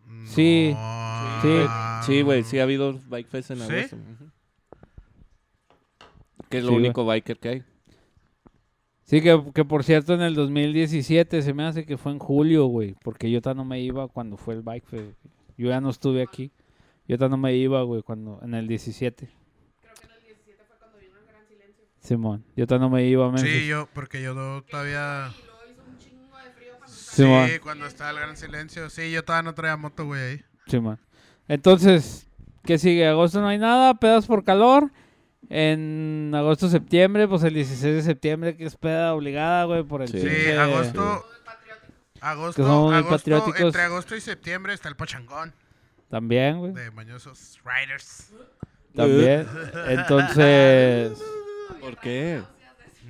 Speaker 1: Simón.
Speaker 2: Sí.
Speaker 1: No.
Speaker 2: Sí.
Speaker 3: Sí, güey, sí ha habido Bike Fest en
Speaker 1: Ah. ¿Sí?
Speaker 3: agosto. ujú. Que es lo
Speaker 2: Sí, güey.
Speaker 3: único biker que hay.
Speaker 2: Sí, que, que por cierto en el 2017 se me hace que fue en julio, güey, porque yo tan no me iba cuando fue el bike fest. Yo ya no estuve aquí. Yo tan no me iba, güey, cuando en el 17. Simón, yo tan no me iba, men.
Speaker 1: Sí, yo, porque yo no- todavía. Sí,
Speaker 2: Simón,
Speaker 1: cuando estaba el gran silencio. Sí, yo todavía no traía moto, güey, ahí.
Speaker 2: Simón. Entonces, ¿qué sigue? Agosto no hay nada, pedas por calor. En agosto, septiembre, pues el 16 de septiembre, que es peda obligada, güey, por el
Speaker 3: Sí.
Speaker 1: Sí,
Speaker 2: pinche-
Speaker 1: agosto.
Speaker 2: Que somos
Speaker 1: Agosto,
Speaker 2: muy
Speaker 1: agosto,
Speaker 2: patrióticos.
Speaker 1: entre agosto y septiembre está el Pochangón
Speaker 2: También, güey.
Speaker 1: de Mañosos Riders.
Speaker 2: También. Entonces.
Speaker 3: ¿Por qué?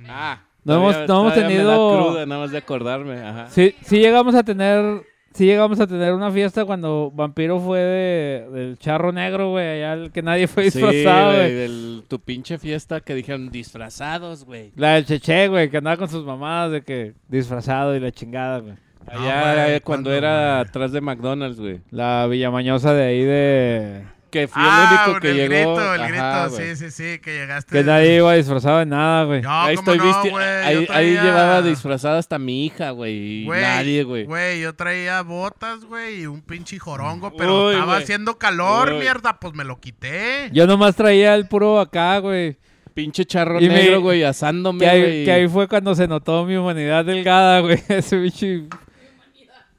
Speaker 3: Ah,
Speaker 2: No hemos-
Speaker 3: todavía-
Speaker 2: no hemos
Speaker 3: todavía me da
Speaker 2: tenido-
Speaker 3: cruda, nada más de acordarme. Ajá.
Speaker 2: Sí, sí llegamos a tener. Sí llegamos a tener una fiesta cuando Vampiro fue de- del charro negro, güey, allá el que nadie fue disfrazado,
Speaker 3: Sí,
Speaker 2: güey.
Speaker 3: del- tu pinche fiesta que dijeron disfrazados, güey.
Speaker 2: La del Cheche, güey, que andaba con sus mamás de que disfrazado y la chingada, güey.
Speaker 3: Allá
Speaker 1: güey,
Speaker 3: eh, cuando
Speaker 1: ¿cuándo,
Speaker 3: era
Speaker 1: güey?
Speaker 3: atrás de McDonald's, güey.
Speaker 2: La villamañosa de ahí de...
Speaker 3: Que fui
Speaker 1: ah,
Speaker 3: el único
Speaker 1: con
Speaker 3: que
Speaker 1: el
Speaker 3: llegó.
Speaker 1: grito, el
Speaker 3: Ajá,
Speaker 1: grito,
Speaker 3: güey.
Speaker 1: sí, sí, sí, que llegaste.
Speaker 2: Que nadie iba disfrazado de nada, güey.
Speaker 1: No,
Speaker 3: ahí
Speaker 1: cómo
Speaker 3: estoy
Speaker 1: no,
Speaker 3: visti-
Speaker 1: güey, yo
Speaker 3: ahí, ahí
Speaker 1: traía-
Speaker 3: llevaba disfrazada hasta mi hija, güey. Y
Speaker 1: Güey,
Speaker 3: nadie, güey.
Speaker 1: Güey, yo traía botas, güey, y un pinche jorongo, pero
Speaker 3: Uy,
Speaker 1: estaba
Speaker 3: güey.
Speaker 1: haciendo calor,
Speaker 3: Uy.
Speaker 1: mierda, pues me lo quité.
Speaker 2: Yo nomás traía el puro acá, güey.
Speaker 3: Pinche charro
Speaker 2: Y me-
Speaker 3: negro, güey,
Speaker 2: Que,
Speaker 3: asándome,
Speaker 2: ahí-
Speaker 3: güey.
Speaker 2: que ahí fue cuando se notó mi humanidad delgada, güey. Ese bicho.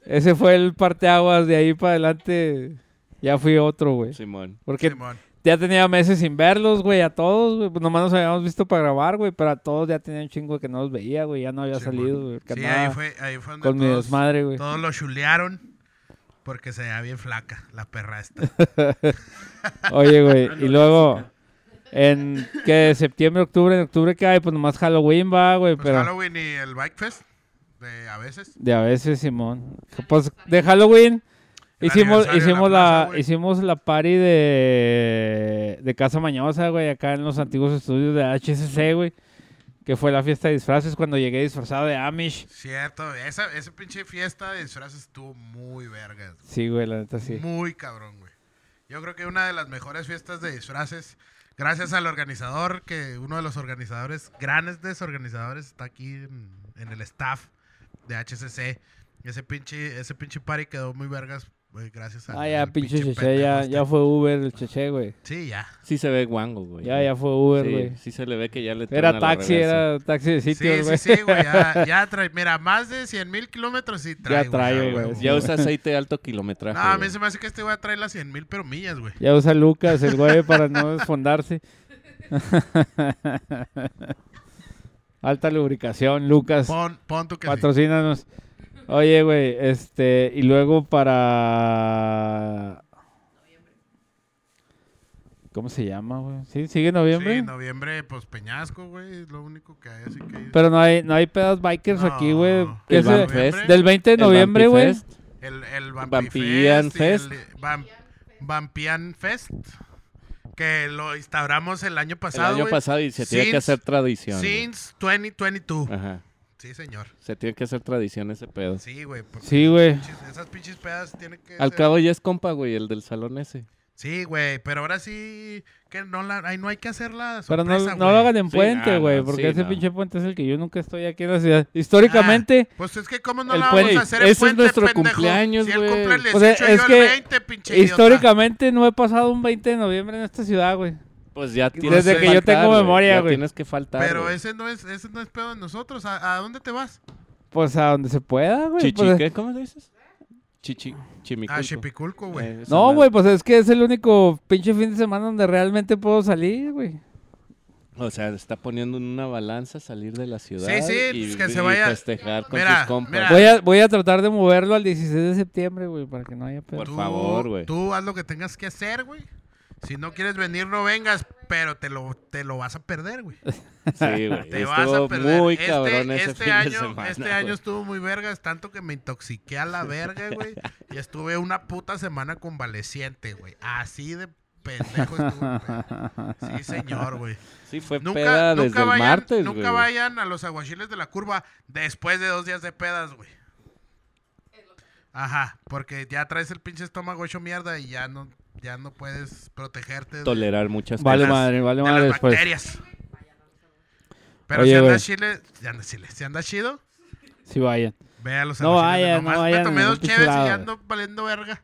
Speaker 2: Ese fue el parteaguas de ahí para adelante. Ya fui otro, güey.
Speaker 3: Simón.
Speaker 2: Porque
Speaker 1: Simón.
Speaker 2: ya tenía meses sin verlos, güey, a todos, güey. Pues nomás nos habíamos visto para grabar, güey, pero a todos ya tenía un chingo que no los veía, güey. Ya no había
Speaker 1: Sí,
Speaker 2: salido,
Speaker 1: mon.
Speaker 2: güey. que
Speaker 1: Sí,
Speaker 2: andaba
Speaker 1: ahí fue, ahí fue donde
Speaker 2: Con mi
Speaker 1: todos,
Speaker 2: desmadre, güey.
Speaker 1: todos lo chulearon porque se veía bien flaca la perra esta. Pues
Speaker 2: Oye, güey, y luego... En que septiembre, octubre, en octubre que hay, pues nomás Halloween va, güey,
Speaker 1: Pues
Speaker 2: pero
Speaker 1: Halloween y el Bike Fest, de a veces.
Speaker 2: de a veces, Simón. Pues de Halloween
Speaker 1: El
Speaker 2: Hicimos,
Speaker 1: aniversario de
Speaker 2: hicimos,
Speaker 1: la
Speaker 2: la,
Speaker 1: plaza, güey.
Speaker 2: hicimos la party de, de Casa Mañosa, güey, acá en los antiguos estudios de HSC, güey. Que fue la fiesta de disfraces cuando llegué disfrazado de Amish.
Speaker 1: Cierto, esa, esa pinche fiesta de disfraces estuvo muy vergas. güey.
Speaker 2: Sí, güey, la neta sí.
Speaker 1: Muy cabrón, güey. Yo creo que una de las mejores fiestas de disfraces, gracias al organizador, que uno de los organizadores, grandes desorganizadores, está aquí en, en el staff de HCC. Ese pinche, ese pinche party quedó muy vergas, güey, gracias a
Speaker 2: Ah, ya, pinche Cheche,
Speaker 1: pendejo
Speaker 2: ya,
Speaker 1: este.
Speaker 2: ya fue Uber el Cheche, güey.
Speaker 1: Sí, ya.
Speaker 3: Sí se ve guango, güey.
Speaker 2: Ya, ya fue Uber,
Speaker 3: Sí,
Speaker 2: güey.
Speaker 3: Sí, se le ve que ya le truena
Speaker 2: Era
Speaker 3: la
Speaker 2: taxi,
Speaker 3: reversa.
Speaker 2: era taxi de
Speaker 1: Sí,
Speaker 2: sitio,
Speaker 1: sí,
Speaker 2: güey.
Speaker 1: sí, güey. Ya, ya trae, mira, más de 100 mil kilómetros sí trae.
Speaker 2: trae,
Speaker 1: a
Speaker 2: güey,
Speaker 1: huevo.
Speaker 2: sí.
Speaker 3: Ya usa aceite de alto kilometraje.
Speaker 1: No, a mí
Speaker 3: güey.
Speaker 1: se me hace que este güey trae las 100 mil, pero millas, güey.
Speaker 2: Ya usa Lucas, el güey, para no desfondarse. Alta lubricación, Lucas.
Speaker 1: Pon, pon tú que sí.
Speaker 2: Patrocínanos. Oye, güey, este, y luego para... ¿Cómo se llama, güey? ¿Sí? ¿Sigue noviembre?
Speaker 1: Sí, noviembre, pues Peñasco, güey, es lo único que hay, así que...
Speaker 2: Pero no hay, no hay pedas bikers aquí, güey.
Speaker 1: No.
Speaker 2: ¿Qué
Speaker 3: El
Speaker 2: se-
Speaker 3: Van Fest.
Speaker 2: Del 20 de
Speaker 3: El
Speaker 2: noviembre, güey.
Speaker 3: Vampifest.
Speaker 1: El, el
Speaker 3: Vampian
Speaker 1: Vampian Fest.
Speaker 3: Fest.
Speaker 1: y el Vam- Vampian Fest. Que lo instauramos el año
Speaker 3: El
Speaker 1: pasado,
Speaker 3: año
Speaker 1: güey.
Speaker 3: pasado y se tiene que
Speaker 1: Since-
Speaker 3: hacer tradición. güey.
Speaker 1: Since 2022.
Speaker 3: Ajá.
Speaker 1: Sí, señor.
Speaker 3: Se tiene que hacer tradición ese pedo.
Speaker 1: Sí, güey. porque
Speaker 2: Sí, güey.
Speaker 1: pinches- Esas pinches pedas tienen que...
Speaker 3: Al
Speaker 1: ser-
Speaker 3: cabo ya es compa, güey, el del salón ese.
Speaker 1: Sí, güey, pero ahora sí que no la... Ay, no hay que hacerla
Speaker 2: Pero no,
Speaker 1: sorpresa,
Speaker 2: no
Speaker 1: güey.
Speaker 2: lo hagan en
Speaker 3: Sí,
Speaker 2: puente,
Speaker 3: no,
Speaker 2: güey,
Speaker 3: no,
Speaker 2: porque
Speaker 3: sí,
Speaker 2: ese
Speaker 3: no.
Speaker 2: pinche puente es el que yo nunca estoy aquí en la ciudad. Históricamente,
Speaker 1: Ah, pues es que cómo no
Speaker 2: el
Speaker 1: la
Speaker 2: puente-
Speaker 1: vamos a hacer en
Speaker 3: ese es
Speaker 1: puente,
Speaker 3: nuestro
Speaker 1: pendejo?
Speaker 3: cumpleaños,
Speaker 1: Si él
Speaker 3: güey.
Speaker 1: cumple el 18,
Speaker 2: O sea, es
Speaker 1: yo
Speaker 2: que
Speaker 1: el 20, pinche idiota.
Speaker 2: históricamente no he pasado un 20 de noviembre en esta ciudad, güey.
Speaker 3: Pues ya
Speaker 2: Desde
Speaker 3: tienes
Speaker 1: que yo
Speaker 3: faltar,
Speaker 2: tengo memoria,
Speaker 3: Ya
Speaker 2: güey.
Speaker 3: Tienes que faltar.
Speaker 1: Pero
Speaker 3: güey.
Speaker 1: ese no es ese no es pedo de nosotros. ¿A, a dónde te vas?
Speaker 2: Pues a donde se pueda, güey.
Speaker 3: Chichi,
Speaker 2: pues-
Speaker 3: ¿qué? ¿Cómo le dices? Chichi, chimiculco.
Speaker 1: A Chipiculco, Ah, güey.
Speaker 3: Eh, esa
Speaker 2: No,
Speaker 3: madre.
Speaker 2: güey, pues es que es el único pinche fin de semana donde realmente puedo salir, güey.
Speaker 3: O sea, está poniendo en una balanza salir de la ciudad
Speaker 1: Sí, sí,
Speaker 3: y,
Speaker 1: pues que se
Speaker 3: y
Speaker 1: vaya.
Speaker 3: festejar con
Speaker 1: Mira,
Speaker 3: sus compas.
Speaker 1: mira.
Speaker 2: Voy a, voy a tratar de moverlo al 16 de septiembre, güey, para que no haya pedo.
Speaker 3: Por favor, güey.
Speaker 1: Tú haz lo que tengas que hacer, güey. Si no quieres venir, no vengas, pero te lo, te lo vas a perder, güey.
Speaker 3: Sí, güey.
Speaker 1: Te vas a
Speaker 3: Estuvo
Speaker 1: perder.
Speaker 3: muy
Speaker 1: este
Speaker 3: cabrón ese
Speaker 1: este
Speaker 3: fin
Speaker 1: año,
Speaker 3: de semana.
Speaker 1: este
Speaker 3: güey.
Speaker 1: año estuvo muy vergas, tanto que me intoxiqué a la verga, güey. y estuve una puta semana convaleciente, güey. Así de pendejo estuve. güey. Sí, señor, güey.
Speaker 3: Sí, fue
Speaker 1: Nunca,
Speaker 3: peda
Speaker 1: nunca
Speaker 3: desde el
Speaker 1: vayan,
Speaker 3: martes,
Speaker 1: nunca
Speaker 3: güey.
Speaker 1: vayan a los aguachiles de la curva después de dos días de pedas, güey. Ajá, porque ya traes el pinche estómago hecho mierda y ya no, ya no puedes protegerte de,
Speaker 3: Tolerar muchas
Speaker 2: Vale
Speaker 3: cosas.
Speaker 2: madre, vale
Speaker 1: de las
Speaker 2: madre después.
Speaker 1: bacterias. Pero
Speaker 2: Oye,
Speaker 1: si
Speaker 2: güey.
Speaker 1: andas chile, si andas chile, si andas chido,
Speaker 2: Sí, vayan.
Speaker 1: ve a los
Speaker 2: No
Speaker 1: aguachiles.
Speaker 2: vayan, no
Speaker 1: Nomás
Speaker 2: vayan
Speaker 1: me tomé
Speaker 2: en
Speaker 1: dos
Speaker 2: un pinche
Speaker 1: cheves y
Speaker 2: lado,
Speaker 1: ya
Speaker 2: güey.
Speaker 1: ando valiendo verga.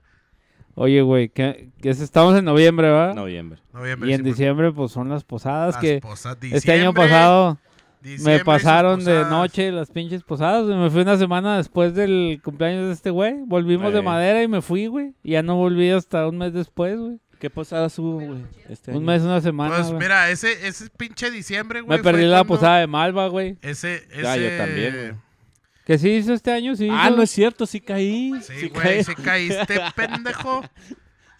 Speaker 2: Oye, güey, que, que es- estamos en noviembre, ¿verdad?
Speaker 3: Noviembre.
Speaker 1: Noviembre,
Speaker 2: y en
Speaker 1: Simón.
Speaker 2: diciembre, pues son las posadas
Speaker 1: Las
Speaker 2: que
Speaker 1: posas,
Speaker 2: este año
Speaker 1: diciembre,
Speaker 2: pasado
Speaker 1: diciembre y
Speaker 2: me
Speaker 1: sus
Speaker 2: pasaron de
Speaker 1: posadas.
Speaker 2: noche las pinches posadas. güey. Me fui una semana después del cumpleaños de este güey. Volvimos de
Speaker 3: Güey.
Speaker 2: madera y me fui, güey. Y ya no volví hasta un mes después, güey.
Speaker 3: ¿Qué posadas hubo, güey? Este
Speaker 2: Un
Speaker 3: año?
Speaker 2: mes, una semana.
Speaker 1: Pues
Speaker 2: güey.
Speaker 1: mira, ese, ese pinche diciembre, güey.
Speaker 2: me
Speaker 1: fue
Speaker 2: perdí la
Speaker 1: cuando-
Speaker 2: posada de Malva, güey.
Speaker 1: Ese, ese...
Speaker 3: Ya, yo también, güey.
Speaker 2: Que sí hizo este año, sí.
Speaker 3: Ah,
Speaker 2: hizo.
Speaker 3: no es cierto, sí caí.
Speaker 1: Sí,
Speaker 3: caí.
Speaker 1: güey, sí caíste, pendejo.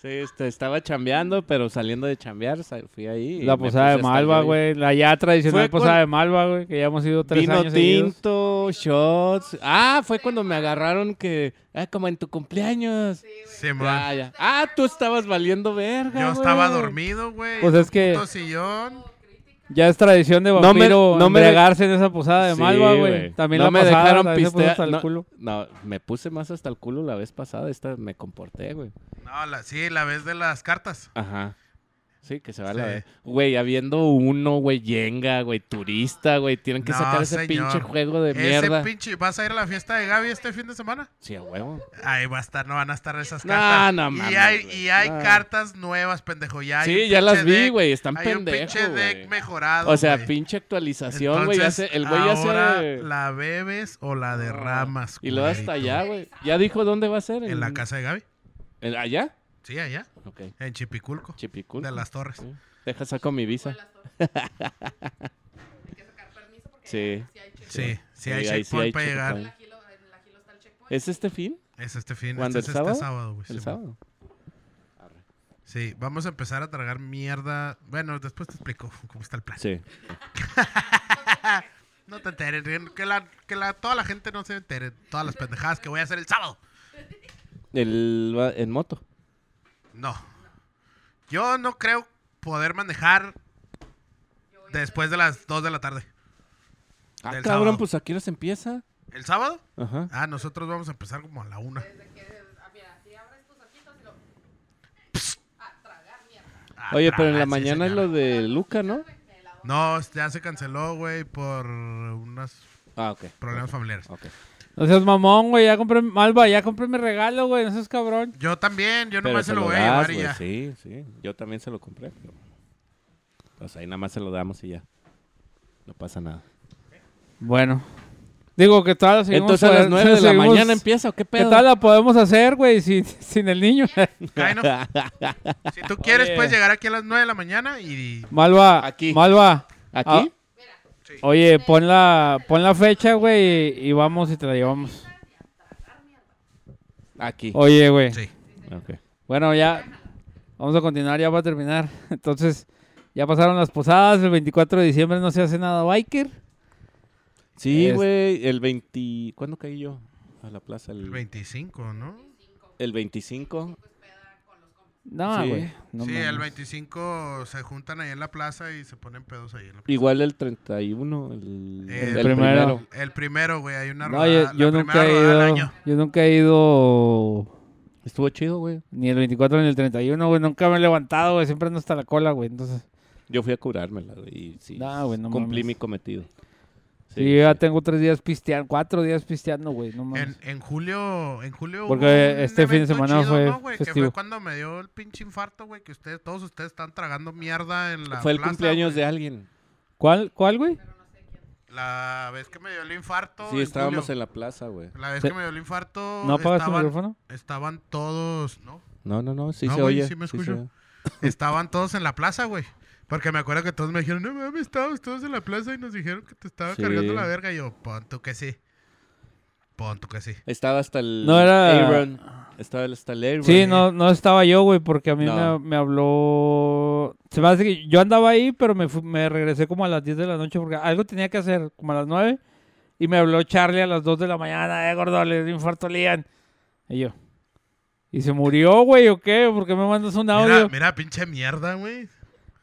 Speaker 3: Sí, este, estaba chambeando, pero saliendo de chambear sa- fui ahí. y
Speaker 2: La
Speaker 3: me
Speaker 2: posada de
Speaker 3: puse hasta
Speaker 2: Malva,
Speaker 3: el hoyo.
Speaker 2: güey. La ya tradicional
Speaker 3: Fue con-
Speaker 2: posada de Malva, güey. Que ya hemos ido tres
Speaker 3: Vino
Speaker 2: años seguidos.
Speaker 3: tinto, shots. Ah, fue cuando me agarraron que... Ah, como en tu cumpleaños.
Speaker 1: Sí,
Speaker 3: Ya,
Speaker 1: man.
Speaker 3: ya. Ah, tú estabas valiendo verga,
Speaker 1: Yo
Speaker 3: güey.
Speaker 1: estaba dormido, güey.
Speaker 2: Pues
Speaker 1: en
Speaker 2: es
Speaker 1: un
Speaker 2: que-
Speaker 1: puto sillón.
Speaker 2: Ya es tradición de
Speaker 3: No me-
Speaker 2: vampiro
Speaker 3: no me-
Speaker 2: embriagarse en esa posada de
Speaker 3: Sí,
Speaker 2: Malva, güey. También
Speaker 3: No
Speaker 2: la
Speaker 3: me
Speaker 2: posada
Speaker 3: dejaron
Speaker 2: también se puso
Speaker 3: pistear-
Speaker 2: hasta el
Speaker 3: no,
Speaker 2: culo.
Speaker 3: no, me puse más hasta el culo la vez pasada. Esta me comporté, güey.
Speaker 1: No, la, sí, la vez de las cartas.
Speaker 3: Ajá. Sí, que se va a la
Speaker 1: Sí.
Speaker 3: ver- Güey, habiendo uno, güey, yenga, güey, turista, güey. Tienen que
Speaker 1: No,
Speaker 3: sacar ese
Speaker 1: señor.
Speaker 3: pinche juego de
Speaker 1: Ese
Speaker 3: mierda.
Speaker 1: pinche... ¿Vas a ir a la fiesta de Gaby este fin de semana?
Speaker 3: Sí, a huevo.
Speaker 1: Ahí va a estar, no van a estar esas
Speaker 3: No,
Speaker 1: cartas.
Speaker 3: no
Speaker 1: y
Speaker 3: mames,
Speaker 1: hay,
Speaker 3: güey.
Speaker 1: y hay
Speaker 3: No.
Speaker 1: cartas nuevas, pendejo. Ya hay
Speaker 3: Sí,
Speaker 1: un
Speaker 3: ya las
Speaker 1: pinche
Speaker 3: vi,
Speaker 1: deck-
Speaker 3: güey. Están
Speaker 1: Hay un
Speaker 3: pendejos,
Speaker 1: pinche deck
Speaker 3: güey.
Speaker 1: mejorado,
Speaker 3: O sea,
Speaker 1: güey.
Speaker 3: pinche actualización, güey.
Speaker 1: Entonces,
Speaker 3: hace- El güey ya
Speaker 1: ahora
Speaker 3: se... Ah,
Speaker 1: la bebes o la derramas,
Speaker 3: Y luego hasta
Speaker 1: culerito.
Speaker 3: allá, güey. ¿Ya dijo dónde va a ser?
Speaker 1: ¿En la casa de Gaby?
Speaker 3: ¿En- ¿Allá?
Speaker 1: Sí, allá.
Speaker 3: Ok.
Speaker 1: En Chipiculco.
Speaker 3: Chipicul.
Speaker 1: De las Torres.
Speaker 3: Sí. Deja, saco mi visa. Sí.
Speaker 1: Sí, sí,
Speaker 3: Sí,
Speaker 1: hay
Speaker 3: ahí sí
Speaker 1: checkpoint
Speaker 3: hay
Speaker 1: para llegar.
Speaker 3: checkpoint. ¿Es este fin?
Speaker 1: Es este fin.
Speaker 3: ¿Cuándo,
Speaker 1: este
Speaker 3: el
Speaker 1: es este
Speaker 3: sábado?
Speaker 1: sábado, güey.
Speaker 3: ¿El
Speaker 1: sí,
Speaker 3: sábado?
Speaker 1: Sí, vamos a empezar a tragar mierda. Bueno, después te explico cómo está el plan.
Speaker 3: Sí.
Speaker 1: No te enteres, que, la, que la, toda la gente no se entere. Todas las pendejadas que voy a hacer el sábado.
Speaker 3: El, va- en moto.
Speaker 1: No. Yo no creo poder manejar después de las 2 de la tarde.
Speaker 3: Ah,
Speaker 1: Del
Speaker 3: cabrón,
Speaker 1: sábado.
Speaker 3: pues aquí nos empieza.
Speaker 1: ¿El sábado?
Speaker 3: Ajá.
Speaker 1: Ah, nosotros vamos a empezar como a la 1. Ah,
Speaker 3: Oye, pero en la mañana es lo de Luca, ¿no?
Speaker 1: No, este, ya se canceló, güey, por unos
Speaker 3: Ah, ok.
Speaker 1: problemas familiares.
Speaker 3: Ok.
Speaker 2: No seas mamón, güey. Ya compré Malva, ya compré mi regalo, güey. No seas cabrón.
Speaker 1: Yo también, yo
Speaker 3: Pero
Speaker 1: nomás se lo voy a
Speaker 3: das,
Speaker 1: llevar y
Speaker 3: güey,
Speaker 1: ya.
Speaker 3: Sí, sí. Yo también se lo compré. pero- Pues ahí nada más se lo damos y ya. No pasa nada.
Speaker 2: Bueno. Digo que tal, seguimos
Speaker 3: Entonces a las
Speaker 2: poder-
Speaker 3: 9 de la
Speaker 2: seguimos-
Speaker 3: mañana empieza, ¿o qué
Speaker 2: ¿Qué
Speaker 3: pedo?
Speaker 2: tal la podemos hacer, güey, sin, sin el niño?
Speaker 1: Ay, no. Si tú quieres,
Speaker 2: Oye.
Speaker 1: puedes llegar aquí a las 9 de la mañana y...
Speaker 2: Malva,
Speaker 3: Aquí.
Speaker 2: Malva.
Speaker 3: ¿Aquí?
Speaker 2: ah, oye, pon la, pon la fecha, güey, y, y vamos y te la llevamos.
Speaker 3: Aquí.
Speaker 2: Oye, güey.
Speaker 1: Sí.
Speaker 3: Ok.
Speaker 2: Bueno, ya vamos a continuar, ya va a terminar. Entonces, ya pasaron las posadas, el 24 de diciembre no se hace nada biker.
Speaker 3: Sí,
Speaker 2: Es-
Speaker 3: güey. El 20... ¿Cuándo caí yo? A la plaza. El,
Speaker 1: El 25, ¿no?
Speaker 3: el 25.
Speaker 2: No,
Speaker 3: Sí.
Speaker 2: güey. no
Speaker 1: sí,
Speaker 2: mames.
Speaker 1: el 25 se juntan ahí en la plaza y se ponen pedos ahí en la plaza.
Speaker 3: Igual el 31. El,
Speaker 1: Eh,
Speaker 3: el
Speaker 1: El
Speaker 2: primero.
Speaker 3: primero.
Speaker 1: El primero, güey, hay una
Speaker 2: No, yo,
Speaker 1: rodada-
Speaker 2: yo
Speaker 1: la
Speaker 2: nunca
Speaker 1: primera
Speaker 2: he
Speaker 1: rodada del
Speaker 2: ido.
Speaker 1: año.
Speaker 2: Yo nunca he ido
Speaker 3: Estuvo chido, güey.
Speaker 2: ni el 24 ni el 31, güey. Nunca me he levantado, güey. Siempre ando hasta la cola, güey. Entonces,
Speaker 3: Yo fui a curármela güey, y sí,
Speaker 2: No, güey, no
Speaker 3: cumplí
Speaker 2: mames.
Speaker 3: mi cometido.
Speaker 2: sí, yo ya tengo tres días pisteando, cuatro días pisteando, güey. No mames.
Speaker 1: En, en julio, en julio.
Speaker 2: Porque
Speaker 1: hubo un
Speaker 2: este fin de
Speaker 1: evento
Speaker 2: semana fue
Speaker 1: ¿no, güey? Que
Speaker 2: festivo.
Speaker 1: fue cuando me dio el pinche infarto, güey, que ustedes, todos ustedes están tragando mierda en la
Speaker 3: Fue el
Speaker 1: plaza,
Speaker 3: cumpleaños
Speaker 1: güey.
Speaker 3: de alguien.
Speaker 2: ¿Cuál, cuál, güey?
Speaker 1: La vez que me dio el infarto.
Speaker 3: Sí,
Speaker 1: en
Speaker 3: estábamos
Speaker 1: julio,
Speaker 3: en la plaza, güey.
Speaker 1: La vez
Speaker 2: Sí.
Speaker 1: que me dio el infarto.
Speaker 2: ¿No apagas tu
Speaker 1: estaban,
Speaker 2: micrófono?
Speaker 1: Estaban todos, ¿no?
Speaker 3: No, no, no, sí
Speaker 1: No,
Speaker 3: se
Speaker 1: güey,
Speaker 3: oye.
Speaker 1: sí me
Speaker 3: se
Speaker 1: escucho.
Speaker 3: oye.
Speaker 1: Estaban todos en la plaza, güey. Porque me acuerdo que todos me dijeron, no mames, estábamos todos en la plaza y nos dijeron que te estaba
Speaker 3: Sí.
Speaker 1: cargando la verga. Y yo, pon tú que sí. Pon tú que sí.
Speaker 3: Estaba hasta el
Speaker 2: No era-
Speaker 3: Aaron. Estaba hasta el Aaron. eh.
Speaker 2: Sí, no, no estaba yo, güey, porque a mí
Speaker 3: No.
Speaker 2: me, me habló... Se me hace que yo andaba ahí, pero me, fu- me regresé como a las 10 de la noche porque algo tenía que hacer, como a las 9. Y me habló Charlie a las 2 de la mañana, eh, gordo, le dio infarto a Lian. Y yo... ¿Y se murió, güey, o qué? ¿Por qué me mandas un audio?
Speaker 1: Mira, mira, pinche mierda, güey.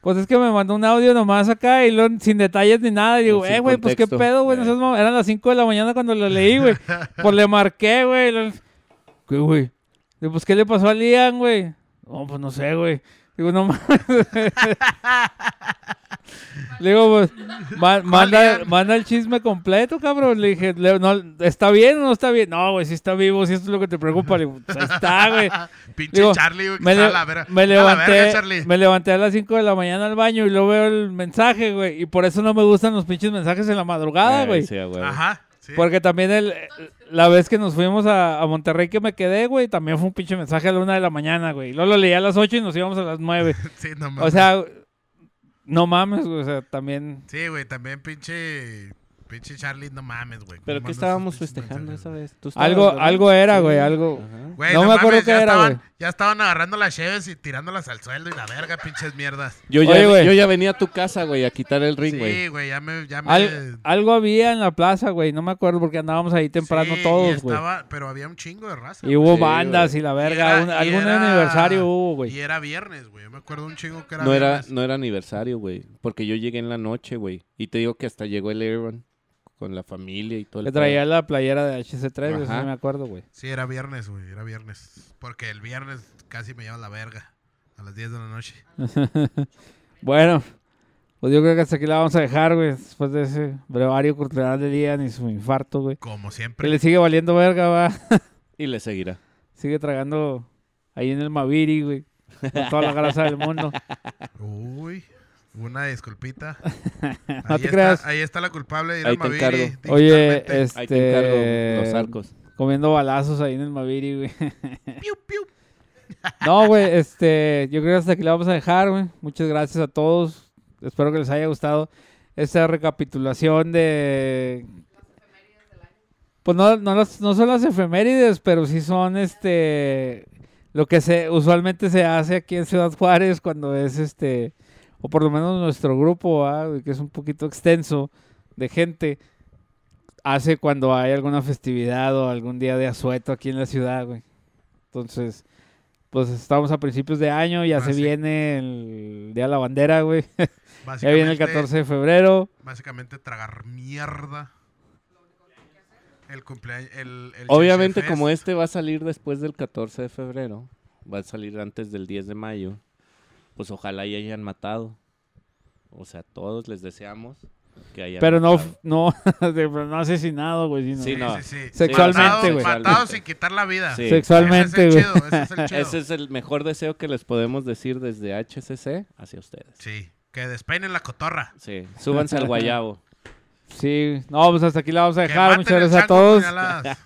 Speaker 2: Pues es que me mandó un audio nomás acá y lo- sin detalles ni nada. Y digo,
Speaker 3: Sin
Speaker 2: eh, güey, pues qué
Speaker 3: contexto.
Speaker 2: pedo, güey. no
Speaker 3: Eh.
Speaker 2: seas mam- Eran las 5 de la mañana cuando lo leí, güey. Pues le marqué, güey. lo- ¿Qué, güey? Digo, pues qué le pasó a Lian, güey. No, pues no sé, güey. Digo, no mames. Le digo, pues, ma- manda,
Speaker 1: Lian?
Speaker 2: manda el chisme completo, cabrón. Le dije, le- no, ¿está bien o no está bien? No, güey, si está vivo, si esto es lo que te preocupa. Le digo, pues ahí está, güey.
Speaker 1: Pinche
Speaker 2: Digo,
Speaker 1: Charlie, güey, que
Speaker 2: Me,
Speaker 1: está
Speaker 2: le-
Speaker 1: a la verga. Está
Speaker 2: me
Speaker 1: a la
Speaker 2: levanté,
Speaker 1: verga, Charlie.
Speaker 2: me levanté a las 5 de la mañana al baño y luego veo el mensaje, güey. Y por eso no me gustan los pinches mensajes en la madrugada,
Speaker 3: Eh,
Speaker 2: ah, güey.
Speaker 3: sí, a huevo.
Speaker 1: Ajá. Sí.
Speaker 2: Porque también el, la vez que nos fuimos a, a Monterrey que me quedé, güey, también fue un pinche mensaje a la 1 de la mañana, güey. Luego lo leí a las 8 y nos íbamos a las 9.
Speaker 1: Sí, no mames.
Speaker 2: o sea, no mames, güey. O sea, también...
Speaker 1: Sí, güey, también pinche. Pinche Charlie, no mames, güey.
Speaker 3: ¿Pero
Speaker 1: ¿Cómo mandas
Speaker 3: qué
Speaker 1: esos
Speaker 3: estábamos
Speaker 1: pinches
Speaker 3: festejando
Speaker 1: mensajes,
Speaker 3: esa
Speaker 1: güey?
Speaker 3: vez? ¿Tú estabas,
Speaker 2: Algo,
Speaker 3: verdad?
Speaker 2: algo era,
Speaker 3: Sí.
Speaker 2: güey, algo...
Speaker 3: Ajá.
Speaker 1: Güey,
Speaker 2: No me acuerdo
Speaker 1: mames,
Speaker 2: qué
Speaker 1: ya
Speaker 2: era,
Speaker 1: estaban,
Speaker 2: güey.
Speaker 1: ya estaban agarrando las cheves y tirándolas al suelo y la verga, pinches mierdas.
Speaker 3: Yo ya,
Speaker 2: Oye, güey.
Speaker 3: yo ya venía a tu casa, güey, a quitar el ring, güey.
Speaker 1: Sí, güey, ya me. Ya me
Speaker 2: Al- algo había en la plaza, güey. No me acuerdo porque andábamos ahí temprano
Speaker 1: Sí, y
Speaker 2: todos, güey.
Speaker 1: estaba- Pero había un chingo de raza.
Speaker 2: Y hubo
Speaker 3: Sí,
Speaker 2: bandas
Speaker 3: güey.
Speaker 2: y la
Speaker 1: güey.
Speaker 2: verga.
Speaker 1: Y
Speaker 2: un-
Speaker 1: era- y
Speaker 2: algún
Speaker 1: era-
Speaker 2: aniversario hubo, güey.
Speaker 1: Y era viernes, güey. Yo me acuerdo un chingo que era
Speaker 3: No era,
Speaker 1: viernes.
Speaker 3: no era aniversario, güey. Porque yo llegué en la noche, güey. Y te digo que hasta llegó el Aaron con la familia y todo el
Speaker 2: Le traía
Speaker 3: pedo.
Speaker 2: la playera de HC3, eso
Speaker 3: Ajá.
Speaker 2: sí me acuerdo, güey.
Speaker 1: Sí, era viernes, güey. Era viernes. Porque el viernes casi me lleva la verga. A las 10 de la noche.
Speaker 2: Bueno, pues yo creo que hasta aquí la vamos a dejar, güey. Después de ese brevario cultural de día ni su infarto, güey.
Speaker 1: Como
Speaker 2: Que
Speaker 1: siempre.
Speaker 2: le sigue valiendo verga, va.
Speaker 3: Y le seguirá.
Speaker 2: Sigue tragando ahí en el Maviri, güey. Con toda la grasa del mundo.
Speaker 1: Uy. Una disculpita. ahí,
Speaker 2: te
Speaker 1: está,
Speaker 2: creas.
Speaker 1: ahí está la culpable de ir
Speaker 3: Ahí
Speaker 1: al
Speaker 3: te
Speaker 1: Maviri
Speaker 3: encargo.
Speaker 2: Oye,
Speaker 1: digitalmente.
Speaker 3: Ahí te encargo
Speaker 2: este.
Speaker 3: los arcos.
Speaker 2: Comiendo balazos ahí en el Maviri, güey.
Speaker 1: Piu, piu.
Speaker 2: No, güey, este, yo creo que hasta aquí la vamos a dejar, güey. Muchas gracias a todos. Espero que les haya gustado esta recapitulación de... Pues no, no, las- no son las efemérides, pero sí son este lo que se usualmente se hace aquí en Ciudad Juárez cuando es este, o por lo menos nuestro grupo, ¿va? que es un poquito extenso de gente, hace cuando hay alguna festividad o algún día de asueto aquí en la ciudad, güey. Entonces, pues estamos a principios de año, ya
Speaker 1: Ah,
Speaker 2: se
Speaker 1: sí.
Speaker 2: viene el Día de la Bandera, güey. Ya
Speaker 1: Básicamente,
Speaker 2: viene el 14 de febrero.
Speaker 1: Básicamente tragar mierda. El cumpleaños. El, el
Speaker 3: Obviamente,
Speaker 1: Cheche
Speaker 3: como
Speaker 1: Fest.
Speaker 3: este va a salir después del 14 de febrero, va a salir antes del 10 de mayo, pues ojalá ya hayan matado. O sea, todos les deseamos que hayan
Speaker 2: Pero no,
Speaker 3: matado.
Speaker 2: no, de- pero no asesinado, güey. sino-
Speaker 3: Sí, no.
Speaker 2: Sexualmente,
Speaker 1: Matado-
Speaker 2: güey.
Speaker 1: Matado sin quitar la vida.
Speaker 3: Sí.
Speaker 2: Sexualmente,
Speaker 1: Ese
Speaker 2: güey.
Speaker 1: es el chido, ese es el chido.
Speaker 3: Ese es el mejor deseo que les podemos decir desde HCC hacia ustedes.
Speaker 1: Sí, que despeinen la cotorra.
Speaker 3: Sí, súbanse al guayabo.
Speaker 2: Sí, no, pues hasta aquí la vamos a
Speaker 1: Que
Speaker 2: dejar.
Speaker 1: maten
Speaker 2: Muchas
Speaker 1: el
Speaker 2: gracias a
Speaker 1: chango
Speaker 2: todos.
Speaker 1: puñaladas.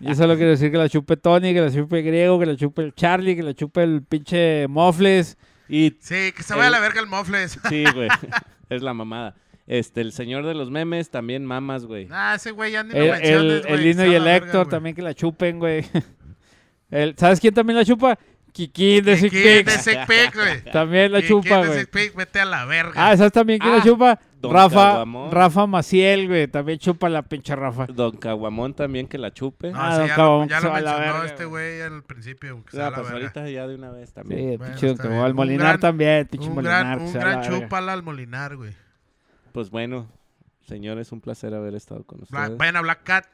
Speaker 2: Yo solo quiero decir que la chupe Tony, que la chupe Griego, que la chupe el Charlie, que la chupe el pinche Mofles.
Speaker 3: Y
Speaker 1: Sí, que se vaya a
Speaker 3: El-
Speaker 1: la verga el mofles.
Speaker 3: sí, güey, es la mamada. Este, el señor de los memes también mamas, güey.
Speaker 1: Ah, ese güey ya ni lo
Speaker 2: El,
Speaker 1: menciones,
Speaker 2: el,
Speaker 1: güey,
Speaker 2: el
Speaker 1: que
Speaker 2: Lino
Speaker 1: se
Speaker 2: y
Speaker 1: va a
Speaker 2: el
Speaker 1: la verga,
Speaker 2: Héctor
Speaker 1: güey.
Speaker 2: también que la chupen, güey. El- ¿Sabes quién también la chupa? Kiki de Sick
Speaker 1: Kikín de
Speaker 2: Pics.
Speaker 1: Sick Pic, güey.
Speaker 2: También la
Speaker 1: Kikín
Speaker 2: chupa,
Speaker 1: de
Speaker 2: güey.
Speaker 1: Sick Pic, vete a la verga.
Speaker 2: Ah, ¿sabes también quién
Speaker 3: Ah,
Speaker 2: la chupa?
Speaker 3: don
Speaker 2: Rafa,
Speaker 3: Caguamón.
Speaker 2: Rafa Maciel, güey. También chupa la pinche Rafa.
Speaker 3: Don Caguamón también que la chupe.
Speaker 1: no,
Speaker 2: ah,
Speaker 1: sí,
Speaker 2: don
Speaker 1: ya,
Speaker 2: Cabón,
Speaker 1: lo, ya
Speaker 2: que
Speaker 1: lo
Speaker 2: se va a la
Speaker 1: mencionó
Speaker 2: verga,
Speaker 1: este güey al principio. Que se va
Speaker 3: Ah,
Speaker 1: a la
Speaker 3: pues
Speaker 1: verga.
Speaker 3: ahorita ya de una vez
Speaker 2: Sí,
Speaker 3: también.
Speaker 2: el
Speaker 1: Bueno,
Speaker 2: pinche don
Speaker 1: está
Speaker 2: Caguamón.
Speaker 1: bien.
Speaker 2: Al
Speaker 1: Un
Speaker 2: Molinar
Speaker 1: gran-
Speaker 2: también, pinche
Speaker 1: un
Speaker 2: Molinar.
Speaker 1: gran,
Speaker 2: que
Speaker 1: un
Speaker 2: se va a
Speaker 1: gran
Speaker 2: la verga.
Speaker 1: chúpala al Molinar, güey.
Speaker 3: Pues bueno, señores, un placer haber estado con
Speaker 1: Black-
Speaker 3: ustedes.
Speaker 1: Vayan a Black Cat.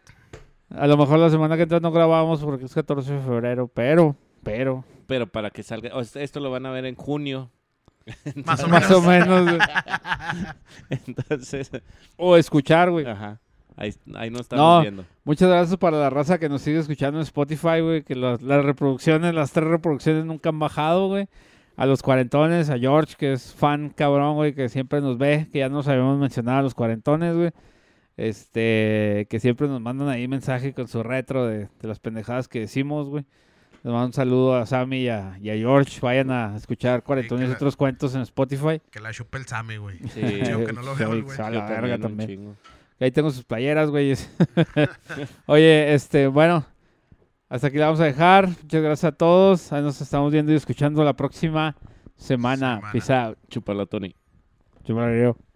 Speaker 2: A lo mejor la semana que entra no grabamos porque es 14 de febrero, pero, pero,
Speaker 3: Pero para que salga, o sea, esto lo van a ver en junio.
Speaker 1: Más o
Speaker 2: más o
Speaker 1: menos.
Speaker 2: menos, güey.
Speaker 3: Entonces,
Speaker 2: o escuchar, güey.
Speaker 3: ajá. Ahí, ahí nos
Speaker 2: No.
Speaker 3: estamos viendo.
Speaker 2: Muchas gracias para la raza que nos sigue escuchando en Spotify, güey, que las, las reproducciones, las tres reproducciones nunca han bajado, güey. A los cuarentones, a George, que es fan cabrón, güey, que siempre nos ve, que ya nos habíamos mencionado a los cuarentones, güey. Este, que siempre nos mandan ahí mensaje con su retro de, de las pendejadas que decimos, güey. Les mando un saludo a Sammy y a, y a George. Vayan a escuchar Cuarentones y
Speaker 1: claro.
Speaker 2: otros cuentos en Spotify.
Speaker 1: Que la chupa el Sammy, güey.
Speaker 3: Sí,
Speaker 1: Digo que no lo veo,
Speaker 2: Soy-
Speaker 1: güey.
Speaker 2: a la
Speaker 3: yo
Speaker 2: verga
Speaker 3: también, un
Speaker 2: también.
Speaker 3: chingo.
Speaker 2: Ahí tengo sus playeras, güeyes. Oye, este, bueno, hasta aquí la vamos a dejar. Muchas gracias a todos. Ahí nos estamos viendo y escuchando la próxima semana.
Speaker 1: Semana.
Speaker 2: Peace out.
Speaker 3: Chúpala, Tony.
Speaker 2: Yo me la creo.